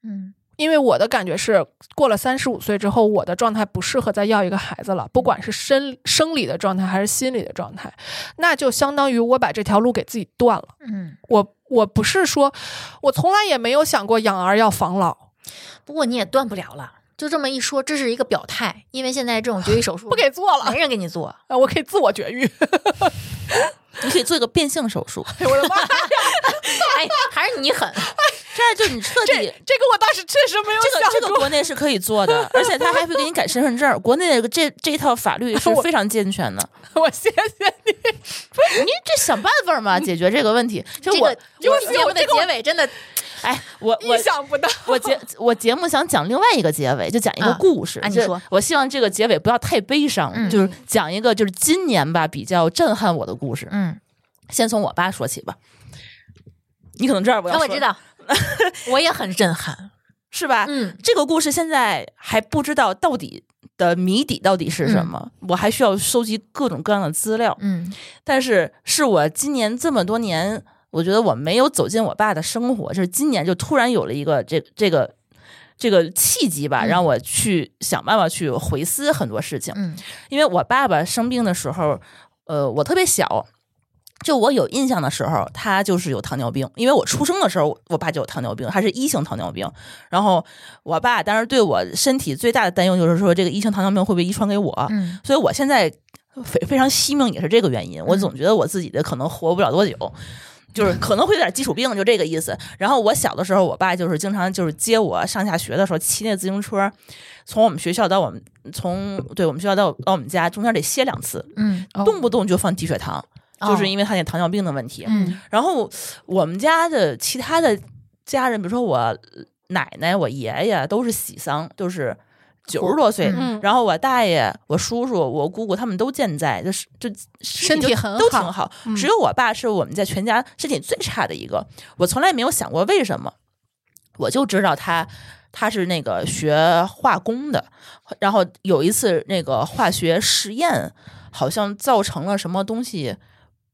Speaker 2: 嗯
Speaker 3: 因为我的感觉是，过了三十五岁之后，我的状态不适合再要一个孩子了，不管是生生理的状态还是心理的状态，那就相当于我把这条路给自己断了。
Speaker 2: 嗯。
Speaker 3: 我我不是说，我从来也没有想过养儿要防老，
Speaker 2: 不过你也断不了了，就这么一说，这是一个表态，因为现在这种 绝育手术
Speaker 3: 不给做了
Speaker 2: 没，人给你做，
Speaker 3: 呃我可以自我绝育。
Speaker 4: 你可以做一个变性手术，
Speaker 3: 我的妈 呀，
Speaker 2: 哎，还是你狠，
Speaker 4: 这样就你彻
Speaker 3: 这
Speaker 4: 底。
Speaker 3: 这个我当时确实没有
Speaker 4: 这个
Speaker 3: 想
Speaker 4: 这个
Speaker 3: 过。
Speaker 4: 国内是可以做的， 而且他还会给你改身份证。国内的这这一套法律 是非常健全的，
Speaker 3: 我谢谢你，
Speaker 4: 你这想办法嘛，解决这个问题。就
Speaker 2: 这
Speaker 4: 我
Speaker 2: 个，就是
Speaker 3: 我
Speaker 2: 节目的结尾真的，
Speaker 4: 哎，我我
Speaker 3: 意想不到。
Speaker 4: 我节我节目想讲另外一个结尾，就讲一个
Speaker 2: 啊
Speaker 4: 故事。
Speaker 2: 啊你
Speaker 4: 就
Speaker 2: 说
Speaker 4: 我希望这个结尾不要太悲伤，
Speaker 2: 嗯
Speaker 4: 就是讲一个就是今年吧比较震撼我的故事。
Speaker 2: 嗯，
Speaker 4: 先从我爸说起吧，你可能知道我要
Speaker 2: 那
Speaker 4: 说，
Speaker 2: 我知道，我也很震撼，
Speaker 4: 是吧？
Speaker 2: 嗯
Speaker 4: 这个故事现在还不知道到底的谜底到底是什么，我还需要收集各种各样的资料。
Speaker 2: 嗯
Speaker 4: 但是是我今年这么多年，我觉得我没有走进我爸的生活，就是今年就突然有了一个这这个这个契机吧，
Speaker 2: 嗯
Speaker 4: 让我去想办法去回思很多事情。
Speaker 2: 嗯
Speaker 4: 因为我爸爸生病的时候，呃，我特别小。就我有印象的时候，他就是有糖尿病，因为我出生的时候，我爸就有糖尿病，他是一型糖尿病。然后我爸当时对我身体最大的担忧就是说，这个一型糖尿病会不会遗传给我？
Speaker 2: 嗯
Speaker 4: 所以我现在非非常惜命也是这个原因。我总觉得我自己的可能活不了多久，就是可能会有点基础病，就这个意思。然后我小的时候，我爸就是经常就是接我上下学的时候骑那自行车，从我们学校到我们从对我们学校到到我们家中间得歇两次，
Speaker 2: 嗯，
Speaker 3: 哦
Speaker 4: 动不动就放低血糖，
Speaker 2: 哦
Speaker 4: 就是因为他那糖尿病的问题。
Speaker 2: 嗯
Speaker 4: 然后我们家的其他的家人，比如说我奶奶、我爷爷，都是喜丧，就是九十多岁。
Speaker 2: 嗯
Speaker 4: 然后我大爷、我叔叔、我姑姑他们都健在，就是就
Speaker 3: 身体
Speaker 4: 就
Speaker 3: 很
Speaker 4: 都挺
Speaker 3: 好
Speaker 4: 好。
Speaker 3: 嗯
Speaker 4: 只有我爸是我们家全家身体最差的一个，我从来没有想过为什么，我就知道他。他是那个学化工的，然后有一次那个化学实验好像造成了什么东西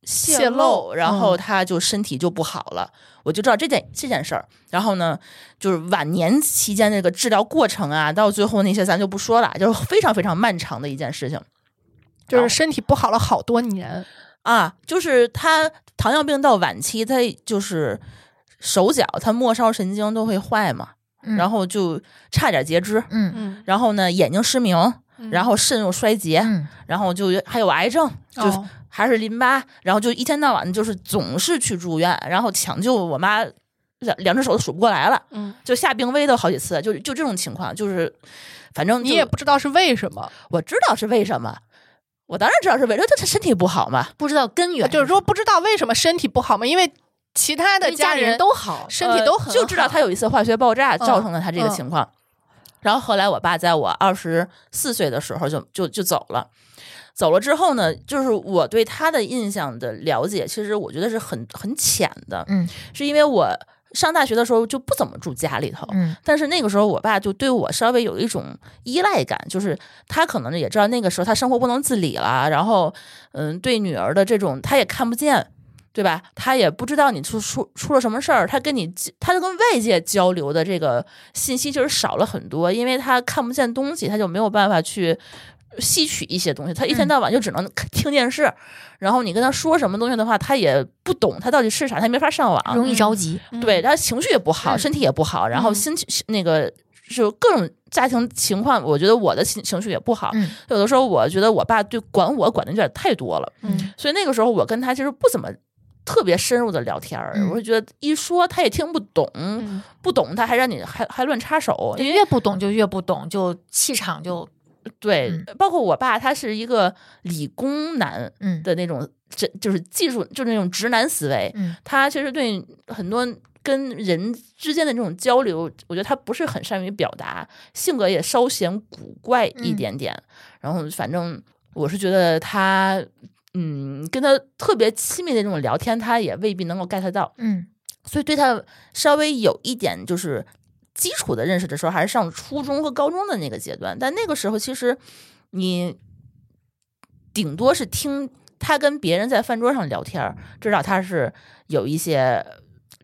Speaker 4: 泄
Speaker 3: 泄
Speaker 4: 露，
Speaker 3: 露
Speaker 4: 然后
Speaker 3: 嗯
Speaker 4: 他就身体就不好了。我就知道这件这件事儿。然后呢，就是晚年期间这个治疗过程啊，到最后那些咱就不说了，就是非常非常漫长的一件事情
Speaker 3: 就是身体不好了好多年，
Speaker 4: 啊。就是他糖尿病到晚期，他就是手脚他末梢神经都会坏嘛，
Speaker 2: 嗯
Speaker 4: 然后就差点截肢，
Speaker 2: 嗯
Speaker 3: 嗯，
Speaker 4: 然后呢眼睛失明，然后肾又衰竭，
Speaker 2: 嗯
Speaker 4: 然后就还有癌症，就
Speaker 3: 哦
Speaker 4: 还是淋巴，然后就一天到晚就是总是去住院，然后抢救我妈两两只手都数不过来了。
Speaker 3: 嗯，
Speaker 4: 就下病危都好几次，就就这种情况，就是反正
Speaker 3: 你
Speaker 4: 就
Speaker 3: 也不知道是为什么，
Speaker 4: 我知道是为什么，我当然知道是为什么，他他身体不好嘛，
Speaker 3: 哎
Speaker 2: 不知道根源，
Speaker 3: 就是说不知道为什么身体不好嘛，因为其他的
Speaker 2: 对家
Speaker 3: 家
Speaker 2: 里人都好，
Speaker 3: 身体都很好，
Speaker 4: 呃就知道他有一次化学爆炸造成了他这个
Speaker 3: 嗯
Speaker 4: 情况。然后后来我爸在我二十四岁的时候就就就走了。走了之后呢，就是我对他的印象的了解，其实我觉得是很很浅的，
Speaker 2: 嗯
Speaker 4: 是因为我上大学的时候就不怎么住家里头，
Speaker 2: 嗯
Speaker 4: 但是那个时候，我爸就对我稍微有一种依赖感，就是他可能也知道那个时候他生活不能自理了，然后，嗯，对女儿的这种他也看不见，对吧？他也不知道你出出出了什么事儿，他跟你他就跟外界交流的这个信息就是少了很多，因为他看不见东西，他就没有办法去。吸取一些东西，他一天
Speaker 2: 嗯
Speaker 4: 到晚就只能看听电视，然后你跟他说什么东西的话，他也不懂，他到底是啥，他也没法上网，
Speaker 2: 容易着急，
Speaker 4: 对，他情绪也不好，
Speaker 2: 嗯
Speaker 4: 身体也不好，然后
Speaker 3: 嗯
Speaker 4: 心情那个就各种家庭情况，我觉得我的情情绪也不好。
Speaker 2: 嗯
Speaker 4: 有的时候我觉得我爸对管我管的有点太多了，
Speaker 3: 嗯
Speaker 4: 所以那个时候我跟他其实不怎么。特别深入的聊天儿，
Speaker 2: 嗯
Speaker 4: 我就觉得一说他也听不懂，
Speaker 3: 嗯
Speaker 4: 不懂他还让你还还乱插手，
Speaker 2: 对，越不懂就越不懂，就气场就
Speaker 4: 对，
Speaker 2: 嗯
Speaker 4: 包括我爸他是一个理工男
Speaker 2: 嗯
Speaker 4: 的那种，这就是技术就是那种直男思维，
Speaker 2: 嗯
Speaker 4: 他其实对很多跟人之间的这种交流，我觉得他不是很善于表达，性格也稍显古怪一点点。然后反正我是觉得他，嗯，跟他特别亲密的那种聊天，他也未必能够 get 到，
Speaker 2: 嗯
Speaker 4: 所以对他稍微有一点就是基础的认识的时候，还是上初中和高中的那个阶段。但那个时候其实你顶多是听他跟别人在饭桌上聊天儿，知道他是有一些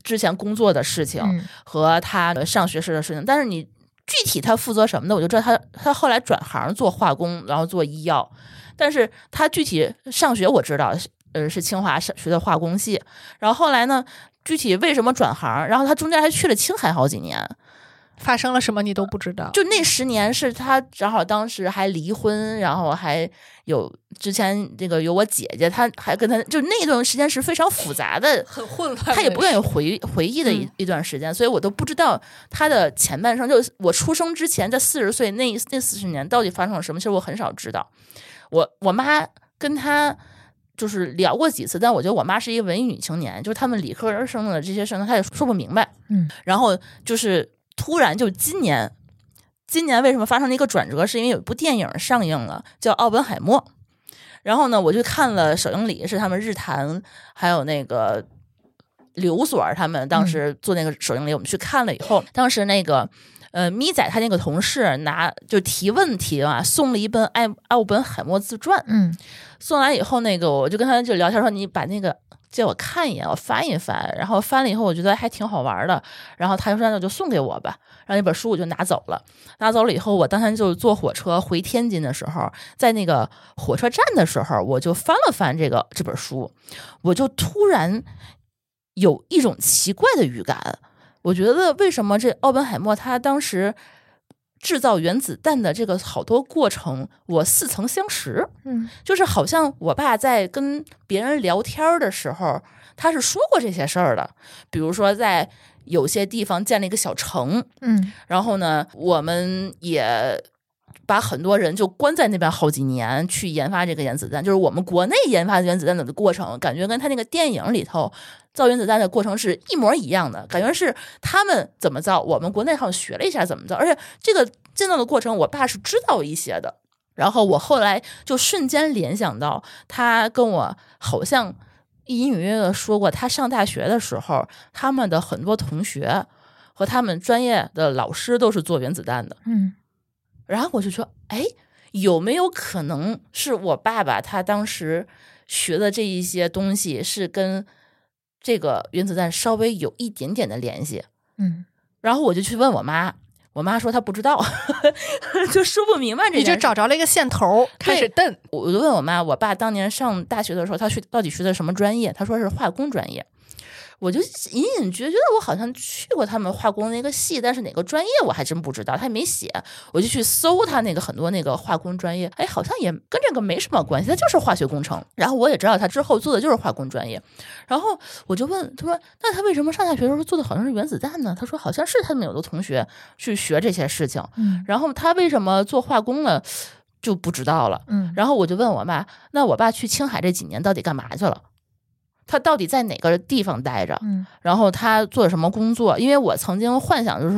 Speaker 4: 之前工作的事情
Speaker 2: 嗯
Speaker 4: 和他上学时的事情，但是你。具体他负责什么的，我就知道他他后来转行做化工，然后做医药，但是他具体上学我知道，呃，是清华上学的化工系，然后后来呢，具体为什么转行，然后他中间还去了青海好几年，
Speaker 3: 发生了什么你都不知道，
Speaker 4: 就那十年是他正好当时还离婚，然后还有之前那个有我姐姐，她还跟他就那段时间是非常复杂的，
Speaker 3: 很混乱
Speaker 4: 他也不愿意回回忆的一、一段时间，所以我都不知道他的前半生，就是我出生之前，在四十岁那那四十年到底发生了什么，其实我很少知道。我我妈跟他就是聊过几次，但我觉得我妈是一个文艺女青年，就是他们理科生的这些事情，她也说不明白。
Speaker 2: 嗯，
Speaker 4: 然后就是突然就今年，今年为什么发生了一个转折，是因为有一部电影上映了，叫《奥本海默》。然后呢，我就看了首映礼，是他们日坛还有那个刘所儿他们当时做那个首映礼，我们去看了以后，当时那个呃咪仔他那个同事拿就提问题啊，送了一本艾奥本海默自传，
Speaker 2: 嗯
Speaker 4: 送完以后，那个我就跟他就聊天说，你把那个借我看一眼，我翻一翻。然后翻了以后，我觉得还挺好玩的。然后他就说那就送给我吧。然后那本书我就拿走了。拿走了以后，我当天就坐火车回天津的时候，在那个火车站的时候，我就翻了翻这个这本书，我就突然有一种奇怪的预感。我觉得为什么这奥本海默他当时制造原子弹的这个好多过程，我似曾相识。
Speaker 2: 嗯
Speaker 4: 就是好像我爸在跟别人聊天儿的时候，他是说过这些事儿的。比如说，在有些地方建了一个小城，
Speaker 2: 嗯
Speaker 4: 然后呢，我们也把很多人就关在那边好几年，去研发这个原子弹。就是我们国内研发原子弹的过程，感觉跟他那个电影里头造原子弹的过程是一模一样的，感觉是他们怎么造，我们国内好像学了一下怎么造，而且这个建造的过程，我爸是知道一些的。然后我后来就瞬间联想到，他跟我好像隐隐约约的说过，他上大学的时候，他们的很多同学和他们专业的老师都是做原子弹的。
Speaker 2: 嗯
Speaker 4: 然后我就说，哎，有没有可能是我爸爸他当时学的这一些东西是跟这个原子弹稍微有一点点的联系？
Speaker 2: 嗯，
Speaker 4: 然后我就去问我妈，我妈说她不知道， 就说不明白这
Speaker 3: 你就
Speaker 4: 件事。
Speaker 3: 找着了一个线头，开始瞪，
Speaker 4: 我我就问我妈，我爸当年上大学的时候，他学到底学的什么专业？他说是化工专业。我就隐隐觉觉得我好像去过他们化工那个系，但是哪个专业我还真不知道，他也没写。我就去搜他那个很多那个化工专业，哎，好像也跟这个没什么关系，他就是化学工程。然后我也知道他之后做的就是化工专业。然后我就问他说：“那他为什么上大学的时候做的好像是原子弹呢？”他说：“好像是他们有的同学去学这些事情，
Speaker 2: 嗯
Speaker 4: 然后他为什么做化工了就不知道了。”
Speaker 2: 嗯，
Speaker 4: 然后我就问我妈，那我爸去青海这几年到底干嘛去了？他到底在哪个地方待着，
Speaker 2: 嗯
Speaker 4: 然后他做什么工作？因为我曾经幻想就是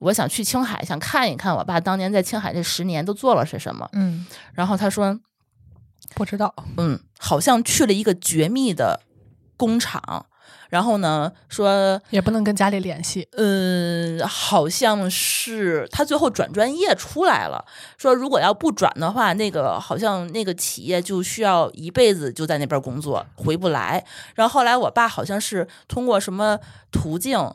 Speaker 4: 我想去青海，想看一看我爸当年在青海这十年都做了些什么。
Speaker 2: 嗯
Speaker 4: 然后他说，
Speaker 3: 不知道，
Speaker 4: 嗯，好像去了一个绝密的工厂，然后呢说。
Speaker 3: 也不能跟家里联系。
Speaker 4: 嗯，好像是他最后转专业出来了。说如果要不转的话，那个好像那个企业就需要一辈子就在那边工作，回不来。然后后来我爸好像是通过什么途径，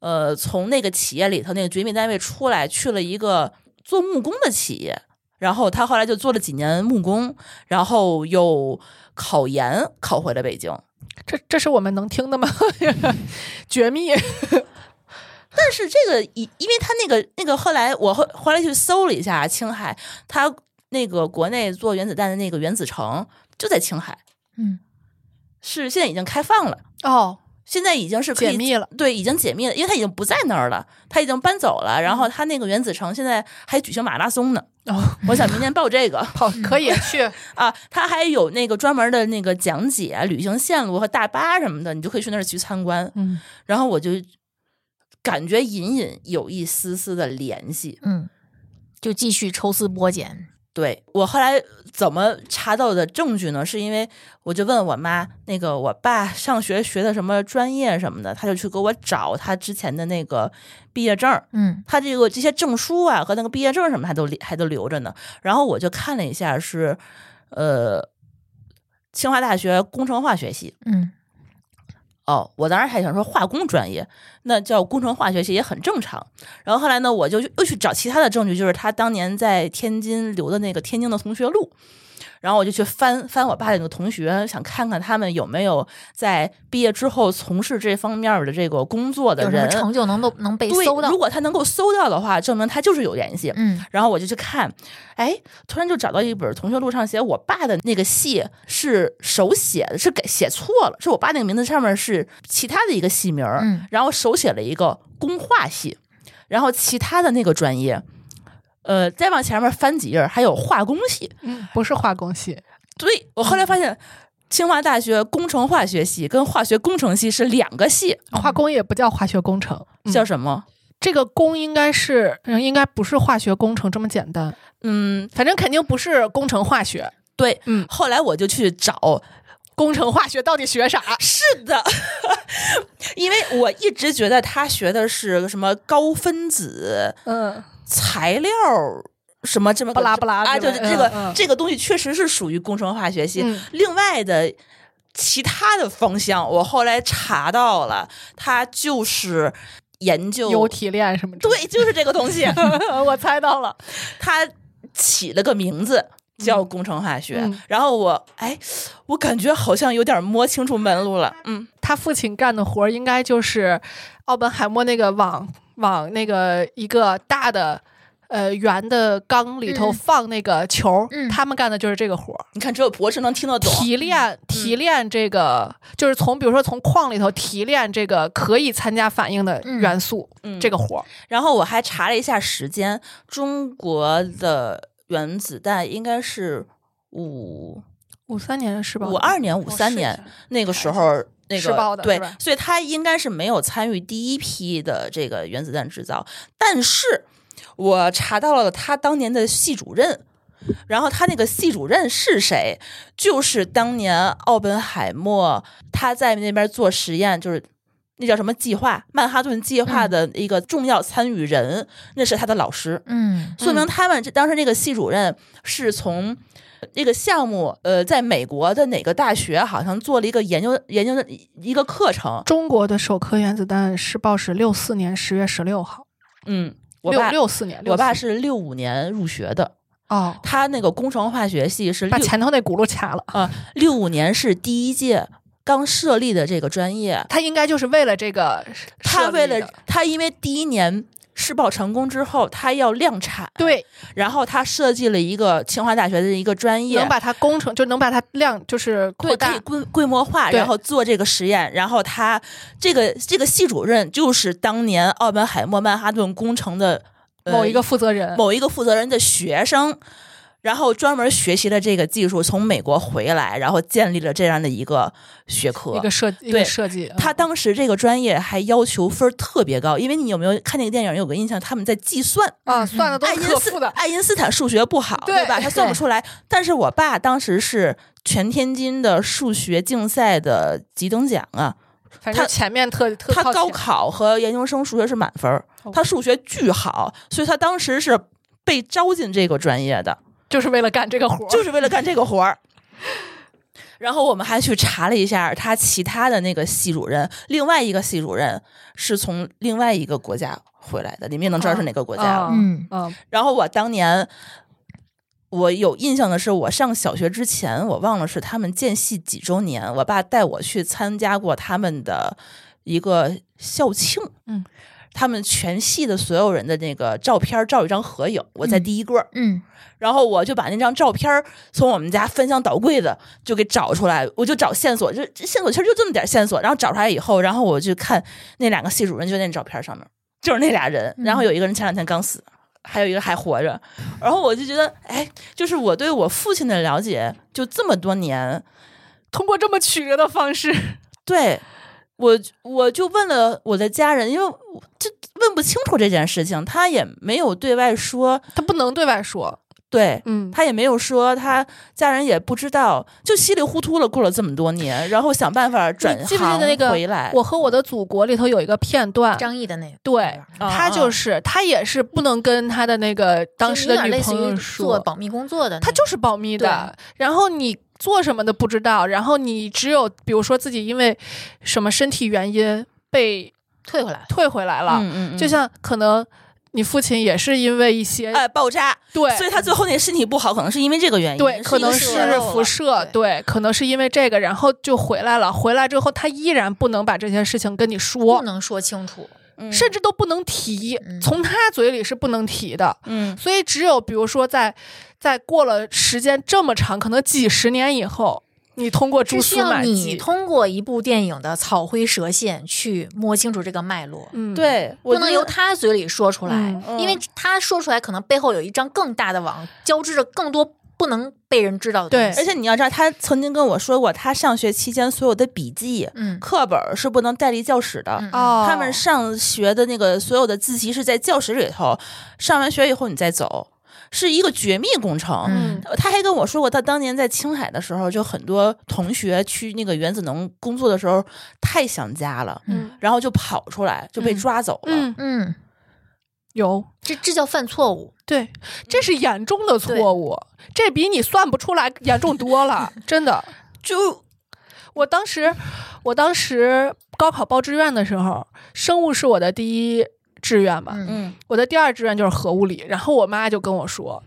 Speaker 4: 呃，从那个企业里头那个绝密单位出来，去了一个做木工的企业。然后他后来就做了几年木工，然后又考研考回了北京。
Speaker 3: 这这是我们能听的 吗？绝密，
Speaker 4: 但是这个因因为他那个那个后来我后后来去搜了一下青海，他那个国内做原子弹的那个原子城就在青海，
Speaker 2: 嗯，
Speaker 4: 是现在已经开放了，
Speaker 3: 哦，
Speaker 4: 现在已经是可以
Speaker 3: 解密了，
Speaker 4: 对，已经解密了，因为他已经不在那儿了，他已经搬走了。然
Speaker 3: 嗯
Speaker 4: 后他那个原子城现在还举行马拉松呢，
Speaker 3: 哦，
Speaker 4: 我想明年报这个
Speaker 3: 好，可以去，
Speaker 4: 啊，他还有那个专门的那个讲解旅行线路和大巴什么的，你就可以去那儿去参观。
Speaker 3: 嗯，
Speaker 4: 然后我就感觉隐隐有一丝丝的联系。
Speaker 2: 嗯，就继续抽丝剥茧。
Speaker 4: 对我后来怎么查到的证据呢？是因为我就问我妈，那个我爸上学学的什么专业什么的，他就去给我找他之前的那个毕业证儿，
Speaker 2: 嗯
Speaker 4: 他这个这些证书啊和那个毕业证什么还都留还都留着呢。然后我就看了一下是，呃，清华大学工程化学系。
Speaker 2: 嗯
Speaker 4: 哦，我当时还想说化工专业，那叫工程化学系也很正常。然后后来呢，我就又去找其他的证据，就是他当年在天津留的那个天津的同学录。然后我就去翻翻我爸的那个同学，想看看他们有没有在毕业之后从事这方面的这个工作的
Speaker 2: 有什么
Speaker 4: 人。
Speaker 2: 成就能够能被
Speaker 4: 对
Speaker 2: 搜到
Speaker 4: 如？果他能够搜到的话，证明他就是有联系。
Speaker 2: 嗯
Speaker 4: 然后我就去看，哎，突然就找到一本同学录上写我爸的那个系是手写的，是给写错了，是我爸那个名字上面是其他的一个系名儿，
Speaker 2: 嗯
Speaker 4: 然后手写了一个工化系，然后其他的那个专业，呃，再往前面翻几页儿还有化工系，
Speaker 3: 嗯，不是化工系，
Speaker 4: 对我后来发现。清华大学工程化学系跟化学工程系是两个系，
Speaker 3: 化工也不叫化学工程，嗯
Speaker 4: 叫什么？
Speaker 3: 这个工应该是，嗯应该不是化学工程这么简单，
Speaker 4: 嗯，
Speaker 3: 反正肯定不是工程化 学，
Speaker 4: 对。
Speaker 3: 嗯，
Speaker 4: 后来我就去找
Speaker 3: 工程化学到底学啥？
Speaker 4: 是的， 因为我一直觉得他学的是什么高分子
Speaker 3: 嗯，
Speaker 4: 材料什么这么个
Speaker 3: 不拉不拉
Speaker 4: 啊，
Speaker 3: 对
Speaker 4: 对
Speaker 3: 吧
Speaker 4: 这个、
Speaker 3: 嗯嗯
Speaker 4: 这个东西确实是属于工程化学系。
Speaker 3: 嗯
Speaker 4: 另外的其他的方向，我后来查到了，它就是研究
Speaker 3: 有提炼什么之类
Speaker 4: 对，就是这个东西，
Speaker 3: 的？ 我猜到了，
Speaker 4: 它起了个名字。叫工程化学，
Speaker 3: 嗯
Speaker 4: 然后我哎，我感觉好像有点摸清楚门路了，嗯，
Speaker 3: 他父亲干的活儿应该就是奥本海默那个往往那个一个大的。呃，圆的缸里头
Speaker 2: 嗯
Speaker 3: 放那个球儿，
Speaker 2: 嗯
Speaker 3: 他们干的就是这个活儿。
Speaker 4: 你看只有博士能听得懂，
Speaker 3: 提炼提炼这个，就是从比如说从矿里头提炼这个可以参加反应的元素，
Speaker 4: 嗯
Speaker 3: 这个活儿
Speaker 4: 然后我还查了一下时间，中国的原子弹应该是五
Speaker 3: 五三年是吧？哦
Speaker 4: 五二年、五
Speaker 3: 我试一下
Speaker 4: 三年、那个时候。那
Speaker 3: 试爆
Speaker 4: 个
Speaker 3: 的
Speaker 4: 对
Speaker 3: 是吧，
Speaker 4: 所以他应该是没有参与第一批的这个原子弹制造，但是我查到了他当年的系主任，然后他那个系主任是谁？就是当年奥本海默他在那边做实验，就是那叫什么计划——曼哈顿计
Speaker 3: 嗯
Speaker 4: 划的一个重要参与人，那是他的老师。
Speaker 2: 嗯
Speaker 4: 说明他们这当时那个系主任是从那个项目，呃，在美国的哪个大学好像做了一个研究研究的一一个课程，
Speaker 3: 中国的首颗原子弹试爆是六四年十月十六号，
Speaker 4: 嗯，我
Speaker 3: 六
Speaker 4: 爸
Speaker 3: 六四年，
Speaker 4: 我爸
Speaker 3: 64
Speaker 4: 是六五年入学的，
Speaker 3: 哦，
Speaker 4: 他那个工程化学系是
Speaker 3: 把
Speaker 4: 六
Speaker 3: 前头那轱辘掐了。
Speaker 4: 啊六五年是第一届刚设立的这个专业，
Speaker 3: 他应该就是为了这个，
Speaker 4: 他为
Speaker 3: 设立
Speaker 4: 了
Speaker 3: 的
Speaker 4: 他因为第一年。试爆成功之后，他要量产，，
Speaker 3: 对
Speaker 4: 然后他设计了一个清华大学的一个专业，
Speaker 3: 能把它工程就能把它量就是扩
Speaker 4: 对，可以
Speaker 3: 大，
Speaker 4: 规规模化，
Speaker 3: 对
Speaker 4: 然后做这个实验。然后他这个这个系主任就是当年奥本海默曼哈顿工程的、呃
Speaker 3: 某一个负责人
Speaker 4: 某一个负责人的学生。然后专门学习了这个技术，从美国回来，然后建立了这样的一个学科。
Speaker 3: 一个设一
Speaker 4: 对
Speaker 3: 个设计，嗯
Speaker 4: 他当时这个专业还要求分儿特别高，因为你有没有看那个电影？有个印象，他们在计算。
Speaker 3: 啊算的都
Speaker 4: 爱
Speaker 3: 是
Speaker 4: 因
Speaker 3: 可
Speaker 4: 斯
Speaker 3: 复的，
Speaker 4: 爱因斯坦数学不好，
Speaker 3: 对
Speaker 4: 吧？他算不
Speaker 2: 对
Speaker 4: 出来。但是我爸当时是全天津的数学竞赛的几等奖啊，
Speaker 3: 反正
Speaker 4: 他
Speaker 3: 前面特特
Speaker 4: 他
Speaker 3: 靠
Speaker 4: 高
Speaker 3: 前
Speaker 4: 考和研究生数学是满分儿
Speaker 3: 哦，
Speaker 4: 他数学巨好，所以他当时是被招进这个专业的，
Speaker 3: 就是为了干这个活儿，
Speaker 4: 就是为了干这个活 儿。然后我们还去查了一下他其他的那个系主任，另外一个系主任是从另外一个国家回来的，你们也能知道是哪个国家啊了。
Speaker 3: 哦
Speaker 2: 嗯
Speaker 3: 嗯
Speaker 4: 然后我当年，我有印象的是，我上小学之前，我忘了是他们建系几周年，我爸带我去参加过他们的一个校庆，
Speaker 3: 嗯，
Speaker 4: 他们全系的所有人的那个照片儿照一张合影，我在
Speaker 2: 嗯
Speaker 4: 第一个儿，
Speaker 2: 嗯，
Speaker 4: 然后我就把那张照片儿从我们家翻箱倒柜的就给找出来，我就找线索，就这线索其实就这么点线索，然后找出来以后，然后我就看那两个系主任就在那照片上面，就是那俩人，
Speaker 2: 嗯
Speaker 4: 然后有一个人前两天刚死，还有一个还活着，然后我就觉得，哎，就是我对我父亲的了解，就这么多年，
Speaker 3: 通过这么曲折的方式，
Speaker 4: 对我我就问了我的家人，因为我这问不清楚这件事情，他也没有对外说，
Speaker 3: 他不能对外说，
Speaker 4: 对，
Speaker 3: 嗯，
Speaker 4: 他也没有说，他家人也不知道，就稀里糊涂了过了这么多年，然后想办法转
Speaker 3: 你
Speaker 4: 行
Speaker 3: 记不记得那个
Speaker 4: 回来。
Speaker 3: 我和我的祖国里头有一个片段，
Speaker 2: 张译的那个，
Speaker 3: 对
Speaker 4: 啊
Speaker 3: 他就是他也是不能跟他的那个当时
Speaker 2: 嗯就有
Speaker 3: 的
Speaker 2: 点
Speaker 3: 女
Speaker 2: 类似
Speaker 3: 朋
Speaker 2: 于
Speaker 3: 友
Speaker 2: 做
Speaker 3: 说，
Speaker 2: 保密工作的那个，
Speaker 3: 他就是保密的。然后你做什么的不知道，然后你只有比如说自己因为什么身体原因被
Speaker 2: 退回来了。
Speaker 3: 退回来了，
Speaker 4: 嗯嗯嗯，
Speaker 3: 就像可能你父亲也是因为一些、
Speaker 2: 呃
Speaker 4: 哎爆炸，
Speaker 3: 对
Speaker 4: 所以他最后那身体不好，可能是因为这个原因，
Speaker 3: 对，可能
Speaker 4: 是
Speaker 3: 是
Speaker 4: 因为
Speaker 2: 了
Speaker 3: 辐射，对，可能是因为这个，然后就回来了。回来之后，他依然不能把这些事情跟你
Speaker 2: 不
Speaker 3: 说，
Speaker 2: 能说清楚，
Speaker 4: 嗯
Speaker 3: 甚至都不能提，
Speaker 2: 嗯
Speaker 3: 从他嘴里是不能提的。
Speaker 4: 嗯
Speaker 3: 所以，只有比如说在在过了时间这么长，可能几十年以后，你通过蛛
Speaker 2: 是需
Speaker 3: 丝
Speaker 2: 要
Speaker 3: 马
Speaker 2: 你
Speaker 3: 迹，
Speaker 2: 通过一部电影的草灰蛇线去摸清楚这个脉络，
Speaker 3: 嗯，，
Speaker 4: 对，我
Speaker 2: 不能
Speaker 4: 觉
Speaker 2: 由
Speaker 4: 得
Speaker 2: 他嘴里说出来
Speaker 3: 嗯，
Speaker 4: 嗯
Speaker 2: 因为他说出来可能背后有一张更大的网，交织着更多不能被人知道的
Speaker 3: 对
Speaker 2: 东西。
Speaker 4: 而且你要知道，他曾经跟我说过，他上学期间所有的笔记、
Speaker 2: 嗯，
Speaker 4: 课本儿是不能带离教室的。
Speaker 2: 嗯
Speaker 3: 哦，
Speaker 4: 他们上学的那个所有的自习是在教室里头，上完学以后你再走，是一个绝密工程。
Speaker 2: 嗯
Speaker 4: 他还跟我说过，他当年在青海的时候，就很多同学去那个原子能工作的时候，太想家了，
Speaker 3: 嗯
Speaker 4: 然后就跑出来，就被
Speaker 2: 嗯
Speaker 4: 抓走了。
Speaker 3: 嗯，
Speaker 2: 嗯，
Speaker 3: 有
Speaker 2: 这这叫犯错误。
Speaker 3: 对，这是严重的错误，这比你算不出来严重多了，真的。
Speaker 4: 就
Speaker 3: 我当时，我当时高考报志愿的时候，生物是我的第一志愿嘛，
Speaker 2: 嗯
Speaker 4: 嗯，
Speaker 3: 我的第二志愿就是核物理。然后我妈就跟我说，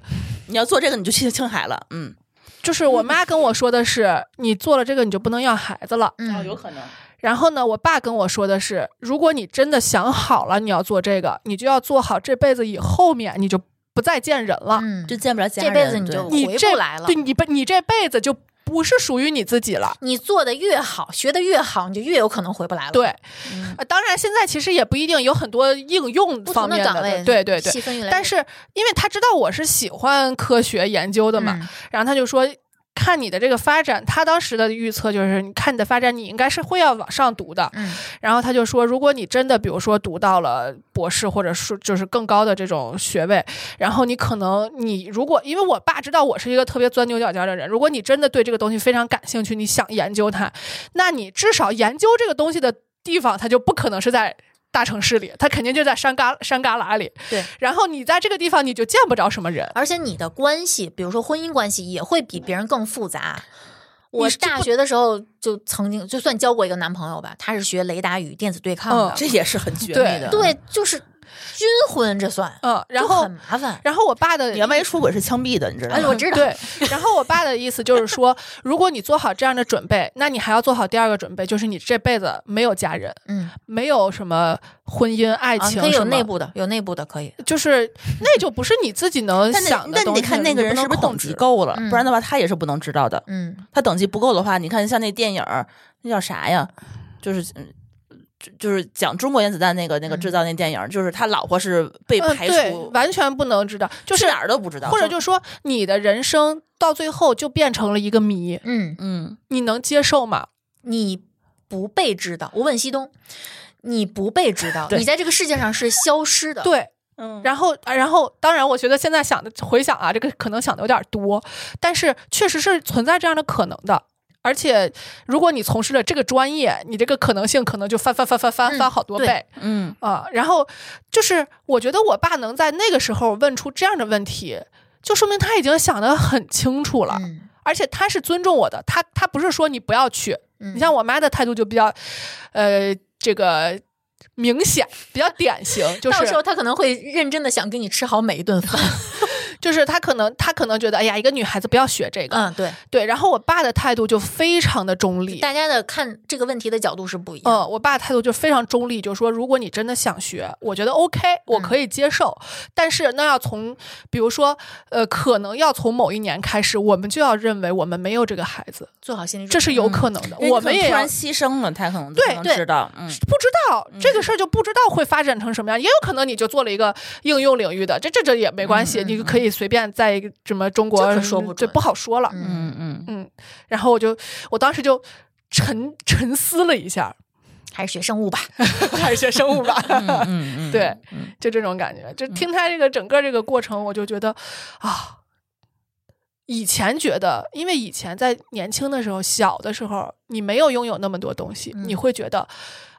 Speaker 4: 你要做这个，你就去青海了。嗯，
Speaker 3: 就是我妈跟我说的是，你做了这个你就不能要孩子了。
Speaker 2: 嗯，
Speaker 4: 哦可能。
Speaker 3: 然后呢，我爸跟我说的是，如果你真的想好了你要做这个，你就要做好这辈子以后面你就不再见人了，
Speaker 2: 嗯，
Speaker 4: 就见不着家
Speaker 2: 这
Speaker 4: 人，
Speaker 2: 辈子你
Speaker 4: 对
Speaker 2: 就
Speaker 3: 你
Speaker 2: 回
Speaker 3: 这
Speaker 2: 不来了
Speaker 3: 对。你不你这辈子就不是属于你自己了。
Speaker 2: 你做的越好，学的越好，你就越有可能回不来了。
Speaker 3: 对，
Speaker 4: 嗯
Speaker 3: 呃当然现在其实也不一定有很多应用
Speaker 2: 不
Speaker 3: 方
Speaker 2: 同
Speaker 3: 面
Speaker 2: 岗位，
Speaker 3: 对对对，
Speaker 2: 细分越来越
Speaker 3: 但是因为他知道我是喜欢科学研究的嘛，
Speaker 2: 嗯
Speaker 3: 然后他就说。看你的这个发展，他当时的预测就是，你看你的发展，你应该是会要往上读的。
Speaker 2: 嗯
Speaker 3: 然后他就说，如果你真的，比如说读到了博士，或者是就是更高的这种学位，然后你可能你如果，因为我爸知道我是一个特别钻牛角尖的人，如果你真的对这个东西非常感兴趣，你想研究它，那你至少研究这个东西的地方，它就不可能是在。大城市里，它肯定就在山旮山旮旯里。
Speaker 2: 对，
Speaker 3: 然后你在这个地方，你就见不着什么人。
Speaker 2: 而且你的关系，比如说婚姻关系，也会比别人更复杂。我
Speaker 3: 你是
Speaker 2: 大学的时候就曾经就算交过一个男朋友吧，他是学雷达与电子对抗的，
Speaker 3: 嗯
Speaker 4: 这也是很绝密的。
Speaker 2: 对，就是军婚，这算，
Speaker 3: 嗯，然
Speaker 2: 就
Speaker 3: 后
Speaker 2: 很麻烦。
Speaker 3: 然后我爸的
Speaker 4: 嗯你要万一出轨是枪毙的，你知道
Speaker 2: 哎，我
Speaker 4: 吗？
Speaker 2: 知道，
Speaker 3: 对，然后我爸的意思就是说，如果你做好这样的准备，那你还要做好第二个准备，就是你这辈子没有家人，
Speaker 2: 嗯，
Speaker 3: 没有什么婚姻、爱
Speaker 2: 啊，
Speaker 3: 情、
Speaker 2: 可以有
Speaker 3: 什么
Speaker 2: 内，部的，有内部的可以。
Speaker 3: 就是那就不是你自己能
Speaker 4: 但
Speaker 3: 想的
Speaker 4: 得但
Speaker 3: 东
Speaker 4: 你
Speaker 3: 西
Speaker 4: 得
Speaker 3: 了
Speaker 4: 看那个人
Speaker 3: 你
Speaker 4: 是
Speaker 3: 就不
Speaker 4: 不
Speaker 3: 能
Speaker 4: 是等
Speaker 3: 控
Speaker 4: 级
Speaker 3: 制。
Speaker 4: 够了，
Speaker 2: 嗯
Speaker 4: 不然的话他也是不能知道的。
Speaker 2: 嗯
Speaker 4: 他等级不够的话，你看像那电影儿，那叫啥呀？就是嗯就就是讲中国原子弹那个那个制造那电影，就是他老婆是被
Speaker 3: 嗯，
Speaker 4: 排
Speaker 3: 对，
Speaker 4: 除，
Speaker 3: 完全不能知道，就
Speaker 4: 去
Speaker 3: 是
Speaker 4: 哪儿都不知道，
Speaker 3: 或者就说你的人生到最后就变成了一个谜，
Speaker 2: 嗯，
Speaker 4: 嗯，
Speaker 3: 你能接受吗？
Speaker 2: 你不被知道。我问西东，你不被知道，
Speaker 4: 对
Speaker 2: 你在这个世界上是消失的。，
Speaker 3: 对，
Speaker 4: 嗯
Speaker 3: 然后，啊然后，当然，我觉得现在想的回想啊，这个可能想的有点多，但是确实是存在这样的可能的。而且，如果你从事了这个专业，你这个可能性可能就翻翻翻翻翻
Speaker 2: 嗯
Speaker 3: 翻好多
Speaker 2: 对
Speaker 3: 倍、
Speaker 4: 嗯
Speaker 3: 啊。然后就是，我觉得我爸能在那个时候问出这样的问题，就说明他已经想得很清楚了，
Speaker 2: 嗯，
Speaker 3: 而且他是尊重我的。他他不是说你不要去，
Speaker 2: 嗯
Speaker 3: 你像我妈的态度就比较，呃，这个明显，比较典型， 就是
Speaker 2: 到时候他可能会认真的想跟你吃好每一顿饭。
Speaker 3: 就是他可能他可能觉得，哎呀，一个女孩子不要学这个，
Speaker 2: 嗯，对，
Speaker 3: 对。然后我爸的态度就非常的中立，嗯
Speaker 2: 大家的看这个问题的角度是不一样。
Speaker 3: 嗯，我爸态度就非常中立，就说如果你真的想学，我觉得 OK，我
Speaker 2: 嗯
Speaker 3: 可以接受，但是那要从，比如说，呃，可能要从某一年开始，我们就要认为我们没有这个孩子，
Speaker 2: 做好心理准备，嗯
Speaker 3: 这是有可能的，
Speaker 4: 因为
Speaker 3: 我
Speaker 4: 可
Speaker 3: 们
Speaker 4: 能
Speaker 3: 也
Speaker 4: 突
Speaker 3: 要
Speaker 4: 然牺牲了，他可能
Speaker 3: 对
Speaker 4: 才能
Speaker 2: 对
Speaker 4: 知道，嗯，
Speaker 3: 不知道这个事儿就不知道会发展成什么样，也有可能你就做了一个应用领域的，这这这也没关系，
Speaker 2: 嗯嗯
Speaker 3: 你就可以随便在一个什么中国
Speaker 2: 这可说不
Speaker 3: 对
Speaker 2: 准
Speaker 3: 不好说了。
Speaker 2: 嗯，
Speaker 4: 嗯嗯，
Speaker 3: 嗯，然后我就我当时就沉沉思了一下，
Speaker 2: 还是学生物 吧。
Speaker 3: 还是学生物吧，
Speaker 4: 嗯嗯嗯，
Speaker 3: 对
Speaker 4: 嗯，
Speaker 3: 就这种感觉。就听他这个整个这个过程，我就觉得啊，以前觉得，因为以前在年轻的时候、小的时候，你没有拥有那么多东西，
Speaker 2: 嗯
Speaker 3: 你会觉得。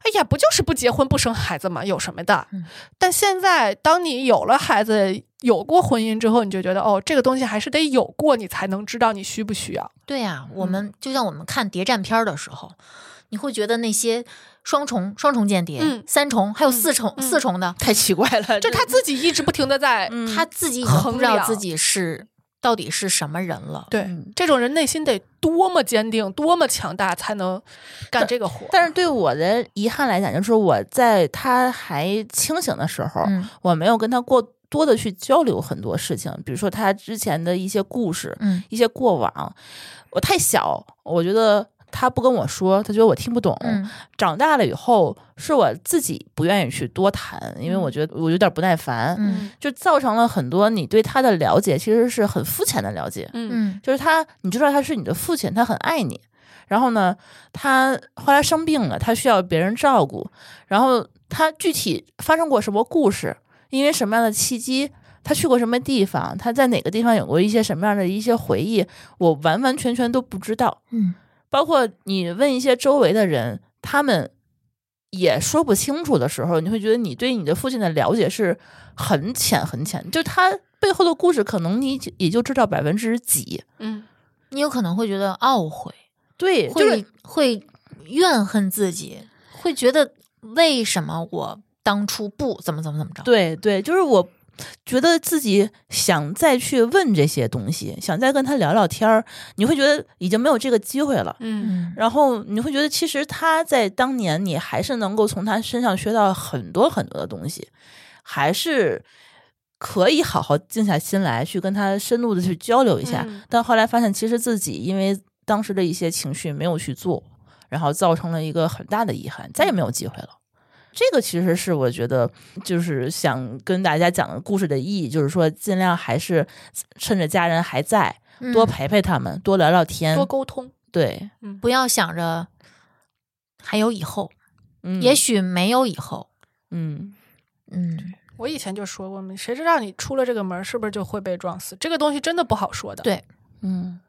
Speaker 3: 哎呀，不就是不结婚不生孩子嘛，有什么的？
Speaker 2: 嗯
Speaker 3: 但现在，当你有了孩子，有过婚姻之后，你就觉得哦，这个东西还是得有过，你才能知道你需不需要。
Speaker 2: 对呀、
Speaker 3: 嗯
Speaker 2: 我们就像我们看谍战片儿的时候，你会觉得那些双重双重间谍、
Speaker 3: 嗯
Speaker 2: 三重还有四重、
Speaker 3: 嗯
Speaker 2: 四重的，
Speaker 4: 太奇怪了，
Speaker 3: 就他自己一直不停的在，
Speaker 4: 呃嗯
Speaker 2: 他自己已经不知
Speaker 3: 衡
Speaker 2: 道
Speaker 3: 量
Speaker 2: 自己是到底是什么人了。
Speaker 3: 对，
Speaker 4: 嗯
Speaker 3: 这种人内心得多么坚定、多么强大，才能干这个活。
Speaker 4: 但是对我的遗憾来讲，就是我在他还清醒的时候，
Speaker 2: 嗯
Speaker 4: 我没有跟他过多的去交流很多事情，比如说他之前的一些故事、
Speaker 2: 嗯
Speaker 4: 一些过往。我太小，我觉得他不跟我说，他觉得我听不懂。
Speaker 2: 嗯
Speaker 4: 长大了以后，是我自己不愿意去多谈，因为我觉得我有点不耐烦，
Speaker 2: 嗯
Speaker 4: 就造成了很多你对他的了解其实是很肤浅的了解。
Speaker 3: 嗯
Speaker 2: 嗯
Speaker 4: 就是他，你知道他是你的父亲，他很爱你。然后呢，他后来生病了，他需要别人照顾。然后他具体发生过什么故事，因为什么样的契机，他去过什么地方，他在哪个地方有过一些什么样的一些回忆，我完完全全都不知道。
Speaker 2: 嗯
Speaker 4: 包括你问一些周围的人，他们也说不清楚的时候，你会觉得你对你的父亲的了解是很浅很浅，就他背后的故事，可能你也就知道百分之几。
Speaker 3: 嗯
Speaker 2: 你有可能会觉得懊悔，
Speaker 4: 对，
Speaker 2: 会、
Speaker 4: 就是
Speaker 2: 会怨恨自己，会觉得为什么我当初不怎么怎么怎么着？
Speaker 4: 对对，就是我觉得自己想再去问这些东西，想再跟他聊聊天儿，你会觉得已经没有这个机会了。
Speaker 3: 嗯
Speaker 2: 嗯，
Speaker 4: 然后你会觉得，其实他在当年，你还是能够从他身上学到很多很多的东西，还是可以好好静下心来去跟他深入的去交流一下。
Speaker 3: 嗯
Speaker 4: 但后来发现，其实自己因为当时的一些情绪没有去做，然后造成了一个很大的遗憾，再也没有机会了。这个其实是我觉得，就是想跟大家讲的故事的意义，就是说，尽量还是趁着家人还在，
Speaker 2: 嗯
Speaker 4: 多陪陪他们，多聊聊天，
Speaker 3: 多沟通。
Speaker 4: 对，
Speaker 2: 不要想着还有以后，
Speaker 4: 嗯，
Speaker 2: 也许没有以后。
Speaker 4: 嗯，
Speaker 2: 嗯，
Speaker 3: 我以前就说过嘛，谁知道你出了这个门儿是不是就会被撞死？这个东西真的不好说的。
Speaker 2: 对
Speaker 4: 嗯，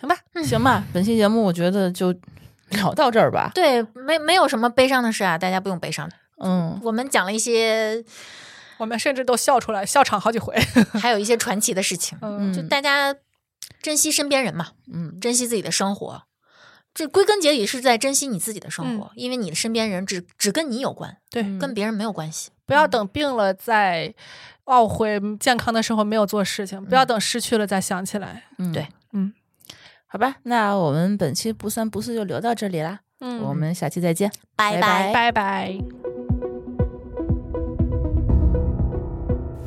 Speaker 3: 行吧，
Speaker 4: 行吧，本期节目我觉得就聊到这儿吧。
Speaker 2: 对，没没有什么悲伤的事啊，大家不用悲伤。
Speaker 4: 嗯，
Speaker 2: 我们讲了一些，
Speaker 3: 我们甚至都笑出来，笑场好几回。
Speaker 2: 还有一些传奇的事 情，
Speaker 3: 嗯
Speaker 2: 就大家珍惜身边人嘛，
Speaker 4: 嗯
Speaker 2: 珍惜自己的生活。这归根结底是在珍惜你自己的生活，因为你的身边人只只跟你有关，
Speaker 3: 对，嗯
Speaker 4: 嗯
Speaker 2: 跟别人没有关系。
Speaker 3: 不要等病了再懊悔嗯健康的时候没有做事情，不要等失去了再想起来。
Speaker 4: 嗯
Speaker 2: 对，
Speaker 3: 嗯，
Speaker 4: 好吧，那我们本期不三不四就聊到这里啦，
Speaker 3: 嗯
Speaker 4: 我们下期再见。拜
Speaker 2: 拜
Speaker 4: 拜
Speaker 3: 拜拜。